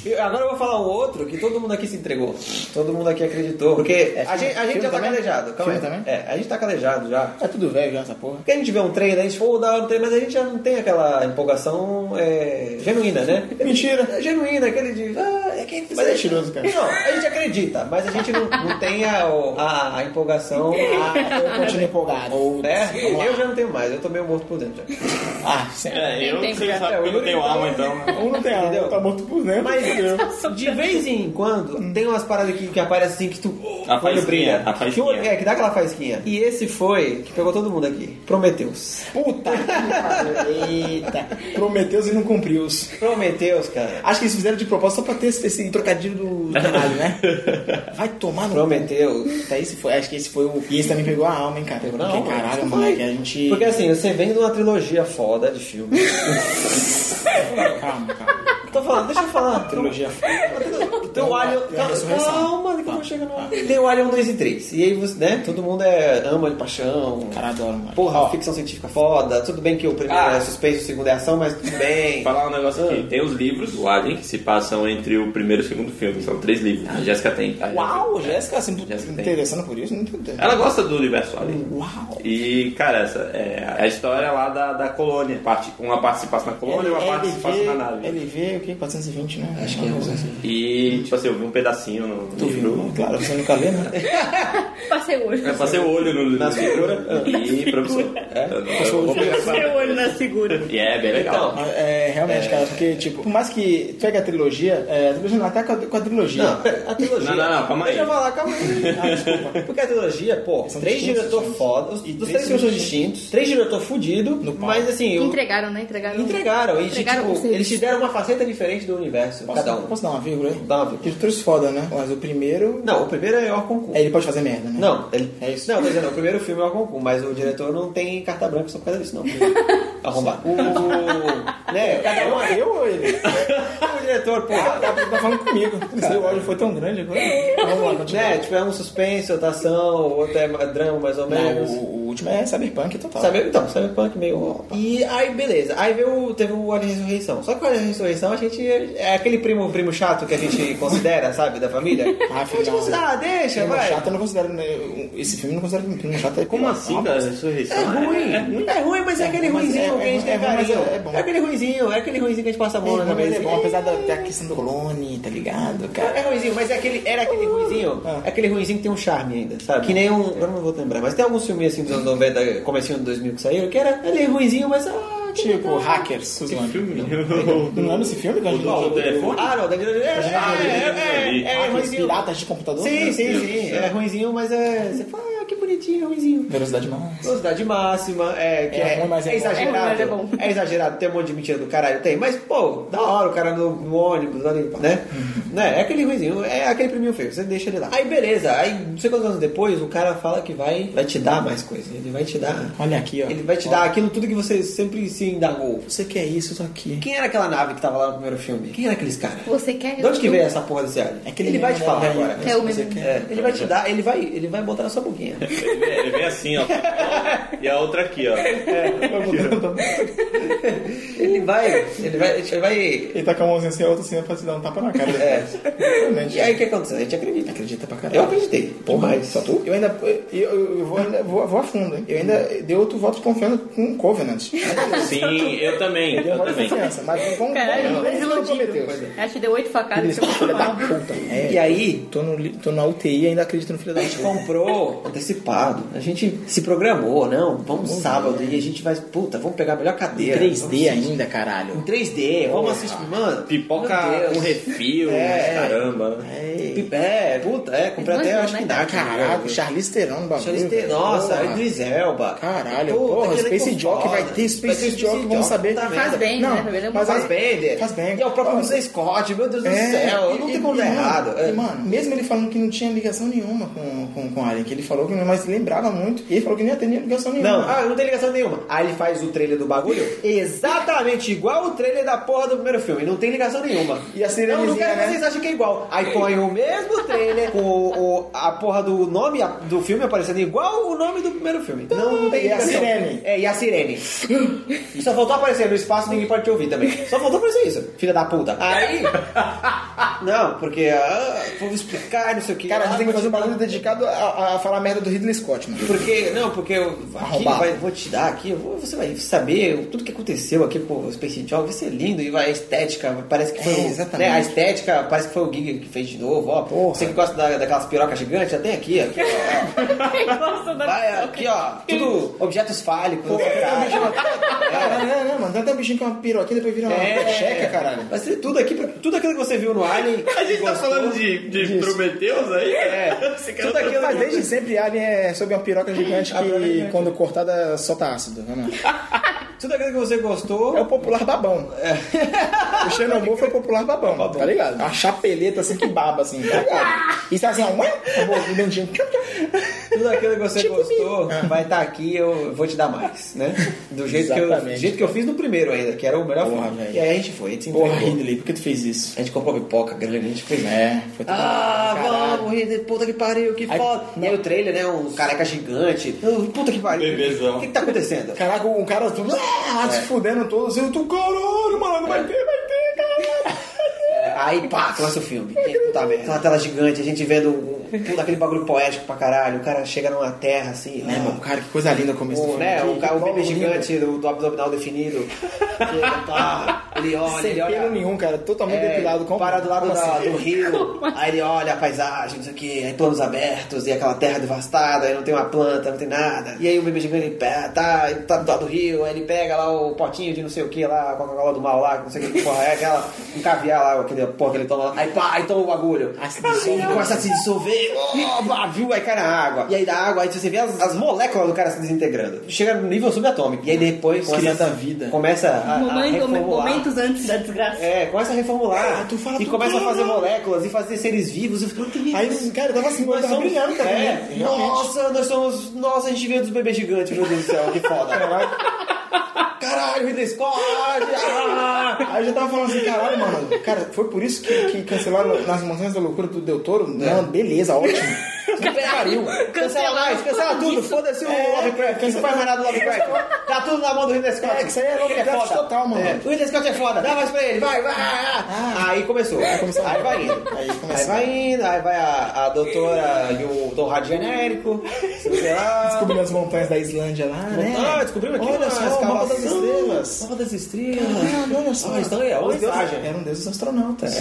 S1: E Agora eu vou falar um outro que todo mundo aqui se entregou. Todo mundo aqui acreditou. Porque a,
S2: filme-
S1: gente, a gente
S2: filme
S1: já tá
S2: também?
S1: calejado. Calma
S2: Filme
S1: aí.
S2: também?
S1: É, a gente tá calejado já.
S2: É tudo velho já, essa porra.
S1: Porque a gente vê um trailer, a gente fala, "Oh, da hora o trailer, mas a gente já não tem aquela empolgação é, genuína, né?
S2: Mentira.
S1: É Genuína, aquele de. Ah, é quem
S2: Mas é mentiroso, cara.
S1: Não, a gente acredita, mas a gente não, não tem a, a, a empolgação. a-
S2: Eu continuo empolgado. Ou,
S1: né?
S2: vamos lá.
S1: Eu já não tenho mais, eu tô meio morto por dentro já.
S2: Ah, sempre.
S3: É, eu
S4: Tem
S3: não sei
S4: tempo.
S3: sabe porque eu não tenho alma então.
S2: Um não tem alma,
S1: Entendeu?
S2: tá morto por dentro.
S1: Mas de vez em
S2: Hum.
S1: quando tem umas paradas que, que aparecem assim que tu.
S3: A
S1: o olho
S3: faísquinha,
S1: brilha.
S3: a faísquinha.
S1: Que o olho- é, que dá aquela faísquinha. E esse foi, que pegou todo mundo aqui. Prometeus.
S2: Puta que pariu. Eita. Prometeu e não cumpriu.
S1: Prometeus, cara.
S2: Acho que eles fizeram de propósito só pra ter esse, esse trocadilho do caralho, né? Vai tomar no
S1: Prometeus.
S2: Puta, esse foi, acho que esse foi o. E esse também pegou a alma, hein, cara? Pegou
S1: na
S2: Porque,
S1: alma,
S2: caralho,
S1: isso
S2: moleque,
S1: foi.
S2: a gente.
S1: Porque assim, você vem de uma trilogia foda de filme.
S2: Calma, calma.
S1: Tô falando, deixa eu falar.
S2: Trilogia
S1: Tem o Alien.
S2: Tem a ressurreição. Tá.
S1: Calma, que eu vou chegar no. Tem o Alien 1, 2 e 3. E aí você, né? Todo mundo é ama de paixão.
S2: Cara, adoro, mano.
S1: Porra,
S2: Ó,
S1: ficção científica foda. Tudo bem que o primeiro
S3: Ah.
S1: é suspense, o segundo é ação, mas tudo bem.
S3: Falar um negócio aqui. Tem os livros do Alien que se passam entre o primeiro e o segundo filme. São três livros. A Jéssica tem. A
S2: Uau,
S3: Jéssica-
S2: Jéssica, assim, puta,
S3: Jéssica tem.
S2: interessando por isso, não entendi.
S3: Ela gosta do universo Alien.
S4: Hum.
S2: Uau.
S3: E, cara, essa é a história lá da, da colônia. Parte,
S4: É,
S3: uma parte se passa na colônia e uma parte se passa na nave.
S2: LV, o que? 420, né? Acho que é
S3: E li, tipo assim, eu vi um pedacinho no no livro.
S2: Claro, você nunca lê, né?
S4: Passei o olho.
S3: Eu passei o olho no
S1: Na
S3: livro
S1: figura.
S3: e professor.
S4: É.
S3: Eu não- eu vou pegar essa-
S4: Passei o olho na segura.
S3: E é bem legal.
S2: Mas, É, realmente, cara, porque, tipo, por mais que pegue a trilogia, é, a trilogia não, até com a, com a trilogia.
S1: Não, a trilogia.
S3: Não, não, não, calma aí.
S1: Deixa eu falar, calma aí. Ah, desculpa. Porque a trilogia, pô,
S2: São
S1: três
S2: distintos,
S1: diretor
S2: distintos.
S1: foda, os,
S2: E
S1: dos
S2: três
S1: três filmes são
S2: filmes
S1: distintos, três diretor fudido,
S2: pau.
S1: mas assim, o-
S4: Entregaram, né? Entregaram.
S1: entregaram. E,
S4: Entregaram
S1: tipo,
S4: o serviço.
S1: eles te deram uma faceta diferente do universo,
S2: posso,
S1: cada um.
S2: Tá, posso dar uma vírgula aí?
S1: Dá uma vírgula.
S2: Que três foda, né? Mas o primeiro.
S1: Não, o primeiro é o concurso.
S2: É, ele pode fazer merda, né?
S1: Não, ele...
S2: É isso.
S1: Não, quer dizer, não, o primeiro filme é o concurso, mas o diretor não tem carta branca só por causa disso, não. Arrombado. O... né, cada um...
S2: Eu ou ele?
S1: O diretor, porra,
S2: Tá, tá falando comigo. Seu ódio foi tão grande agora. Vamos lá, continua.
S1: né, tipo, é um suspense, outra ação, outro é drama, mais ou
S2: Não,
S1: menos.
S2: o, o último é Cyberpunk total.
S1: Sabe, então, Cyberpunk meio. E aí, beleza. Aí veio, teve o Alien Ressurreição. Só que o Alien Ressurreição a gente. É aquele primo, primo chato que a gente considera, sabe, da família.
S2: Ah,
S1: a gente
S2: filhão.
S1: considera, ah, deixa,
S2: Primo
S1: vai.
S2: chato É eu não considero. né, um- Esse filme eu não considero um primo chato. É
S3: Como
S2: pior.
S3: assim,
S2: Uma
S3: cara?
S2: bosta.
S3: Ressurreição?
S1: É ruim. É ruim, mas é, aquele
S2: mas
S1: ruimzinho
S2: é-
S1: que a gente
S2: é
S1: tem
S2: ruim, mas é-
S1: carinho.
S2: é bom.
S1: aquele ruimzinho, é aquele ruimzinho que a gente passa a né? mão
S2: Bom,
S1: na
S2: mas
S1: cabeça.
S2: ele é bom, apesar da, da questão do clone, tá ligado, cara?
S1: É ruizinho, mas é aquele, era aquele ruizinho,
S2: Ah.
S1: aquele ruizinho que tem um charme ainda, sabe? Que nem um. Agora não vou lembrar, mas tem alguns filmes assim dos anos 90, comecinho de 2000 que saíram, que era aquele ruizinho, mas. Ah, que
S2: Tipo,
S1: legal.
S2: hackers. os nomes.
S3: um Filme?
S2: Não lembra esse filme que a gente
S3: do- do telefone?
S1: Ah, não, Danilo. É, é, é, é, é
S2: Hackers,
S1: ruimzinho.
S2: piratas de computador?
S1: Sim,
S2: Meu
S1: sim,
S2: Deus
S1: sim.
S2: do céu.
S1: É ruimzinho, mas é. Você fala, ah, que bonitinho, é ruimzinho.
S2: Velocidade máxima.
S1: Velocidade máxima, é que
S2: É
S1: é,
S2: ruim, mas é bom.
S1: exagerado.
S4: É ruim, mas é bom.
S1: é exagerado, tem um monte de mentira do caralho, tem, mas pô, da hora o cara no, no ônibus ali, né?
S2: Uhum.
S1: né? É aquele ruizinho, é aquele priminho feio, você deixa ele lá. Aí beleza, aí não sei quantos anos depois o cara fala que vai, vai te dar mais coisa, ele vai te dar.
S2: Olha aqui, ó.
S1: Ele vai te dar aquilo tudo que você sempre se indagou.
S2: Você quer isso, isso aqui.
S1: Quem era aquela nave que tava lá no primeiro filme? Quem era aqueles caras?
S4: Você quer.
S1: De onde que veio essa porra desse alien?
S2: É aquele
S1: ele vai te
S2: meme,
S1: falar
S2: né,
S1: agora.
S2: velho?
S4: É o
S2: Você
S4: meme.
S2: quer?
S1: É, ele vai te dar, ele vai, ele vai botar na sua boquinha.
S3: Ele vem- ele vem assim, ó. E a outra aqui, ó.
S4: É,
S1: ele vai, ele vai, ele vai
S2: Ele tá com a mãozinha assim, a outra assim, pra te dar um tapa na cara.
S1: É.
S2: Realmente.
S1: E aí o que aconteceu? A gente acredita.
S2: Acredita pra caralho.
S1: Eu acreditei. Por mais, só tu.
S2: Eu ainda. Eu, eu- eu vou, ainda- vou, vou a fundo, hein? Eu ainda dei outro voto de confiança com o Covenant.
S3: Sim, eu também,
S2: Deu
S3: eu
S2: voto de
S3: também.
S2: confiança, mas vamos.
S4: Caralho,
S2: vamos-
S4: mas
S2: vamos prometer.
S4: iludido. Acho que deu oito facadas.
S2: Aqueles filha da puta. É,
S1: E aí,
S2: Tô, no, li- tô na UTI e ainda acredito no filho da
S1: a gente
S2: puta.
S1: comprou antecipado. A gente se programou, não. Vamos sábado e a gente vai, puta, vamos pegar a melhor cadeira. Vamos assistir.
S2: ainda, caralho.
S1: Em 3D, vamos assistir, mano. Meu
S3: Pipoca,
S1: Deus.
S3: um refil,
S1: É.
S3: caramba.
S2: É.
S1: Pi- É, puta, é, comprei
S4: Mas
S1: até
S4: não,
S1: acho que
S4: né?
S1: Nath.
S2: Caraca, Charlize Theron, no bagulho.
S1: Charlize Theron,
S2: velho.
S1: nossa, é
S2: Porra.
S1: Idris Elba.
S2: Caralho,
S1: Puta,
S2: porra,
S1: que
S2: Space
S1: elenco
S2: Jock
S1: foda.
S2: vai ter Space, Jock, vamos saber.
S1: tá
S4: Faz
S1: vendo?
S4: bem, né? Ele é um
S2: mas
S1: Faz
S2: aí-
S1: Bender.
S2: Faz bem.
S1: E é o próprio
S2: Porra.
S1: Ridley Scott, meu Deus do
S2: É,
S1: céu.
S2: e-
S1: Não
S2: e-
S1: tem como dar
S2: e, mano,
S1: errado.
S2: E,
S1: É.
S2: mano, mesmo ele falando que não tinha ligação nenhuma com, com, com Alien, que ele falou que não, mas lembrava muito, e ele falou que nem ia ter nem ligação nenhuma.
S1: Não, ah, não tem ligação nenhuma. Aí ele faz o trailer do bagulho exatamente igual o trailer da porra do primeiro filme. Não tem ligação nenhuma.
S2: E
S1: Não, não
S2: a sirenezinha,
S1: quero que
S2: né?
S1: vocês achem que é igual. Aí põe o mesmo trailer com o- o- a porra do nome a- do filme aparecendo igual o nome do primeiro filme. Não, não tem
S2: Então, E a
S1: ligação.
S2: sirene.
S1: É, e a sirene. E só faltou aparecer no espaço, ninguém pode te ouvir também. Só faltou aparecer isso, filha da puta. Aí. Não, porque. Ah, vou explicar, não sei o que.
S2: Cara, a
S1: Ah,
S2: gente tem que
S1: vou
S2: fazer um bagulho dedicado a, a falar merda do Ridley Scott, mano.
S1: porque, não, porque eu aqui
S2: Arrombado.
S1: vai- vou te dar aqui, eu vou- você vai saber tudo que aconteceu aqui com o Space Jog, vai ser lindo, e vai, a estética, parece que foi.
S2: É,
S1: o-
S2: exatamente.
S1: né, a estética parece que foi o Giga que fez de novo, ó.
S2: Porra.
S1: Você que gosta da- daquelas pirocas gigantes, já tem aqui, aqui, ó. Vai, aqui, ó, tudo objetos fálicos.
S2: tá Caralho, né, né, mano? Tem até um bichinho que é uma piroquinha, depois vira uma checa, caralho.
S1: É. Vai ser tudo aqui, pra- tudo aquilo que você viu no Alien.
S3: A gente tá
S1: gostou.
S3: falando de, de Prometeus aí?
S1: É.
S3: Esse cara
S1: Tudo
S3: tá-
S1: aquilo
S2: Mas
S1: que
S2: desde sempre Alien é sobre uma piroca é gigante
S1: A piroca
S2: que
S1: gigante.
S2: quando cortada solta ácido, né, mano?
S1: tudo aquilo que você gostou.
S2: É o popular babão. O Xenomorfo foi o popular babão, É. tá ligado? A chapeleta assim que baba, assim, tá ligado? Isso assim, ó, ué, o dentinho.
S1: Tudo aquilo que você gostou vai estar aqui, eu vou te dar mais, né? Do jeito, que eu, do
S2: Exatamente.
S1: jeito que eu fiz no primeiro ainda, que era o melhor
S2: Porra,
S1: filme.
S2: velho.
S1: E aí a gente foi, a gente se
S2: Porra,
S1: entregou.
S2: Ridley, por que tu fez isso?
S1: a gente comprou pipoca, grande, a gente fez.
S2: É, foi tudo.
S1: Ah,
S2: Caralho.
S1: vamos, Ridley, puta que pariu, que
S2: Aí-
S1: foda. E aí o trailer, né? Um careca gigante. Oh, Puta que pariu.
S3: Bebezão.
S1: O que, que tá acontecendo?
S2: Caraca, um cara tu, ah, se fudendo todo, assim, tu, caralho, mano, vai ter, vai ter, caralho.
S1: Aí, pá, começa o filme. Puta merda. Aquela tela gigante, a gente vendo um- Tudo aquele bagulho poético pra caralho. O cara chega numa terra assim,
S2: Né, irmão? Cara, que coisa linda o começo do
S1: O,
S2: filme.
S1: né, o,
S2: Que
S1: ca- o
S2: colo
S1: bebê
S2: lindo.
S1: gigante do, do abdominal definido. Que, pá, ele olha,
S2: Sem
S1: ele olha.
S2: pelo nenhum, cara. Totalmente
S1: É,
S2: depilado. Como,
S1: para do lado
S2: como
S1: da-
S2: assim?
S1: do rio, aí ele olha a paisagem, não sei o que, aí planos abertos, e aquela terra devastada, aí não tem uma planta, não tem nada. E aí o bebê gigante, ele pega, tá, tá do lado do rio, aí ele pega lá o potinho de não sei o que lá, Coca-Cola do mal lá, não sei o que, porra, é aquela, um caviar lá, aquele porra que ele toma lá. Aí pá, aí toma o bagulho. Aí se dissolve, começa a se dissolver, ó, pá, viu, aí cai na água. E aí da água, aí você vê as, as moléculas do cara se desintegrando. Chega no nível subatômico. E aí depois começa,
S2: Cria da vida.
S1: começa a, a
S4: Momento-
S1: reformular.
S4: "Ah, momentos antes da desgraça.
S1: É, começa a reformular. e começa a fazer moléculas e fazer seres vivos. Eu fico, "Meu Deus,
S2: Aí, cara, eu tava assim,
S1: nós
S2: tava
S1: somos-
S2: brilhando, né? cara.
S1: é,
S2: Realmente.
S1: Nossa, nós somos. Nossa, a gente veio dos bebês gigantes, meu Deus do céu, que foda. Caralho, Ridley Scott! ah!
S2: Aí eu já tava falando assim, caralho, mano. Cara, foi por isso que, que cancelaram Nas Montanhas da Loucura do Del Toro?
S1: É.
S2: Não, beleza, ótimo.
S1: Que pariu! Cancela mais, cancela tudo, foda-se
S2: É.
S1: o Lovecraft, não faz mais nada do Lovecraft. Dá tudo na mão do Ridley Scott.
S2: É, que isso aí é Lovecraft total, mano.
S1: É, O Ridley Scott é foda, dá mais pra ele, vai, vai. ah, ah. Aí começou, aí,
S2: começou.
S1: vai indo.
S2: Aí começou.
S1: Aí vai indo, aí vai a, a doutora e o Tom Rádio genérico, sei lá.
S2: Descobrindo as montanhas da Islândia lá, né?
S1: Ah, descobrimos aqui
S2: Olha
S1: uma
S2: só, o mapa das
S1: escavação.
S2: estrelas.
S1: Mapa das estrelas.
S2: Ah, olha só.
S1: Ah, então é, olha
S2: Os
S1: a
S2: deuses-
S1: mensagem.
S2: Eram deuses astronautas.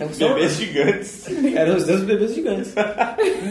S1: É um
S3: Bebês gigantes.
S1: Eram os deuses bebês gigantes.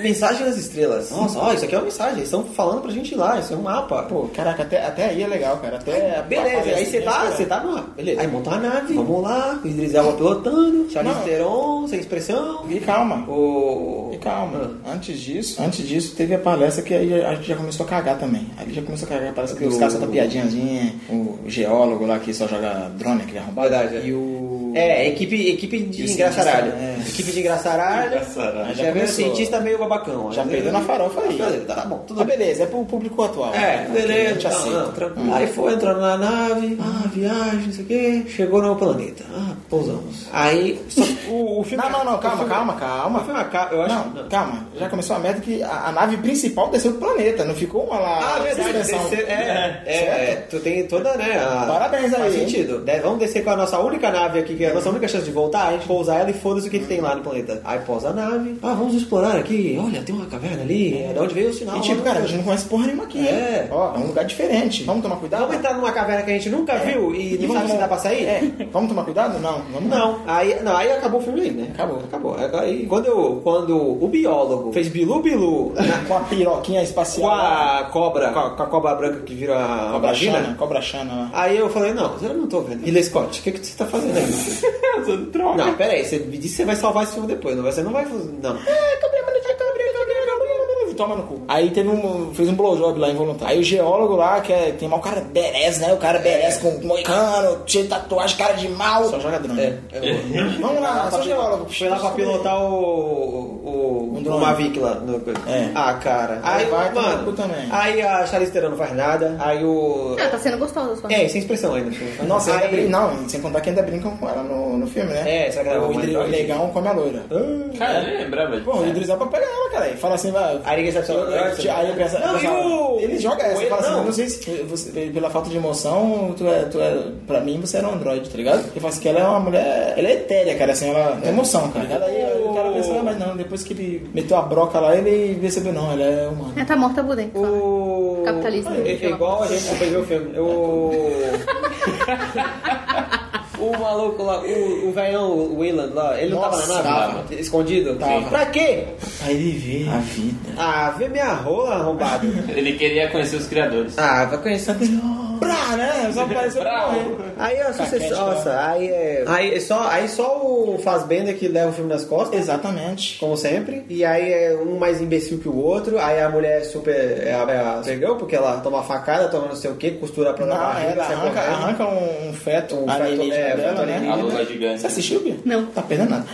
S1: mensagem das estrelas. Nossa, ó, isso aqui é uma mensagem. Eles estão falando pra gente ir lá, isso é um mapa.
S2: Pô, caraca, até, até aí é legal, cara. Até
S1: Beleza, aí você tá, você tá numa. Beleza. Aí monta a nave, vamos lá, o Idris Elba pilotando, Charles
S2: Não.
S1: Theron, sem expressão.
S2: E calma.
S1: O. Ah.
S2: E calma, antes disso, antes disso teve a palestra que aí a gente já começou a cagar também. Aí já começou a cagar, parece que os caras soltam piadinhazinha, o geólogo lá que só joga drone, aquele arrombado.
S1: Verdade, é.
S2: E o.
S1: É, equipe, equipe de
S2: E o
S1: engraçaralho.
S2: cientista, é.
S1: Equipe de engraçaralho.
S3: Engraçaralho.
S1: Já,
S2: Já
S1: veio o
S2: começou.
S1: cientista meio babacão.
S2: Já
S1: né?
S2: perdeu na farofa aí.
S1: Tá, Tá bom, tudo
S2: Ah,
S1: bem.
S2: beleza, é pro público atual.
S1: É,
S2: Aqui a gente
S1: beleza, não,
S2: aceita.
S1: não, tranquilo. Aí foi entrando na nave, ah, viagem, não sei o quê. Chegou no planeta, ah, pousamos. Aí. só- o, o filme.
S2: Não, não, não, calma, calma, calma.
S1: Foi uma ca- eu acho- não.
S2: Não, calma. Já começou a merda que a, a nave principal desceu do planeta, não ficou uma lá.
S1: Ah, verdade,
S2: suspensão.
S1: descer, é, é,
S2: certo?
S1: é, tu tem toda, né? a-
S2: Parabéns aí,
S1: Faz
S2: hein?
S1: sentido. De- vamos descer com a nossa única nave aqui, que é a nossa única chance de voltar, a gente pousar ela e foda-se o que, que tem lá no planeta. Aí pousa a nave, ah, vamos explorar aqui, olha, tem uma caverna ali, é de onde veio o sinal.
S2: E tipo,
S1: lá.
S2: cara, a gente não conhece porra nenhuma aqui.
S1: É.
S2: hein? Ó, é um lugar diferente. Vamos tomar cuidado?
S1: Vamos entrar numa caverna que a gente nunca viu e não sabe se dá pra sair?
S2: É. Vamos tomar cuidado? Não, vamos
S1: Não, aí, não, aí acabou o filme aí, né?
S2: Acabou.
S1: Acabou. Aí quando, eu- quando o biólogo fez Bilu Bilu na-
S2: Com a piroquinha
S1: com
S2: espacial.
S1: a cobra, com a, com a cobra branca que vira a
S2: Cobra
S1: vagina,
S2: Chana. Cobra Chana. lá.
S1: aí eu falei, não, eu não tô vendo. Ridley Scott, o que, que você tá fazendo aí?
S3: Usando droga.
S1: não, pera aí, você me disse que você vai salvar esse filme depois, não vai, você não vai fazer, não. Ah, cobra, cobra, cobra,
S2: Toma no cu. Aí teve um. Fez um blowjob lá involuntário. Aí o geólogo lá, que é, tem mal cara berez, né? O cara berez com moicano, cheio de tatuagem, cara de mal. É. Só joga drone.
S1: É,
S2: Vamos lá, só geólogo.
S1: Foi lá pra pilotar o. o,
S2: Um
S1: o
S2: drone.
S1: Mavic lá. No, coisa.
S2: É.
S1: Ah, cara.
S2: Aí
S1: Aí,
S2: vai tomar no
S1: mano.
S2: cu também.
S1: Aí a Charlize Theron não faz nada. Aí o.
S4: Ah, tá sendo gostosa a sua.
S1: É, sem expressão ainda.
S2: Nossa, ainda
S1: aí.
S2: brin- não, sem contar que ainda brincam com ela no, no filme, né?
S1: É, será que ela é
S2: o
S1: uma
S2: Idris-
S1: mãe?
S2: Legão come a loira.
S3: Cara, eu nem lembrava
S2: Bom, o
S3: disso.
S2: Idris Elba pega ela, cara. e Fala assim, vai.
S1: Aí ninguém sabe se ela-
S2: Eu- eu- Aí eu penso,
S1: Não,
S2: eu
S1: e
S2: falo,
S1: o-
S2: ele joga essa,
S1: o-
S2: fala assim,
S1: não.
S2: não, sei se você- pela falta de emoção, tu é, tu é, pra mim você era um androide, tá ligado? Ele fala assim que ela é uma mulher, ela é etérea, cara, assim, ela tem emoção, cara. Ela, aí o cara pensa, ah, mas não, depois que ele meteu a broca lá, ele percebeu, não, ela é humana.
S4: É, tá morta por dentro. fala.
S1: O...
S4: Capitalismo.
S1: É, é igual a gente depois ver o filme. O. o maluco lá, o, o velhão, o Wayland lá, ele não
S2: Nossa,
S1: tava na nave?
S2: tava.
S1: Escondido?
S2: Tava.
S1: Pra quê?
S2: Aí ele vê a vida.
S1: Ah, vê minha rola arrombado.
S3: Ele queria conhecer os criadores.
S1: ah, vai conhecer.
S2: Pra, né? Só apareceu pra
S3: Brau.
S2: morrer.
S1: Aí é a
S2: Paquete,
S1: sucessão. Nossa,
S2: tá?
S1: aí é. Aí é só, aí só o Fazbender que leva o filme nas costas.
S2: Exatamente.
S1: Como sempre. E aí é um mais imbecil que o outro. Aí a mulher é super. É a, é a supergirl, porque ela toma facada, toma não sei o que, costura a
S2: Não,
S1: própria barriga,
S2: ela
S1: sai
S2: arranca,
S1: correndo.
S2: arranca um, um feto
S1: Um feto,
S2: alienígena
S1: é,
S2: dela,
S1: feto
S2: né?
S1: alienígena.
S3: A lua gigante.
S2: Você assistiu, Bia?
S4: Não.
S2: Tá perdendo nada.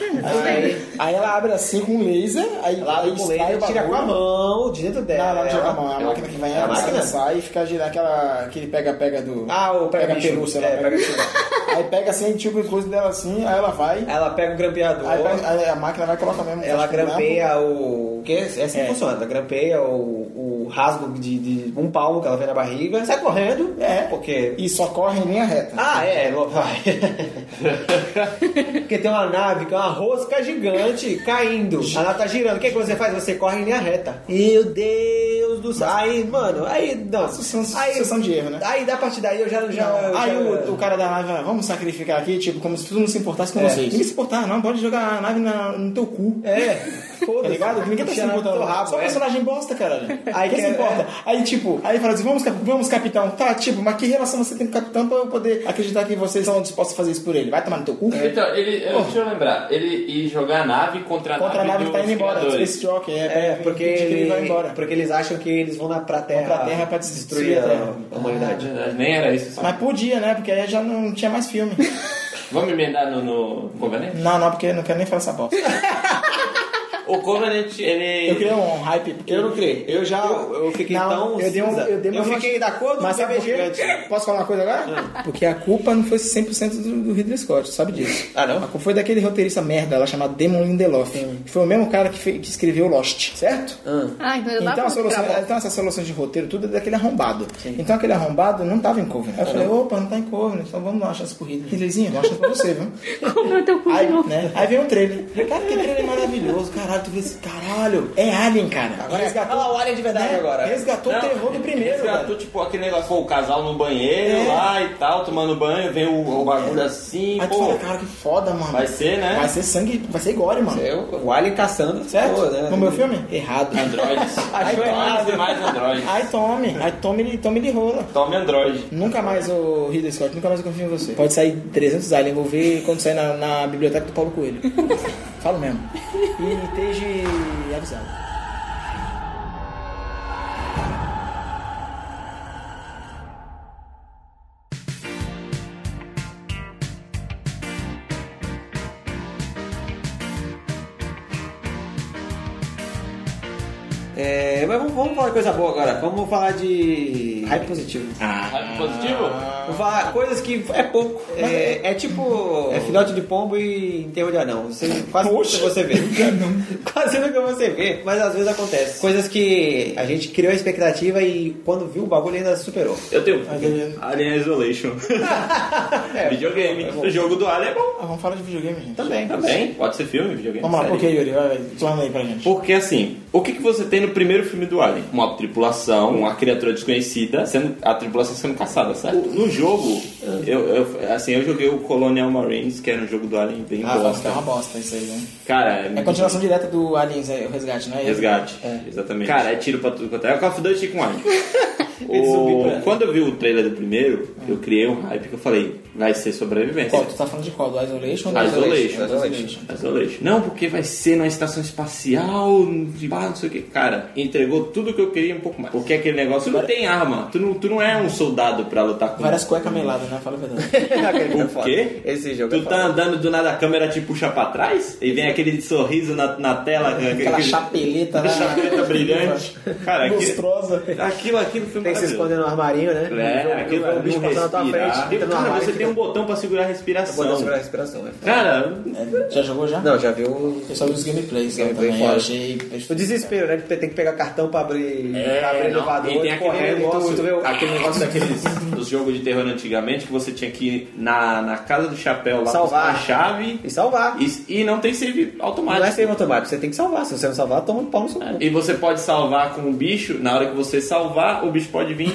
S2: Aí, aí ela abre assim com um laser, aí
S1: Ela abre
S2: aí
S1: com o
S2: sai
S1: laser,
S2: o
S1: tira
S2: bagulho.
S1: com a mão de dentro
S2: Não,
S1: dela.
S2: não, não tira com é a mão. É a máquina que vai
S1: É a máquina?
S2: sai e fica girando aquela. que ele pega pega-pega do.
S1: Ah, o pega bicho.
S2: peru, sei lá.
S1: É,
S2: pega-
S1: pega peru.
S2: Aí pega assim, tipo as coisas dela assim, aí ela vai.
S1: Ela pega o grampeador.
S2: Aí, pega- aí a máquina vai colocar mesmo.
S1: Ela
S2: acho que lá,
S1: grampeia o. Porque é assim que
S2: É.
S1: funciona. Ela grampeia o, o rasgo de, de um palmo que ela vem na barriga, sai correndo.
S2: É.
S1: Porque.
S2: E só corre em linha reta.
S1: Ah, é, lo- vai. Porque tem uma nave que é uma rosca gigante caindo. A nave tá girando. O que, que você faz? Você corre em linha reta. Meu Deus do céu. Aí, mano, aí. Não.
S2: Sucessão-
S1: Aí,
S2: sucessão de erro, né?
S1: Aí, da partir daí, eu já. já, eu
S2: aí
S1: já-
S2: o, o cara da nave, ah, vamos sacrificar aqui, tipo, como se todo mundo se importasse com
S1: É.
S2: vocês. Ninguém se importar, não, pode jogar a nave na- no teu cu.
S1: É.
S2: Tá ligado? Ninguém tá se
S1: Cheirando
S2: importando.
S1: teu rabo,
S2: Só
S1: é.
S2: personagem bosta, caralho.
S1: Aí
S2: Aí quem
S1: quer- é.
S2: se importa? Aí, tipo, aí fala assim, vamos, cap- vamos, capitão. Tá, tipo, mas que relação você tem com o capitão pra eu poder acreditar que vocês são dispostos a fazer isso por ele? Vai tomar no teu cu?
S3: É.
S1: É,
S8: Então, ele, eu, deixa eu lembrar, ele ia jogar a nave contra a
S2: Contra a
S8: nave
S2: nave que
S8: dos
S2: tá indo embora,
S8: criadores.
S2: Space Jockey, é,
S1: É, porque,
S2: que ele vai
S1: ele-
S2: embora.
S1: porque eles acham que eles vão na, pra terra,
S2: pra Terra pra
S1: destruir
S2: destruir
S1: a,
S2: a Terra.
S1: a humanidade.
S8: Ah, é Nem era isso.
S2: Mas podia, né? Porque aí já não tinha mais filme.
S8: Vamos emendar no, no Covenant?
S2: não, não, porque eu não quero nem falar essa bosta.
S8: O Covenant, ele...
S2: Eu criei um hype, porque
S1: Eu não criei. Eu já eu, fiquei
S2: Não,
S1: tão
S2: eu dei um-
S1: cinza.
S2: eu dei uma
S1: fiquei da cor do Hum.
S2: Mas sabe por
S1: PBG.
S2: quê? Posso falar uma coisa agora? Porque a culpa não foi 100% do, do Ridley Scott, sabe disso.
S1: Ah, não?
S2: A culpa foi daquele roteirista merda lá chamado Damon Lindelof. Que foi o mesmo cara que, fe- que escreveu Lost, certo?
S4: Ah, então eu
S2: Então,
S4: dava
S2: a solução,
S1: é-
S2: então essas soluções de roteiro, tudo é daquele arrombado. Então aquele arrombado não tava em Covenant. Aí eu
S1: Ah,
S2: falei, opa, não tá em Covenant, então vamos dar uma chance pro Ridley. Ridleyzinho, dá uma chance pra você, viu?
S4: Comprou teu cu de
S2: Aí,
S4: novo.
S2: né? Aí vem o trailer. Cara, que trailer maravilhoso, caralho. Tu vê esse caralho. É Alien, cara. Agora resgatou.
S1: Olha lá, o Alien de verdade
S2: né?
S1: agora.
S2: Resgatou o terror do primeiro.
S8: Resgatou,
S2: velho.
S8: tipo, aquele negócio, pô, o casal no banheiro
S2: É.
S8: lá e tal, tomando banho, vem o, o bagulho assim,
S2: Aí tu
S8: pô.
S2: fala, cara, que foda, mano.
S8: Vai ser,
S3: é.
S8: né?
S2: Vai ser sangue, vai ser gore, mano.
S1: Eu, o Alien caçando.
S2: Certo?
S1: pô, né?
S2: No meu filme? Errado.
S8: Androids.
S2: Achou errado.
S8: Androids e mais androides.
S2: Aí tome, aí tome, ele- tome ele rola.
S8: Tome Android.
S2: Nunca mais, o Ridley Scott, nunca mais eu confio em você. Pode sair 300 aliens, vou ver quando sair na, na biblioteca do Paulo Coelho. Falo mesmo. E esteja avisado.
S1: É, mas vamos, vamos falar de coisa boa agora. Vamos falar de hype positivo.
S3: Ah.
S8: Hype positivo?
S1: Vamos falar coisas que é pouco. É, é tipo. É filhote de pombo e enterro de anão. Você, quase
S2: Poxa.
S1: nunca você vê. quase nunca você vê, mas às vezes acontece. Coisas que a gente criou a expectativa e quando viu o bagulho ainda superou.
S3: Eu tenho Alien Isolation.
S1: É,
S3: Videogame.
S1: é bom.
S3: o jogo do Alien é bom.
S2: Ah, vamos falar de videogame, gente.
S1: Também.
S3: Também. Pode ser filme, videogame.
S2: Vamos lá, por
S3: série.
S2: que, Yuri? Vai, vai, plana aí pra gente.
S3: Porque assim, o que, que você tem no primeiro filme do Alien? Uma tripulação, uma criatura desconhecida, sendo a tripulação sendo caçada, certo? No jogo, eu, eu- assim, eu joguei o Colonial Marines, que era um jogo do Alien bem
S2: Ah,
S3: bosta.
S2: é uma bosta isso aí, né?
S3: Cara,
S2: É a continuação direta do Aliens, é, o resgate, né?
S3: Resgate, exatamente. Cara, é tiro pra tudo quanto é. É o Call of Duty com Alien. O... Quando eu vi o trailer do primeiro,
S2: Ah.
S3: eu criei um hype que eu falei, vai ser sobrevivência.
S2: Qual? Tu tá falando de qual? Do Isolation? ou do
S3: Isolation.
S2: Isolation.
S3: Isolation. Não, porque vai ser numa estação espacial, de pá, não sei o que. Cara, entregou tudo que eu queria e um pouco mais. Porque aquele negócio, tu não tem arma, tu não, tu não é um soldado pra lutar com
S2: Várias cuecas meladas, né? Fala a verdade.
S3: O quê?
S1: Esse jogo é
S3: Tu
S1: foda.
S3: tá andando do nada, a câmera te puxa pra trás e vem aquele sorriso na, na tela, aquele-
S2: Aquela
S3: aquele-
S2: chapeleta, né?
S3: chapeleta brilhante. Cara, aquilo,
S2: Lustrosa.
S3: aquilo aqui no filme
S1: Tem que se esconder no armarinho, né?
S3: É, aquilo
S1: o bicho passando na tua frente, entra no
S3: Cara,
S1: armário.
S3: você tem um botão pra segurar a
S1: botão sobre a respiração.
S3: respiração.
S1: é.
S3: Cara,
S2: É, já jogou já?
S1: Não, já viu
S2: Eu só vi os gameplays
S1: Gameplay
S2: lá também.
S1: fora.
S2: Eu achei...
S1: O desespero, né? Que tem que pegar cartão pra abrir, pra abrir
S3: É, não.
S1: elevador,
S3: E tem aquele
S1: correndo,
S3: negócio,
S1: tu, tu vê o-
S3: aquele negócio daqueles dos jogos de terror antigamente que você tinha que ir na, na casa do chapéu lá
S1: Salvar.
S3: buscar a chave
S1: E salvar.
S3: e, e não tem save
S1: Não é
S3: automático.
S1: save automático, você tem que salvar. Se você não salvar, toma um pau no seu cu.
S3: E você pode salvar com o bicho, na hora que você salvar, o bicho pode vir.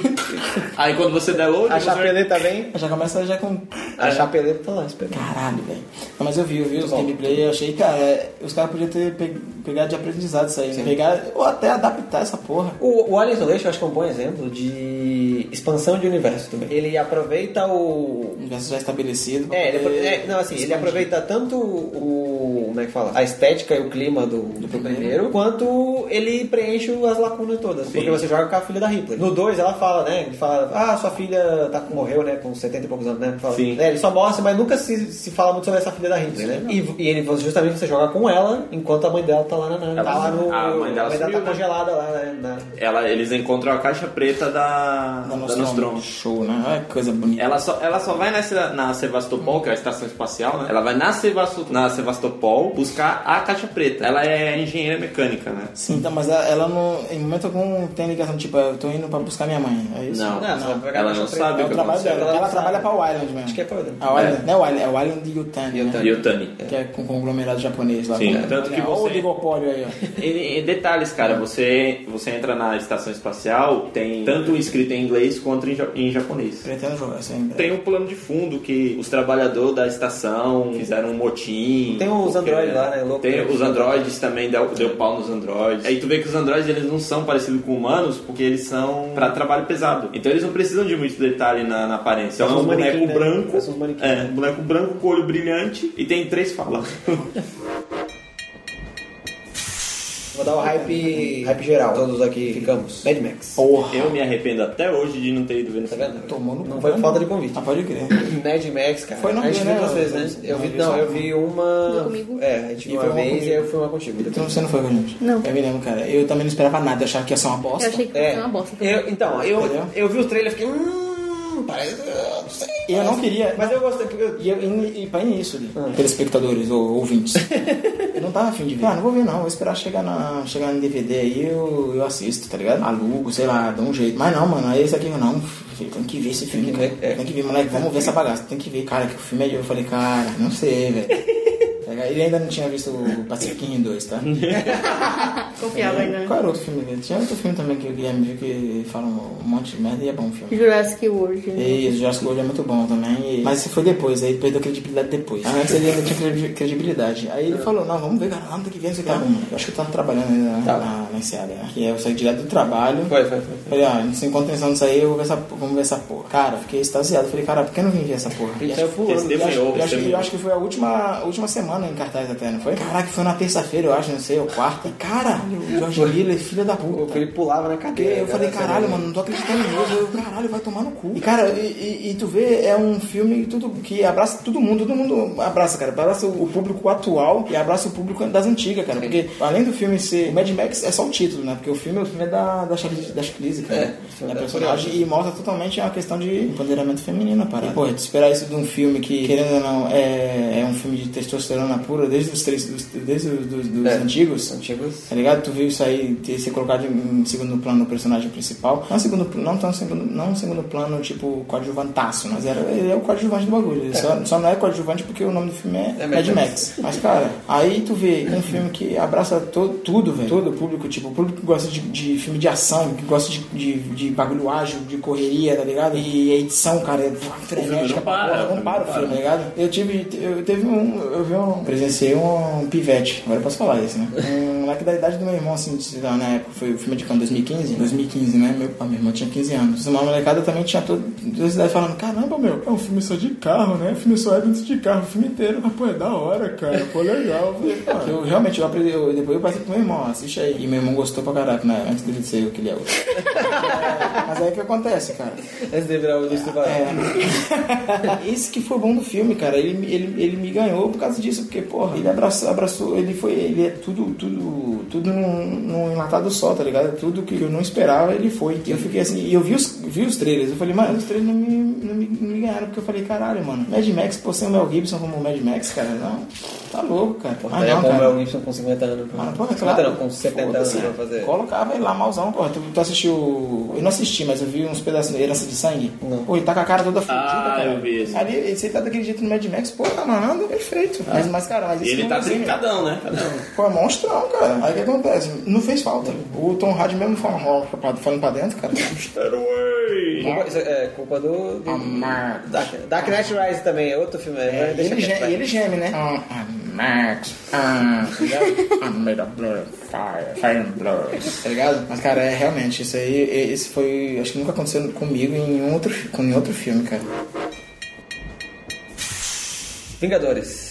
S3: Aí quando você der load,
S1: A
S3: você vai-
S1: chapeleta vem,
S2: Já começa já com...
S3: É.
S1: a chapeleta tá lá esperando.
S2: Caralho, velho. Não, Mas eu vi, eu vi os gameplay eu achei, cara, é, os caras podiam ter pe- pegado de aprendizado isso aí, né? Pegar, ou até adaptar essa porra.
S1: O, o Alien Isolation eu acho que é um bom exemplo de expansão de universo também. Ele aproveita o,
S2: O universo já estabelecido. pra
S1: É, ele apro-
S2: poder
S1: é, não, assim, ele
S2: expandir.
S1: aproveita tanto o. Como é que fala? A estética e o clima
S3: Uhum.
S1: do, do primeiro, quanto ele preenche as lacunas todas. Porque você joga com a filha da Ripley. No 2 depois ela fala, né? Ele fala, ah, sua filha tá, morreu, né? Com 70 e poucos anos, né? Fala,
S3: Sim.
S1: né, Ele só mostra, mas nunca se, se fala muito sobre essa filha da Ridley, né? E, e ele justamente você joga com ela enquanto a mãe dela tá lá na. na- tá
S3: Ela-
S1: lá no.
S3: a mãe dela sumiu,
S1: tá
S3: né?
S1: congelada lá, né? na-
S3: Ela, eles encontram a caixa preta da, da, Nostromo.
S2: Show, né? Ai, que coisa bonita.
S3: Ela só, ela só vai nessa, na Sevastopol, que é a estação espacial, né? Ela vai na, Sevasto, na Sevastopol buscar a caixa preta. Ela é engenheira mecânica, né?
S2: Sim, tá, mas ela, ela não, em momento algum tem ligação, tipo, eu tô indo pra buscar minha mãe. É isso?
S3: Não,
S1: Não, não, vai pegar
S3: ela
S1: a
S3: não
S1: caixa preta.
S3: sabe
S2: É
S3: o
S2: o
S3: que
S2: trabalho
S3: aconteceu.
S2: dela. Ela, trabalha pra Wyland mesmo.
S1: Acho que é pra Wyland.
S2: A Wyland, não é Wyland, é Wyland de Yutani, né?
S3: E o Tani.
S2: Que é com o conglomerado japonês lá.
S3: Sim,
S2: né?
S3: tanto que
S2: Olha o
S3: você-
S2: oligopólio aí, ó.
S3: E, e detalhes, cara, você, você entra na estação espacial, tem tanto escrito em inglês quanto em, ja- em japonês.
S2: Pretendo jogar é isso ainda.
S3: Tem um plano de fundo que os trabalhadores da estação fizeram um motim.
S1: Tem os
S3: porque-
S1: androides lá, né, louco.
S3: Tem os androides também, deu, deu pau nos androides. Aí tu vê que os androides eles não são parecidos com humanos porque eles são pra trabalho pesado. Então eles não precisam de muito detalhe na, na aparência. É
S1: Parece
S3: um
S1: uns
S3: boneco
S1: manequim, né?
S3: branco.
S1: Parece uns manequim.
S3: É, um boneco branco com olho brilhante e tem três falas.
S1: Vou dar o hype. hype geral. Todos aqui ficamos. Mad Max.
S2: Porra.
S3: Eu me arrependo até hoje de não ter ido ver essa
S1: Tá vendo?
S2: Tomou no
S1: Não
S2: cu,
S1: foi
S2: né?
S1: por falta de convite.
S2: Ah, pode crer.
S1: Mad Max, cara.
S2: Foi no
S1: a gente
S2: Rio,
S1: viu
S2: né?
S1: duas vezes, né? Eu vi, não, eu vi uma.
S4: Foi comigo?
S1: É, a gente
S2: E
S1: viu
S2: foi
S1: uma
S2: uma
S1: vez
S2: comigo.
S1: e aí eu fui uma contigo.
S2: Então você não foi com a gente?
S4: Não.
S2: Eu me lembro, cara. Eu também não esperava nada, eu achava que ia ser uma bosta.
S4: Eu achei que
S1: É.
S4: fosse uma bosta.
S1: Eu, então, eu,
S2: Entendeu?
S1: eu vi o trailer e fiquei. Hum, parece. eu Não sei.
S2: E eu não queria.
S1: Mas eu gostei. porque eu-
S2: E, eu, e, e pra início, ah. telespectadores ou ouvintes, eu não tava afim de ver. Ah, não vou ver não, vou esperar chegar, na, chegar no DVD aí eu, eu assisto, tá ligado? Alugo, sei lá, dou um jeito. Mas não, mano, aí esse aqui, eu, não, filho, tem que ver esse filme,
S1: que
S2: cara.
S1: ver, é.
S2: Tem que ver, moleque, vamos ver essa bagaça, tem que ver. Cara, que o filme é de... Eu falei, cara, não sei, velho. Tá ligado? Ele ainda não tinha visto o Pacific Rim 2, tá?
S1: É.
S4: Confiava ainda, né?
S2: Qual era outro filme dele? Tinha outro filme também que o Guilherme viu que fala um monte de merda e é bom o filme.
S4: Jurassic World. né?
S2: E o Jurassic World é muito bom também. e- Mas isso foi depois, aí perdeu credibilidade depois. Antes ele ainda tinha credi- credibilidade. Aí ele falou, não, vamos ver, cara, não tem que ver, não sei o que. lá. Eu acho que eu tava trabalhando ainda na, na, na SEAD, né? Que eu saí direto do trabalho.
S1: Foi, foi, foi.
S2: Falei, ah, não se encontra intenção disso aí, eu vou ver essa, vamos ver essa porra. Cara, fiquei extasiado. Falei, cara, por que eu não vim ver essa porra?
S1: Ele
S2: E
S1: saiu
S2: acho-
S1: pulando.
S2: eu acho- eu
S3: Testemunhou,
S2: acho que- eu
S3: testemunhou.
S2: acho que foi a última, a última semana em cartaz até, não foi? Caraca, foi na terça-feira, eu acho, não sei, ou quarta. Caralho, o Jorge Miller, filha da puta.
S1: O Felipe pulava na
S2: Porque
S1: cadeira.
S2: eu falei,
S1: cara,
S2: caralho,
S1: sério.
S2: mano, não tô acreditando nisso. Eu, caralho, vai tomar no cu. E, cara, e, e- e tu vê, é um filme tudo, que abraça todo mundo, todo mundo abraça, cara. Abraça o público atual e abraça o público das antigas, cara. Porque além do filme ser. O Mad Max é só o título, né? Porque o filme, o filme é da, da Charlize da Charlize, cara.
S1: É,
S2: É, a personagem e mostra totalmente a questão de empoderamento feminino, a parada. E, pô, te esperar isso de um filme que, querendo ou não, é, é um filme de testosterona pura desde os três, dos- desde os dos, dos
S1: É.
S2: antigos.
S1: Antigos.
S2: Tá ligado? Tu viu isso aí ter ser colocado em um segundo plano no personagem principal. Não um segundo pl- não tão segundo, não um segundo plano, tipo, coadjuvantaço, mas era, ele é o coadjuvante do bagulho. Ele só, só não é coadjuvante porque o nome do filme é,
S1: É
S2: Mad
S1: Mad
S2: Max. Mas, cara, aí tu vê um filme que abraça to, tudo, velho. Todo o público, tipo, o público que gosta de, de filme de ação, que gosta de, de, de bagulho ágil, de correria, tá ligado? E a edição, cara, é frenética. pra
S3: para,
S2: porra,
S3: o
S2: Não
S3: filme não
S2: para o filme,
S3: para.
S2: tá ligado? Eu tive, eu teve um, eu vi um, presenciei um pivete, agora eu posso falar isso, né? Um moleque da idade do meu irmão, assim, sei lá, na época, foi o filme de quando, 2015? 2015, né? Meu, ah, meu irmão tinha 15 anos. Uma molecada também tinha todo, duas idades falando, caramba, meu, é um filme só de carro, né? O filme só é dentro de carro, o filme inteiro, mas, pô, é da hora, cara, pô, legal. Eu falei, "Cara, Eu realmente, eu aprendi, eu- depois eu passei pro meu irmão, ó, assiste aí. E meu irmão gostou pra caraca, né? Antes dele ser o que ele é hoje. É, Mas aí o que acontece, cara?
S1: Antes de virar o Luiz Tubarão.
S2: É. Esse que foi bom do filme, cara. Ele, ele, ele me ganhou por causa disso, porque, porra, ele abraçou, abraçou ele foi. Ele é tudo, tudo, tudo num, num enlatado só, tá ligado? Tudo que eu não esperava, ele foi. E eu fiquei assim, e eu vi os, vi os trailers, eu falei, mano, os trailers não me, não, me, não me ganharam, porque eu falei, caralho, mano, Mad Max, pô, sem o Mel Gibson como o Mad Max, cara, não, tá louco, cara. Ah,
S1: é
S2: não,
S1: como é
S2: cara.
S1: o Gibson com 50 anos.
S2: Mano, pô, é
S1: 50
S2: claro.
S1: não, com 70 anos
S2: Foda-se,
S1: pra
S2: né?
S1: fazer.
S2: Colocava ele lá, malzão, porra. Tu, tu assistiu. Eu não assisti, mas eu vi uns pedaços de herança de sangue.
S1: Não.
S2: Pô, ele tá com a cara toda fodida.
S3: Ah,
S2: cara.
S3: eu vi esse.
S2: Ali, ele você tá daquele jeito no Mad Max, pô, tá malando, perfeito. Mas, mas, cara, mas
S3: E
S2: esse
S3: ele tá
S2: filmezinho-
S3: trincadão, né? Cadão.
S2: Pô, é monstrão, cara. Aí o que acontece? Não fez falta. O Tom Hardy mesmo falando pra, falando pra dentro, cara.
S3: Steroid.
S1: Culpa- isso é culpa do. do-
S2: Amado.
S1: Dark, Dark Knight Rise também é outro filme.
S2: É,
S1: É,
S2: e ele, geme, ele geme, né? Ah, ah, Max. Ah, I'm made of blood, fire, fire and blood. Tá ligado? Mas, cara, é realmente, isso aí, e- esse foi. Acho que nunca aconteceu comigo em nenhum outro, fi- com nenhum outro filme, cara.
S1: Vingadores.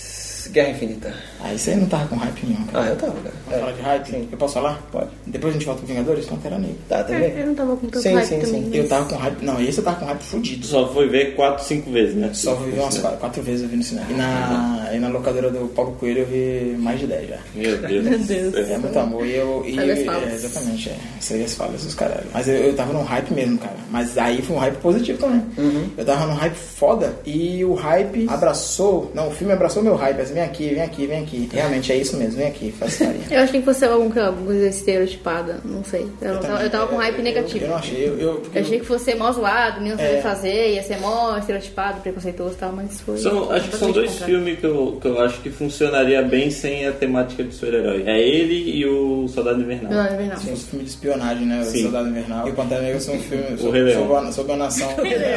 S1: 2, Guerra Infinita.
S2: Ah, isso aí não tava com hype nenhum, cara.
S1: Ah, eu tava, cara.
S2: Vamos falar de hype?
S1: Sim.
S2: Eu posso falar?
S1: Pode.
S2: Depois a gente volta com Vingadores? Pantera Negra.
S1: Tá,
S9: É,
S1: também.
S9: eu não tava com tanto
S1: Sim,
S9: hype
S1: sim,
S9: também.
S1: sim.
S9: mas-
S2: Eu tava com hype... Não, esse eu tava com hype fudido.
S3: Tu só foi ver 4, 5 vezes, né?
S2: Só vi umas quatro, quatro vezes eu vi no cinema. E na, e na locadora do Paulo Coelho eu vi mais de 10 já.
S3: Meu Deus.
S9: Meu Deus.
S2: É muito amor e eu. E,
S4: Sabe as
S2: é,
S4: falas.
S2: exatamente, é. Sei as falas dos caralho. Mas eu, eu tava num hype mesmo, cara. Mas aí foi um hype positivo também.
S9: Uhum.
S2: Eu tava num hype foda e o hype abraçou. Não, o filme abraçou meu hype. Assim, vem aqui, vem aqui, vem aqui. Realmente é isso mesmo, vem aqui, faz farinha.
S9: Eu achei que fosse algum campo estereotipada, não sei. Eu, não tava, eu tava com um hype
S2: eu-
S9: negativo.
S2: Eu, não achei. Eu, eu- porque
S4: Eu achei que fosse mó zoado, não sabia
S2: É.
S4: fazer, ia ser mó estereotipado, preconceituoso e tal, mas foi.
S3: São, acho que são
S4: completamente
S3: dois
S4: contrário.
S3: filmes que eu, que eu acho que funcionaria bem sem a temática de super-herói. É ele e o Soldado Invernal.
S4: Não, não é verdade.
S2: Se fosse um filme de espionagem, né? O
S3: Sim.
S2: Soldado Invernal. E o Pantera Negra são um filme
S3: Rei
S2: sobre,
S3: Leão.
S2: sobre, a- sobre a nação.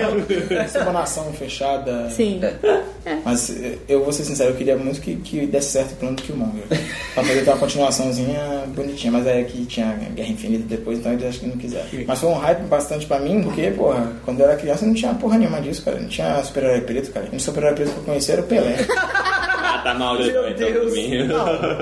S2: sobre a nação fechada.
S9: Sim.
S2: É. Mas eh, eu vou ser sincero, eu queria muito que, que desse certo o plano do Killmonger. pra poder ter uma continuaçãozinha bonitinha. Mas aí é que tinha Guerra Infinita depois, então eles acho que não quiseram. Mas foi um hype bastante pra mim, porque, porra, quando eu era criança não tinha porra nenhuma disso, cara. Não tinha super-herói preto, cara. O super-herói preto que eu conheci era o Pelé.
S3: Ah, tá mal, então, então, por mim.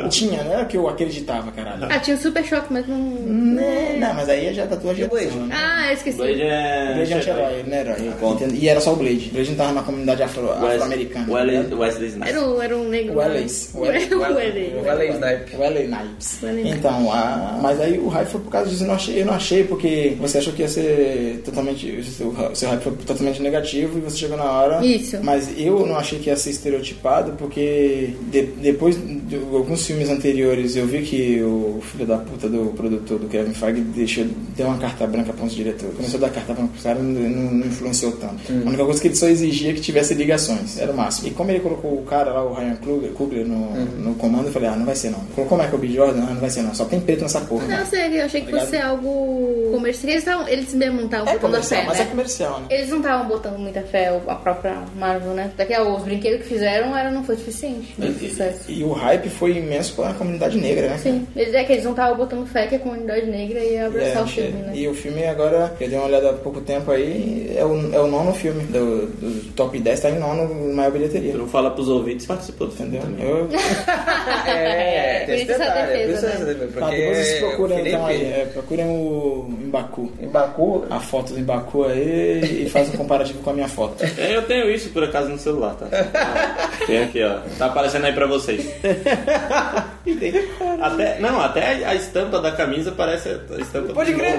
S2: tinha, não era que eu acreditava, caralho.
S4: Ah, tinha o Super Choque, mas não.
S2: Né? Não, mas aí já tá tua
S1: Blade?
S2: geração, né?
S4: Ah, eu esqueci.
S3: Blade é...
S2: Blade é anti-herói, não é herói.
S3: Encontro.
S2: Entende? E era só o Blade. O Blade não tava na comunidade afro- afro-americana. tá
S3: Wesley,
S2: ligado?
S3: Wesley Snipes.
S4: Era um, era um negro.
S2: Welles. Welles.
S4: Welles.
S1: Wesley Snipes.
S2: Wesley Snipes.
S4: Wesley Snipes.
S2: Então, a... mas aí o hype foi por causa disso. Eu não achei, eu não achei porque você achou que ia ser totalmente. O seu o seu hype foi totalmente negativo e você chegou na hora.
S4: Isso.
S2: Mas eu não achei que ia ser estereotipado porque de- depois de alguns filmes anteriores eu vi que o filho da puta do produtor do Kevin Feige deixou, deu uma carta branca para os diretores. Começou a dar carta branca para caras não, não, não influenciou tanto. A única coisa que ele só exigia é que tivesse ligações, era o máximo. E como ele colocou o cara lá, o Ryan Coogler, Coogler no, no comando, eu falei, ah, não vai ser não. Colocou o Michael B. Jordan, ah, não vai ser não. Só tem preto nessa porra.
S4: Não, eu sei, eu achei que
S2: Tá
S4: fosse algo comercial. Eles, tavam, eles mesmo estavam
S2: É
S4: botando a
S2: comercial,
S4: fé,
S2: mas é
S4: né?
S2: comercial, né?
S4: Eles não estavam botando muita fé a própria Marvel, né? Daqui a os brinquedos que fizeram era, não foi suficiente.
S3: É,
S4: Não foi sucesso.
S2: E o hype foi imenso para a comunidade negra, né? cara?
S4: Sim, eles é que eles não estavam botando fé que a comunidade negra ia
S2: É,
S4: abraçar o
S2: achei.
S4: filme, né?
S2: E o filme agora, eu dei uma olhada há pouco tempo aí, é o, é o nono filme do, do top 10, tá em nono maior bilheteria.
S3: Tu não fala pros ouvintes, participou do filme
S2: Entendeu?
S3: também.
S2: Eu,
S1: É, tem esse
S4: Por isso essa
S1: detalhe,
S4: defesa,
S1: por isso essa
S4: né?
S1: defesa,
S2: ah,
S1: porque
S2: depois vocês procuram
S1: o
S2: então aí,
S1: Felipe-
S2: é, procurem o Embaku.
S1: Em Baku,
S2: A foto do Embaku aí e faz um comparativo com a minha foto.
S3: É, Eu tenho isso por acaso no celular, tá? Tem aqui, ó. Tá aparecendo aí pra vocês. Até, não, até a estampa da camisa parece a estampa
S1: Pode
S3: do
S1: crer.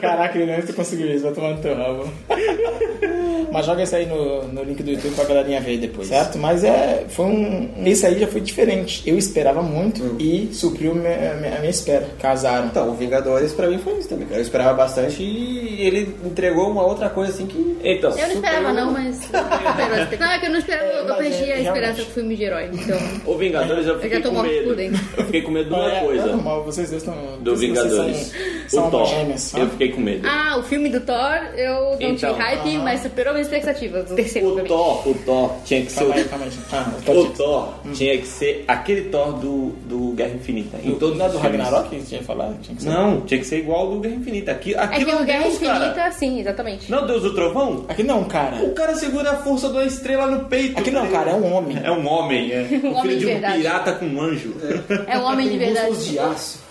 S2: Caraca, ele não é conseguiu isso, vai tomar no teu rabo. Mas joga isso aí no, no link do YouTube pra galerinha ver depois. Certo? Mas é. Foi um. Esse aí já foi diferente. Eu esperava muito e supriu me- a minha, a minha espera. Casaram.
S1: Então, o Vingadores pra mim foi isso também, cara. Eu esperava bastante e ele entregou uma outra coisa assim que.
S3: Então,
S4: Eu não esperava, não, mas. superou a expectativa. Não, é que eu não esperava, eu- eu
S2: mas
S4: perdi
S2: é,
S4: a esperança
S2: realmente.
S4: do filme de herói. Então,
S3: o Vingadores eu fiquei
S4: já tô
S3: com
S4: morta
S3: medo.
S4: por dentro.
S3: Eu fiquei com medo de uma
S2: É, É
S3: coisa.
S2: normal, vocês dois estão.
S3: Do
S2: vocês- vocês
S3: Vingadores.
S2: São,
S3: o
S2: são
S3: Thor.
S2: gêmeas. sabe?
S3: Eu fiquei com medo.
S4: Ah, o filme do Thor, eu não
S3: Então.
S4: tive
S2: ah.
S4: hype, mas superou minhas expectativas. O terceiro
S3: O
S4: também.
S3: Thor, o Thor tinha que ser
S2: Calma aí,
S3: o.
S2: calma aí. gente. Ah,
S3: O
S2: pode
S3: Thor tinha que ser aquele Thor do, do Guerra Infinita. Em todos
S2: Não é
S3: os
S2: do
S3: filmes.
S2: Ragnarok que tinha que falar? Tinha que ser.
S3: Não, tinha que ser igual ao do Guerra Infinita. Aqui,
S4: É que
S3: aquilo
S4: o
S3: é
S2: um
S4: Guerra
S3: Deus, cara.
S4: Infinita, sim, exatamente.
S3: Não é o Deus do Trovão?
S2: Aqui não,
S3: O
S2: cara.
S3: cara segura a força da estrela no peito. tá
S2: Aqui não, cara, é um homem.
S3: É um homem, é.
S4: Um
S3: O
S4: homem
S3: filho
S4: de
S3: de um
S4: verdade.
S3: pirata com um anjo.
S4: É o
S2: tá
S4: homem de verdade.
S1: Músculos de aço.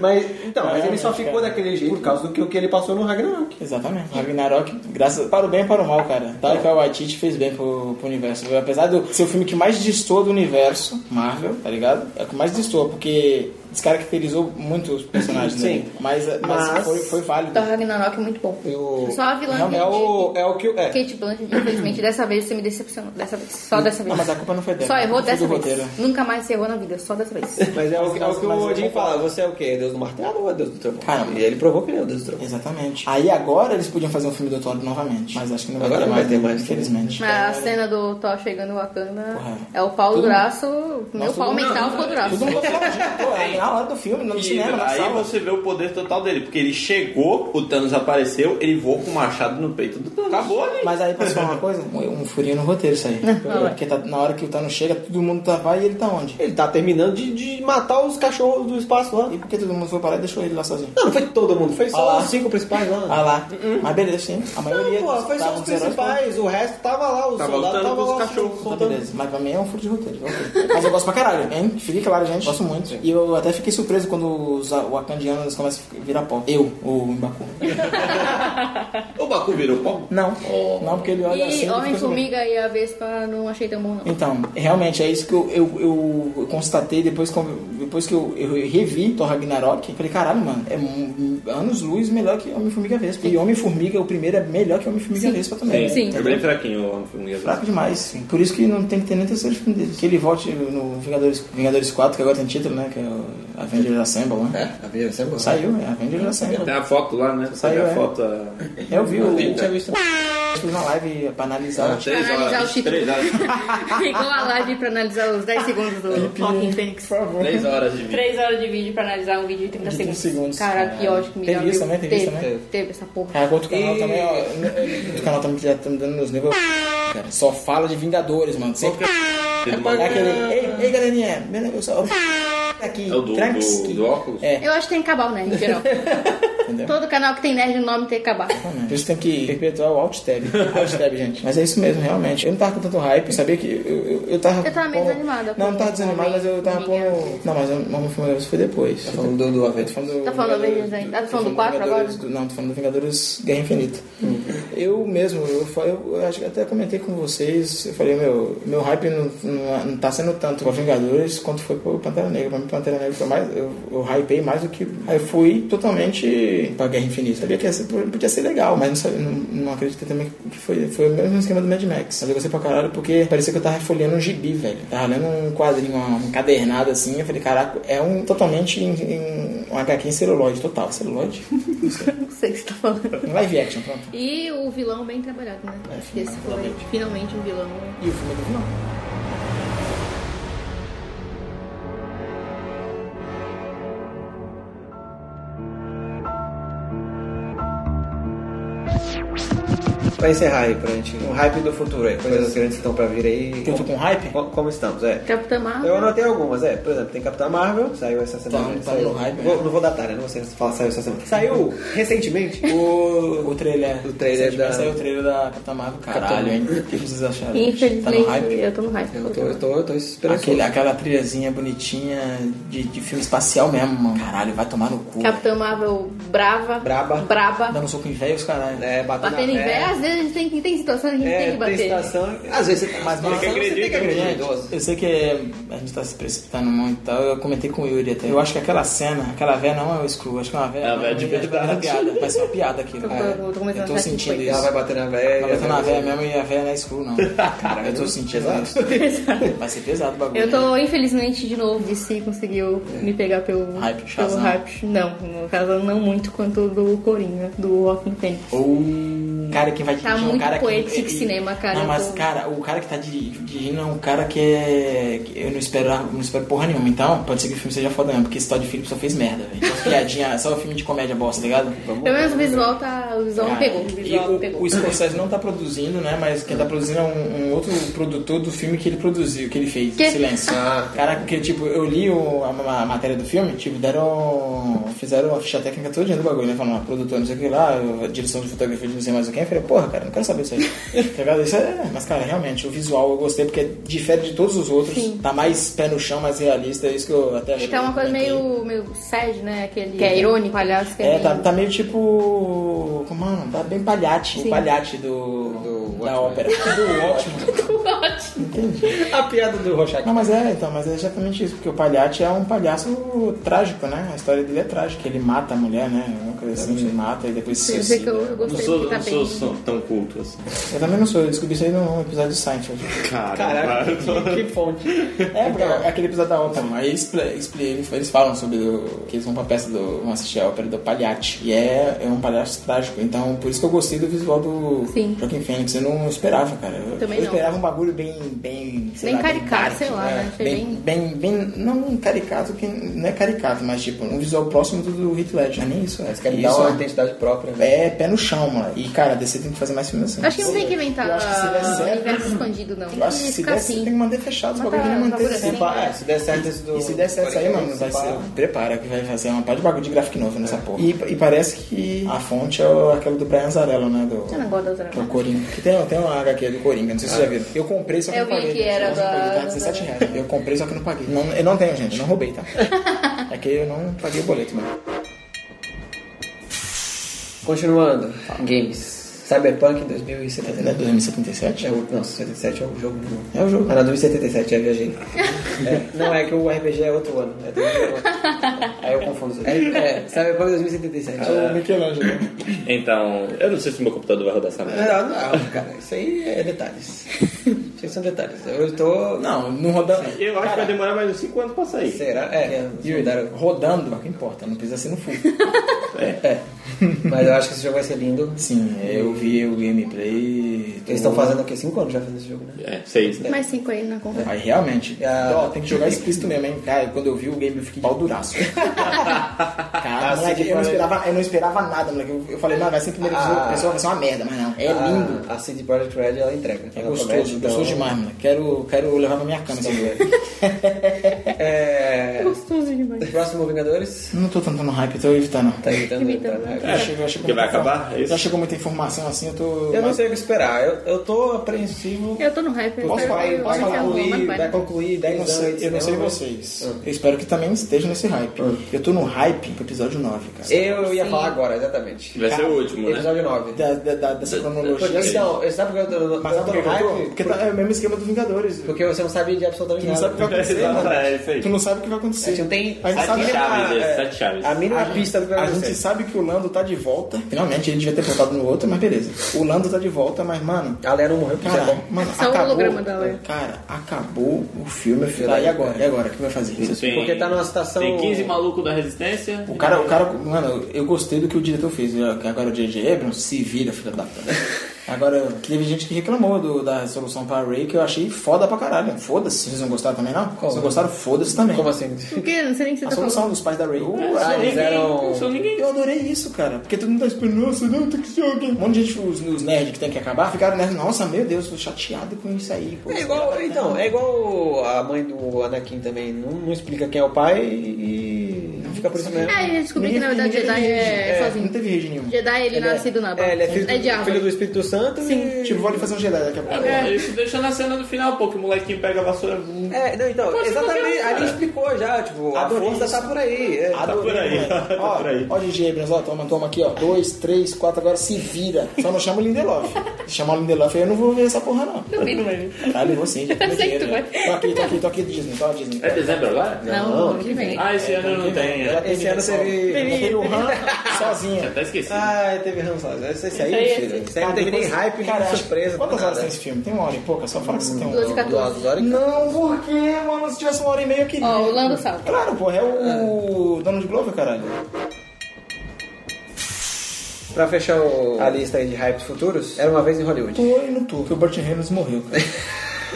S1: mas, então, mas ele só
S2: Realmente,
S1: ficou
S2: cara.
S1: daquele jeito por causa do que, o que ele passou no
S3: um-
S1: Ragnarok.
S2: Exatamente. Ragnarok, graças para o bem e para o mal, cara. Taika Waititi fez bem pro, pro universo. viu? Apesar do ser o filme que mais destoa do universo, Marvel, tá ligado? É o que mais destoa, porque descaracterizou muito os personagens
S1: Sim.
S2: dele. Mas, mas,
S1: Mas-
S2: foi, foi válido.
S4: Thor Ragnarok é muito bom.
S1: Eu-
S4: Só a vilã
S1: É o, é o que. É,
S4: Kate Blanchett, infelizmente, dessa vez você me decepcionou. Dessa vez. Só dessa vez.
S2: Ah, mas a culpa não foi dela.
S4: Só
S2: a
S4: errou
S2: culpa foi
S4: dessa
S2: do
S4: vez.
S2: roteiro.
S4: Nunca mais você errou na vida, só dessa vez.
S1: Mas é o que, é o, que
S2: Mas-
S1: o
S2: mas-
S1: Odin fala, você é o quê? É Deus do martelo ou é Deus do trovão?
S2: Caramba.
S1: E ele provou que ele é o Deus do trovão.
S2: Exatamente. Aí agora eles podiam fazer um filme do Thor novamente. Mas acho que não vai
S1: Agora
S2: ter
S1: não
S2: mais,
S1: vai ter
S2: né?
S1: mais.
S2: infelizmente.
S4: A cena do Thor chegando em Wakanda
S2: Porra.
S4: é o pau
S2: Todo
S4: duraço. Meu
S2: Nossa,
S4: pau
S2: todo mundo-
S4: mental ficou duraço.
S2: Todo mundo aplaudiu. Pô, a na hora do filme, no
S3: E
S2: cinema, na
S3: aí
S2: sala.
S3: você vê o poder total dele, porque ele chegou, o Thanos apareceu, ele voou com o machado no peito do Thanos. Acabou ali.
S2: Mas aí, posso falar uma coisa? Um um furinho no roteiro isso aí. Porque tá- na hora que o Thanos chega, todo mundo tá vai e ele tá onde?
S1: Ele tá terminando de, de matar os cachorros do espaço lá.
S2: E por que todo mundo foi parar e deixou ele lá sozinho?
S1: Não, não foi todo mundo, foi
S2: Ah
S1: só
S2: lá.
S1: os cinco principais lá.
S2: Ah lá. Mas beleza, sim. A maioria
S1: Não, pô, foi só
S2: estavam
S1: os
S2: heróis,
S1: principais, o resto tava lá, o
S3: Tava
S1: soldado
S3: lutando
S1: tava
S3: com os
S1: lá.
S3: cachorros.
S2: Tá,
S1: soltando-
S2: beleza. Mas pra mim é um furo de roteiro. ok. Mas eu gosto pra caralho, hein? Que Fique claro, gente. Gosto muito. E eu até fiquei surpreso quando os wakandianos começam a virar pó. Eu, o Mbaku.
S3: O Baku virou pó.
S2: Não. Não, porque ele olha assim. ele
S4: E
S2: fica com medo.
S4: Homem-Formiga e a Vespa não achei tão bom, não.
S2: Então, realmente, é isso que eu, eu, eu- eu constatei depois que, eu- depois que eu, eu revi Thor Ragnarok. Falei, caralho, mano, é um- anos-luz melhor que Homem-Formiga Vespa. E Homem-Formiga, o primeiro, é melhor que Homem-Formiga Vespa também.
S4: Sim.
S3: É bem fraquinho o Homem-Formiga.
S2: Fraco demais, sim. Por isso que não tem que ter nem terceiro filme dele. Que ele volte no Vingadores, Vingadores 4, que agora tem título, né? Que é o Avengers Assemble, né?
S1: É, a vida é boa.
S2: Saiu, é Avengers Assemble.
S3: Tem a foto lá, né?
S2: Saiu,
S3: Tem a
S2: é.
S3: foto. a-
S2: Eu vi,
S1: Eu
S2: eu
S1: tinha visto.
S2: fiz uma live pra analisar.
S3: Três
S4: analisar
S3: horas.
S4: o título.
S3: Três horas.
S4: Ficou a live pra analisar os 10 segundos do Joaquim Phoenix.
S3: Três horas de vídeo.
S4: 3 horas de vídeo pra analisar um vídeo de 30
S2: De 30
S4: segundos.
S2: segundos. É.
S4: Cara, que ódio que me
S2: Teve
S4: deu.
S2: isso também, teve isso também?
S4: Teve, teve essa porra.
S2: Cara, outro canal
S1: E-
S2: também, ó. n- Outro canal também que já tá me dando nos níveis. Cara, só fala de Vingadores, mano. Sempre
S3: Teve uma-
S2: é aquele. Ei, ei, galerinha, meu negócio é o- Aqui,
S3: É o do,
S2: Trunks.
S3: do, do óculos?
S2: É.
S4: Eu acho que tem que acabar o nerd, em geral.
S2: Entendeu?
S4: Todo canal que tem nerd no nome tem que acabar.
S2: Por isso tem que perpetuar o alt tab. alt tab, gente. Mas é isso mesmo, realmente. Eu não tava com tanto hype, sabia que eu, eu, eu tava.
S4: Eu tava meio
S2: pondo-
S4: desanimada
S2: Não,
S4: com
S2: não tava desanimado, mas eu tava
S4: Homem-Formiga.
S2: pondo. Não, mas o Homem Formiga foi depois. Tá
S1: falando um do- do Avengers.
S2: falando
S4: Tá falando do Avengers ainda. Ah, tá
S2: tô
S4: falando do quatro
S2: Vingadores
S4: agora?
S2: do- não, tô falando do Vingadores Guerra Infinita. Eu mesmo, eu, fa- eu, eu acho que até comentei com vocês, eu falei, meu, meu hype não, não, não tá sendo tanto pra Vingadores quanto foi pro Pantera Negra. Pra mim, Pantera Negra foi mais. Eu, eu hypei mais do que. Aí eu fui totalmente pra Guerra Infinita. Sabia que ia ser- podia ser legal, mas não, sabia, não, não acreditei também que foi, foi o mesmo esquema do Mad Max. Mas eu gostei pra caralho porque parecia que eu tava folheando um gibi, velho. Tava lendo um quadrinho, uma encadernada assim. Eu falei, caraca, é um totalmente em, em- um HQ em celuloide, total. Celuloide?
S4: Não sei o que você tá falando.
S2: Em live action, pronto.
S4: E o vilão bem trabalhado, né?
S2: É,
S4: Acho que esse foi finalmente um vilão.
S2: E o filme do final.
S1: Pra encerrar aí, pra gente. Um hype do futuro aí. Coisas grandes que estão pra vir aí.
S2: Que eu tô com hype?
S1: Co- Como estamos, é.
S4: Capitã
S1: Eu
S4: Marvel.
S1: anotei algumas, é. Por exemplo, tem Capitã Marvel, saiu essa semana.
S2: Tá, tá
S1: saiu.
S2: no hype,
S1: Vou-
S2: né?
S1: não vou datar, né? Não vou se- falar saiu essa semana. Saiu recentemente o.
S2: O trailer.
S1: O trailer
S2: Recentemente
S1: da-
S2: Saiu o trailer da Capitã Marvel. Caralho, hein? O que vocês acharam? Tá no
S4: Infelizmente,
S2: hype?
S4: eu tô no hype.
S1: Eu tô, eu tô, eu tô esperando.
S2: Aquele, aquela trilhazinha bonitinha de, de filme espacial mesmo, mano. Caralho, vai tomar no cu.
S4: Capitã Marvel brava.
S1: Braba.
S4: Braba.
S2: Dando soco em velho, os caralho.
S1: É, batendo,
S4: Batendo em pé, às vezes a gente tem, que- tem situação que a gente
S1: É,
S4: tem que bater.
S1: tem situação. Às vezes você tá
S2: Mas, mano,
S1: você tem que agredir o
S2: Gente,
S1: idoso.
S2: Eu sei que a gente tá se precipitando muito e tal. Eu comentei com o Yuri até. Eu acho que aquela cena, aquela véia não é o Screw, acho que é uma véia.
S3: É uma véia de verdade.
S2: Vai ser uma piada, vai ser uma piada aquilo.
S4: Tô- tô-
S2: É.
S4: tô começando
S2: eu
S4: a
S2: tô
S4: achar
S2: sentindo
S4: que
S1: Ela vai
S2: isso.
S1: bater na véia. né?
S2: Ela tá na véia mesmo e a véia não é Screw, não. eu tô sentindo isso. Vai ser pesado o bagulho.
S4: Eu tô, infelizmente, de novo, de si conseguiu me pegar pelo
S2: Hype,
S4: pelo
S2: Shazam.
S4: hype. Não, no caso, não muito quanto do Coringa, do Walking Phoenix.
S2: Ou cara que vai
S4: Tá
S2: dirigir um
S4: muito
S2: cara que...
S4: poetic
S2: e-
S4: cinema, cara,
S2: Não,
S4: eu
S2: mas,
S4: tô-
S2: cara, o cara que tá diri- dirigindo é um cara que é... que eu não espero, não espero porra nenhuma. Então, pode ser que o filme seja foda mesmo, porque esse Todd Phillips só fez merda, velho. Só piadinha, só filme de comédia bosta, tá ligado?
S4: Pelo menos o visual tá. O visual
S2: Cara,
S4: me pegou. O
S2: É. E
S4: visual me
S2: o,
S4: pegou.
S2: o Scorsese não tá produzindo, né? Mas quem tá produzindo é um, um outro produtor do filme que ele produziu, que ele fez,
S4: Que-
S2: Silêncio.
S1: Ah.
S2: Caraca, porque, tipo, eu li o- a, a matéria do filme, tipo, deram. Fizeram a ficha técnica todo dia do bagulho, né? Falando, ah, produtor, não sei o que lá, eu- direção de fotografia de não sei mais o que. Eu falei, porra, cara, não quero saber isso aí. tá ligado? Isso é. Mas, cara, realmente, o visual eu gostei porque difere de todos os outros. Tá mais pé no chão, mais realista, é isso que eu até achei.
S4: E tá uma coisa
S2: comentei.
S4: meio, meio sad, né? Aquele que é irônico, palhaço que é.
S2: É, tá,
S4: meio-
S2: tá meio tipo. como, Mano, tá bem palhate. O palhate do. da ópera. Do ótimo. Entendi.
S1: A piada do Rochak.
S2: Não, mas é, então, mas é exatamente isso, porque o palhate é um palhaço trágico, né? A história dele é trágica. Ele mata a mulher, né? Uma coisa assim, ele mata e depois se
S4: Eu sei que
S2: suicida.
S4: eu, eu
S3: Não
S4: gostei
S3: sou,
S4: porque tá
S3: não sou,
S4: bem.
S3: sou tão culto assim.
S2: Eu também não sou, eu descobri isso aí num episódio de Seinfeld.
S1: Caraca, que, que fonte.
S2: É, porque é aquele episódio da ópera. Aí expl- expl- eles eles falam sobre o, que eles vão pra peça do. vão assistir a ópera do Palhate. E é, é um palhaço trágico. Então, por isso que eu gostei do visual do
S4: Sim.
S2: Joaquim Fênix. Eu não esperava, cara. Eu,
S4: Também
S2: eu
S4: não.
S2: esperava um bagulho bem bem. sei
S4: Bem
S2: lá,
S4: caricato,
S2: dark,
S4: sei lá,
S2: é,
S4: né? Achei
S2: Bem, bem, bem. Não um caricato, que não é caricato, mas tipo, um visual próximo do, do Heath Ledger. Mas nem isso é.
S1: Eles querem dar
S2: isso
S1: uma identidade própria. né?
S2: é pé no chão, mano. E cara, a DC tem que fazer mais filmes assim.
S4: Acho que não tem que inventar
S2: Eu acho que se der
S4: ah,
S2: certo-
S4: universo expandido, não. assim.
S2: Eu acho que se
S4: Ficar
S2: der, você tem que manter fechado os
S4: Mas
S2: bagulhos
S4: tá-
S2: e manter
S4: bagulho
S2: assim.
S1: Se, pá, é, se der certo esse do.
S2: E se der certo isso aí, mano, vai ser. Prepara que vai fazer uma parte de bagulho de gráfico novo
S4: É.
S2: nessa porra. E, e parece que a fonte é o- aquela do Brian Zarello, né? Do,
S4: Eu não gosto das
S2: do
S4: dramas.
S2: Coringa. Que tem, tem uma HQ do Coringa, não sei se vocês já viram. Ah. Eu comprei, só que
S4: Eu
S2: não
S4: vi
S2: paguei.
S4: que era
S2: Nossa,
S4: da-
S2: tá 17 reais. Eu comprei, só que não paguei. Não, eu não tenho, gente, eu não roubei, tá? É que eu não paguei o boleto, mano.
S1: Continuando, games. Cyberpunk 2077.
S2: Não é 2077?
S1: É o, não, 77 é o jogo do mundo.
S2: É o jogo.
S1: Ah, não, 2077, é viajei. É, não, é que o RPG é outro ano. É 2008. Aí eu confundo. isso. É, é Cyberpunk 2077.
S2: É o Michelangelo. né?
S3: Então, eu não sei se meu computador vai rodar essa merda.
S1: Não, não, cara, isso aí é detalhes. Isso aí são detalhes. Eu tô.
S2: Não, não roda.
S3: Eu acho que vai demorar mais uns 5 anos pra sair.
S1: Será? É, eles
S2: Yuri,
S1: mudaram.
S2: rodando, é o que importa, não precisa ser no full.
S1: É. Mas eu acho que esse jogo vai ser lindo.
S2: Sim, eu vi o gameplay.
S1: Eles estão fazendo o quê? 5 anos já fazendo esse jogo, né?
S3: É, 6, né?
S9: Mais cinco aí na conversa.
S2: É. Aí realmente,
S1: Ah.
S2: ó, tem que jogar explícito mesmo, hein? Cara, quando eu vi o game, eu fiquei de pau duraço. Tá, assim, Cara,
S1: Ah,
S2: moleque,
S1: sim,
S2: eu não,
S1: foi-
S2: esperava, eu não esperava nada, moleque. Eu, eu falei, mano, vai ser em primeira
S1: Ah.
S2: pessoa, vai ser uma merda, mas não. É lindo.
S1: A, a CD Projekt Red ela entrega.
S2: É
S1: Ela
S2: gostoso,
S1: promete,
S2: gostoso
S1: então-
S2: demais, moleque. Quero, quero levar pra minha cama esse jogo.
S1: É.
S9: Gostoso demais.
S1: Próximo Vingadores.
S2: Não tô tentando hype, tô evitando.
S1: Tá evitando.
S9: Evitando,
S1: tá-
S9: né?
S2: Já chegou, já chegou
S3: Porque vai
S2: muita
S3: acabar?
S2: informa-
S3: É isso?
S2: Já chegou muita informação assim, eu tô.
S1: Eu não sei o que esperar. Eu, eu tô apreensivo.
S9: Eu tô no hype. eu
S1: Posso
S9: quero
S1: falar-
S9: ver
S1: posso
S9: o que é bom, mas
S1: concluir,
S9: vai.
S1: vai concluir
S2: Eu
S1: 10
S2: não
S1: anos. né?
S2: sei, eu não sei É.
S1: entendeu?
S2: vocês. Eu espero que também estejam nesse hype. Eu tô no hype pro episódio 9, cara.
S1: Eu ia falar agora, exatamente.
S3: Vai ser o último, né?
S1: Episódio 9.
S2: Da, da- da- dessa cronologia.
S1: Porque,
S2: assim.
S1: não, eu- sabe por que eu tô no
S2: Mas
S1: eu tô no
S2: sabe por que eu tô?
S1: hype?
S2: Porque tá- é o mesmo esquema do Vingadores. viu?
S1: Porque você não sabe de absolutamente
S2: Tu não
S1: nada.
S2: sabe o que vai
S3: É,
S2: acontecer,
S3: exato,
S2: mano.
S3: é isso aí.
S2: Tu não sabe o que vai
S1: A gente
S2: acontecer.
S1: não tem
S2: A gente
S1: a
S2: um sabe- né?
S3: Sete
S1: mínima,
S3: chaves,
S1: é,
S3: esse, sete chaves.
S1: a mínima
S2: A gente-
S1: pista do que vai
S2: A
S1: acontecer.
S2: gente sabe que o Lando tá de volta. Finalmente ele devia ter voltado no outro, mas beleza. O Lando tá de volta, mas, mano.
S1: A Leia não morreu, porque
S2: Cara,
S1: é bom.
S2: mano,
S9: Só o
S2: acabou,
S9: holograma é. da Leia.
S2: Cara, acabou o filme. filho.
S1: Tá,
S2: Tá, e agora? E agora? O que vai fazer?
S3: Tem-
S1: Porque tá numa situação-
S3: Tem 15 malucos da resistência.
S2: O cara, o cara, mano, eu gostei do que o diretor fez. Eu- Agora o J.J. Abrams se vira, filha da puta. Agora, teve gente que reclamou do- da resolução para Ray que eu achei foda pra caralho. Foda-se, vocês não gostaram também, não? Vocês não gostaram? Foda-se também.
S1: Como assim?
S9: Por quê? Não sei nem o que
S2: A
S9: você tá falando.
S2: solução dos pais da Ray.
S1: Ah, eles eram...
S3: Não sou ninguém.
S2: Eu adorei isso, cara. Porque todo mundo tá esperando, nossa, não, tem que ser alguém. Um monte de gente, os, os nerds que tem que acabar, ficaram nerds. Nossa, meu Deus, tô chateado com isso aí. pô.
S1: É igual, então, é igual a mãe do Anakin também. Não, não explica quem é o pai e e fica por isso mesmo.
S9: É, eu descobri que na
S2: Ninguém-
S9: verdade
S2: ninguém
S9: Jedi
S2: teve rede.
S9: é
S2: Não
S9: sozinho.
S2: teve um. rede nenhuma.
S9: Jedi, ele nascido na
S1: É, ele é filho,
S9: É de
S1: filho do
S9: árvore.
S1: Espírito Santo e...
S2: Tipo, vou ali fazer um Jedi daqui a pouco.
S9: É,
S3: Isso deixa na cena do final, pô, que o molequinho pega a vassoura.
S1: É, não, então, exatamente, ali explicou já, tipo,
S2: Adorei
S1: a força
S2: isso.
S1: tá por aí. é.
S2: Adorei,
S3: por aí,
S2: moleque.
S3: tá
S2: né? ó,
S3: por aí.
S2: Ó, DJ Abrams, ó, toma, toma aqui, ó. Dois, três, quatro, agora se vira. Só não chama o Lindelof. Se chamar o Lindelof, aí eu não vou ver essa porra, não.
S9: Duvido, velho.
S2: Tá, eu vou sim. Já tô,
S9: Eu sei que tu vai.
S2: tô aqui, tô aqui, tô aqui, Disney, tô Disney.
S3: É dezembro agora?
S9: Não, ele vem.
S3: Ah, esse ano não tem. é. Tá
S1: Esse ano teve...
S2: Teve o Han sozinha.
S3: Até esqueci.
S1: Ah, teve Hansos. Esse, esse aí,
S9: aí, é
S1: mentira.
S9: esse-
S1: Esse aí não teve nem hype,
S2: Cara,
S1: nem surpresa.
S2: Quantas horas tem
S1: nada.
S2: esse filme? Tem uma hora e pouca, só fala que você tem uma
S9: Duas
S2: hora.
S9: e 14.
S1: horas e
S2: Não, por quê, mano? Se tivesse uma hora e meia, eu queria.
S4: Ó, o Lando salta.
S2: Claro, porra, é
S9: Ah.
S2: o Donald Glover, caralho.
S1: Pra fechar o- a lista aí de hypes futuros, era uma vez em Hollywood.
S2: Foi no tour, que o Burt Reynolds morreu, cara.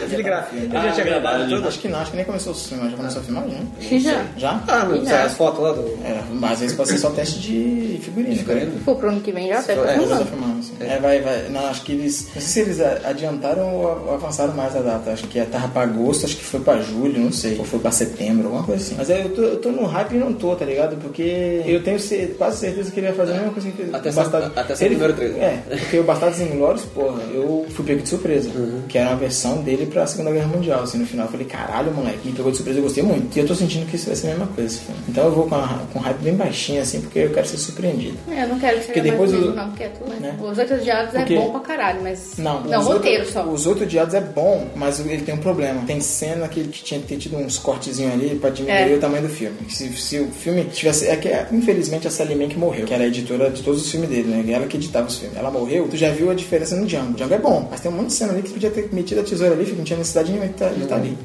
S1: Ele gra- ele
S3: Ah,
S1: já tá tinha gravado
S3: verdade.
S1: tudo?
S2: Acho que não, acho que nem começou o filme, já começou a filmar, né?
S9: Sim, já.
S2: Já?
S1: Ah, não,
S9: Já.
S1: as fotos lá do...
S2: É, mas às vezes pode ser só teste de né? figurinha. Figurinha?
S9: Pô, pro ano que vem já, até
S1: É,
S9: pra
S2: Tá
S9: filmar.
S2: filmando, assim. É, vai, vai. Não, acho que eles. Não sei se eles a- adiantaram ou a- avançaram mais a data. Acho que é, tava pra agosto, acho que foi pra julho, não sei. Ou foi pra setembro, alguma coisa assim. Mas é, eu tô, eu tô no hype e não tô, tá ligado? Porque eu tenho cer- quase certeza que ele vai fazer a mesma coisa que ele
S1: Até
S2: o
S1: só-
S2: Bastardo-
S1: até só
S2: ele-
S1: o primeiro trailer.
S2: É, porque o Bastardos Inglórios, porra, eu fui pego de surpresa.
S1: Uhum.
S2: Que era uma versão dele pra Segunda Guerra Mundial, assim, no final. Eu falei, caralho, moleque, me pegou de surpresa, eu gostei muito. E eu tô sentindo que isso vai ser a mesma coisa, esse filme. Então eu vou com, a, com um hype bem baixinho, assim, porque eu quero ser surpreendido.
S9: É, eu não quero que seja
S2: Porque
S9: mais
S2: depois
S9: do
S2: o-
S9: mesmo, não, porque é tudo, né?
S2: né?
S9: Os Oito Odiados é
S2: Porque-
S9: bom pra caralho, mas...
S2: Não,
S9: Não,
S2: os
S9: roteiro
S2: outros-
S9: só.
S2: Os oito diados é bom, mas ele tem um problema. Tem cena que ele tinha que ter tido uns cortezinhos ali pra diminuir
S9: É.
S2: o tamanho do filme. Se, se o filme tivesse. É que, infelizmente, a Sally Mank morreu, que era a editora de todos os filmes dele, né? Ela que editava os filmes. Ela morreu, tu já viu a diferença no Django. Django é bom, mas tem um monte de cena ali que podia ter metido a tesoura ali, filho, não tinha necessidade nenhuma de tá, de tá ali.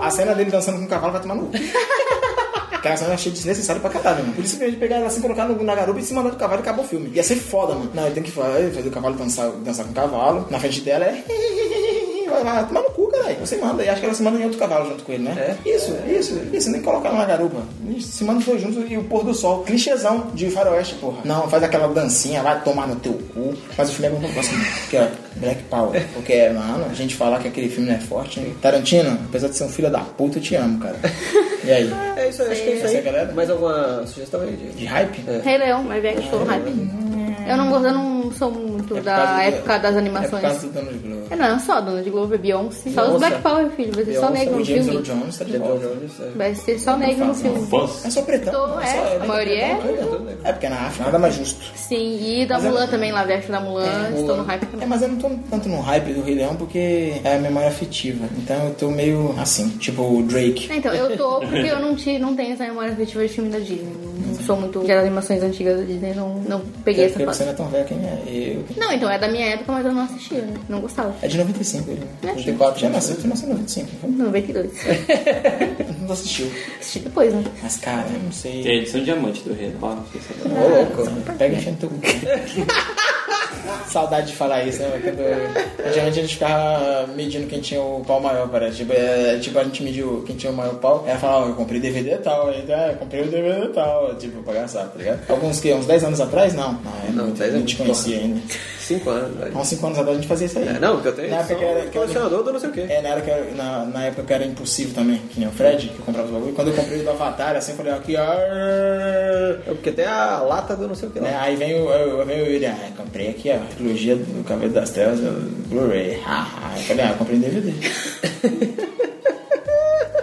S2: A cena dele dançando com o cavalo vai tomar no. cu. Aquela cena eu achei desnecessário pra caralho, mano. Por isso mesmo de pegar ela assim, colocar no- na garupa e se mandar do cavalo e acabou o filme. Ia ser foda, mano. Não, ele tem que fa- fazer o cavalo dançar, dançar com o cavalo. Na frente dela é. Vai, vai tomar no cu, caralho. Você manda, e acho que ela se manda em outro cavalo junto com ele, né? Isso, isso, isso, nem coloca ela na garupa. Se manda os dois juntos e o pôr do sol. Clichêzão de faroeste, porra. Não, faz aquela dancinha, vai tomar no teu cu. Mas o filme é muito gosto que é Black Power. Porque, mano, a gente falar que aquele filme não é forte, hein? Tarantino, apesar de ser um filho da puta, eu te amo, cara. E aí?
S1: É isso aí, acho que é isso
S2: Essa
S1: aí.
S2: é a galera?
S1: Mais alguma sugestão aí, Diego?
S2: De hype?
S4: Rei Leão, mas é que estou hype. Eu não, gosto- eu não sou muito
S2: por causa
S4: da
S2: do-
S4: época das
S2: É por
S4: animações.
S2: causa do Donald Glover.
S4: É, não, só Dona de Globo, é Beyoncé. Só os
S1: Beyoncé.
S4: Black Power, filho. Vai ser É só
S1: Beyoncé,
S4: negro
S2: O
S4: no
S2: James Earl
S4: filme.
S2: Jones tá de
S1: Devil
S2: volta.
S1: Jones, é.
S4: Vai ser só negro no filme.
S3: Fãs.
S2: É só pretão.
S4: Então,
S2: só-
S4: é, a maioria é.
S2: É porque na África nada mais justo.
S4: Sim, e da
S2: Mas é-
S4: Mulan também, lá veste da Mulan. Estou no hype
S2: É,
S4: também.
S2: mas eu não tô tanto no hype do Rei Leão porque é a memória afetiva. Então eu tô meio assim, tipo o Drake.
S4: É, Então, eu tô porque eu não, te, não tenho essa memória afetiva de filme da Disney. Não sou muito de animações antigas da Disney, não, não peguei
S2: Porque
S4: essa
S2: você
S4: fase.
S2: não é tão velho quem é. Eu.
S4: Não, então é da minha época, mas eu não assistia, não gostava.
S2: É de 95 ele.
S4: É.
S2: 94. Já nasceu, tu nasceu em 95. não
S4: 92.
S2: foi? Não assistiu.
S4: Assisti depois, né?
S2: Mas cara, eu não sei.
S3: Tem a edição diamante do
S1: né?
S3: rei. Ó, não sei se é-
S2: Ô, louco. Pega e enfia no teu cu. Saudade de falar isso, né? Quando... Antigamente a gente ficava medindo quem tinha o pau maior, parece. Tipo, é, tipo, a gente mediu quem tinha o maior pau. Aí falava, ó, eu comprei DVD tal. Então, é, eu comprei o DVD tal. Tipo, pra gastar, tá ligado? Alguns que? Uns 10 anos atrás? Não. Não, é
S1: Não,
S2: muito,
S1: 10
S2: não
S1: é muito
S2: te conhecia ainda.
S1: Cinco anos, velho.
S2: Há uns 5 anos atrás a gente fazia isso aí.
S1: É, não, porque eu tenho.
S2: Na época que era-
S1: Sou
S2: que era-
S1: colecionador do não sei o quê.
S2: É, na, era que era- na, na época que era impossível também, que nem o Fred, que eu comprava os bagulho. Quando eu comprei o do Avatar, assim, eu falei, aqui, ó.
S1: É porque tem a lata do não sei o que
S2: Né?
S1: lá.
S2: Aí vem o, eu, vem o William, ah, comprei aqui a trilogia do Cavaleiro das Trevas, do Blu-ray. Ha, ha. Eu falei, ah, eu comprei em DVD.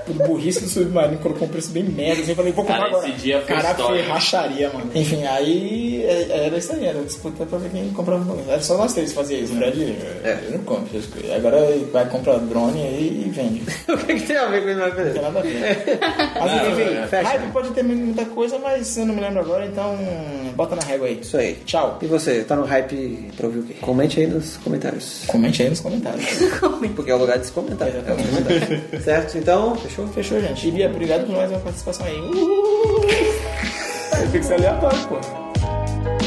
S2: O burrice do submarino colocou um preço bem merda. Assim, eu falei, vou comprar
S3: Cara,
S2: agora.
S3: esse dia foi
S2: Caraca, foi
S3: história.
S2: racharia, mano. Enfim, aí é- era isso aí, era disputa pra ver quem comprava mais. Era só nós três que fazia isso. O Fred, eu-
S3: É.
S2: eu não compro essas coisas. Agora vai comprar drone aí e vende.
S1: o que, que tem a ver com isso? Mas
S2: Não
S1: beleza.
S2: tem nada a ver. Mas
S3: Não,
S2: enfim,
S3: é.
S1: Fecha.
S2: hype pode ter muita coisa, mas eu não me lembro agora, então bota na régua aí.
S1: Isso aí.
S2: Tchau.
S1: E você, tá no hype pra ouvir o quê? Comente aí nos comentários.
S2: Comente aí nos comentários.
S1: Porque é o lugar de se comentar. É o
S2: Exatamente.
S1: comentário. certo? Então, fechou?
S2: Fechou, gente. E Bia, obrigado por mais uma participação aí. Uhul. Eu fico aleatório, pô.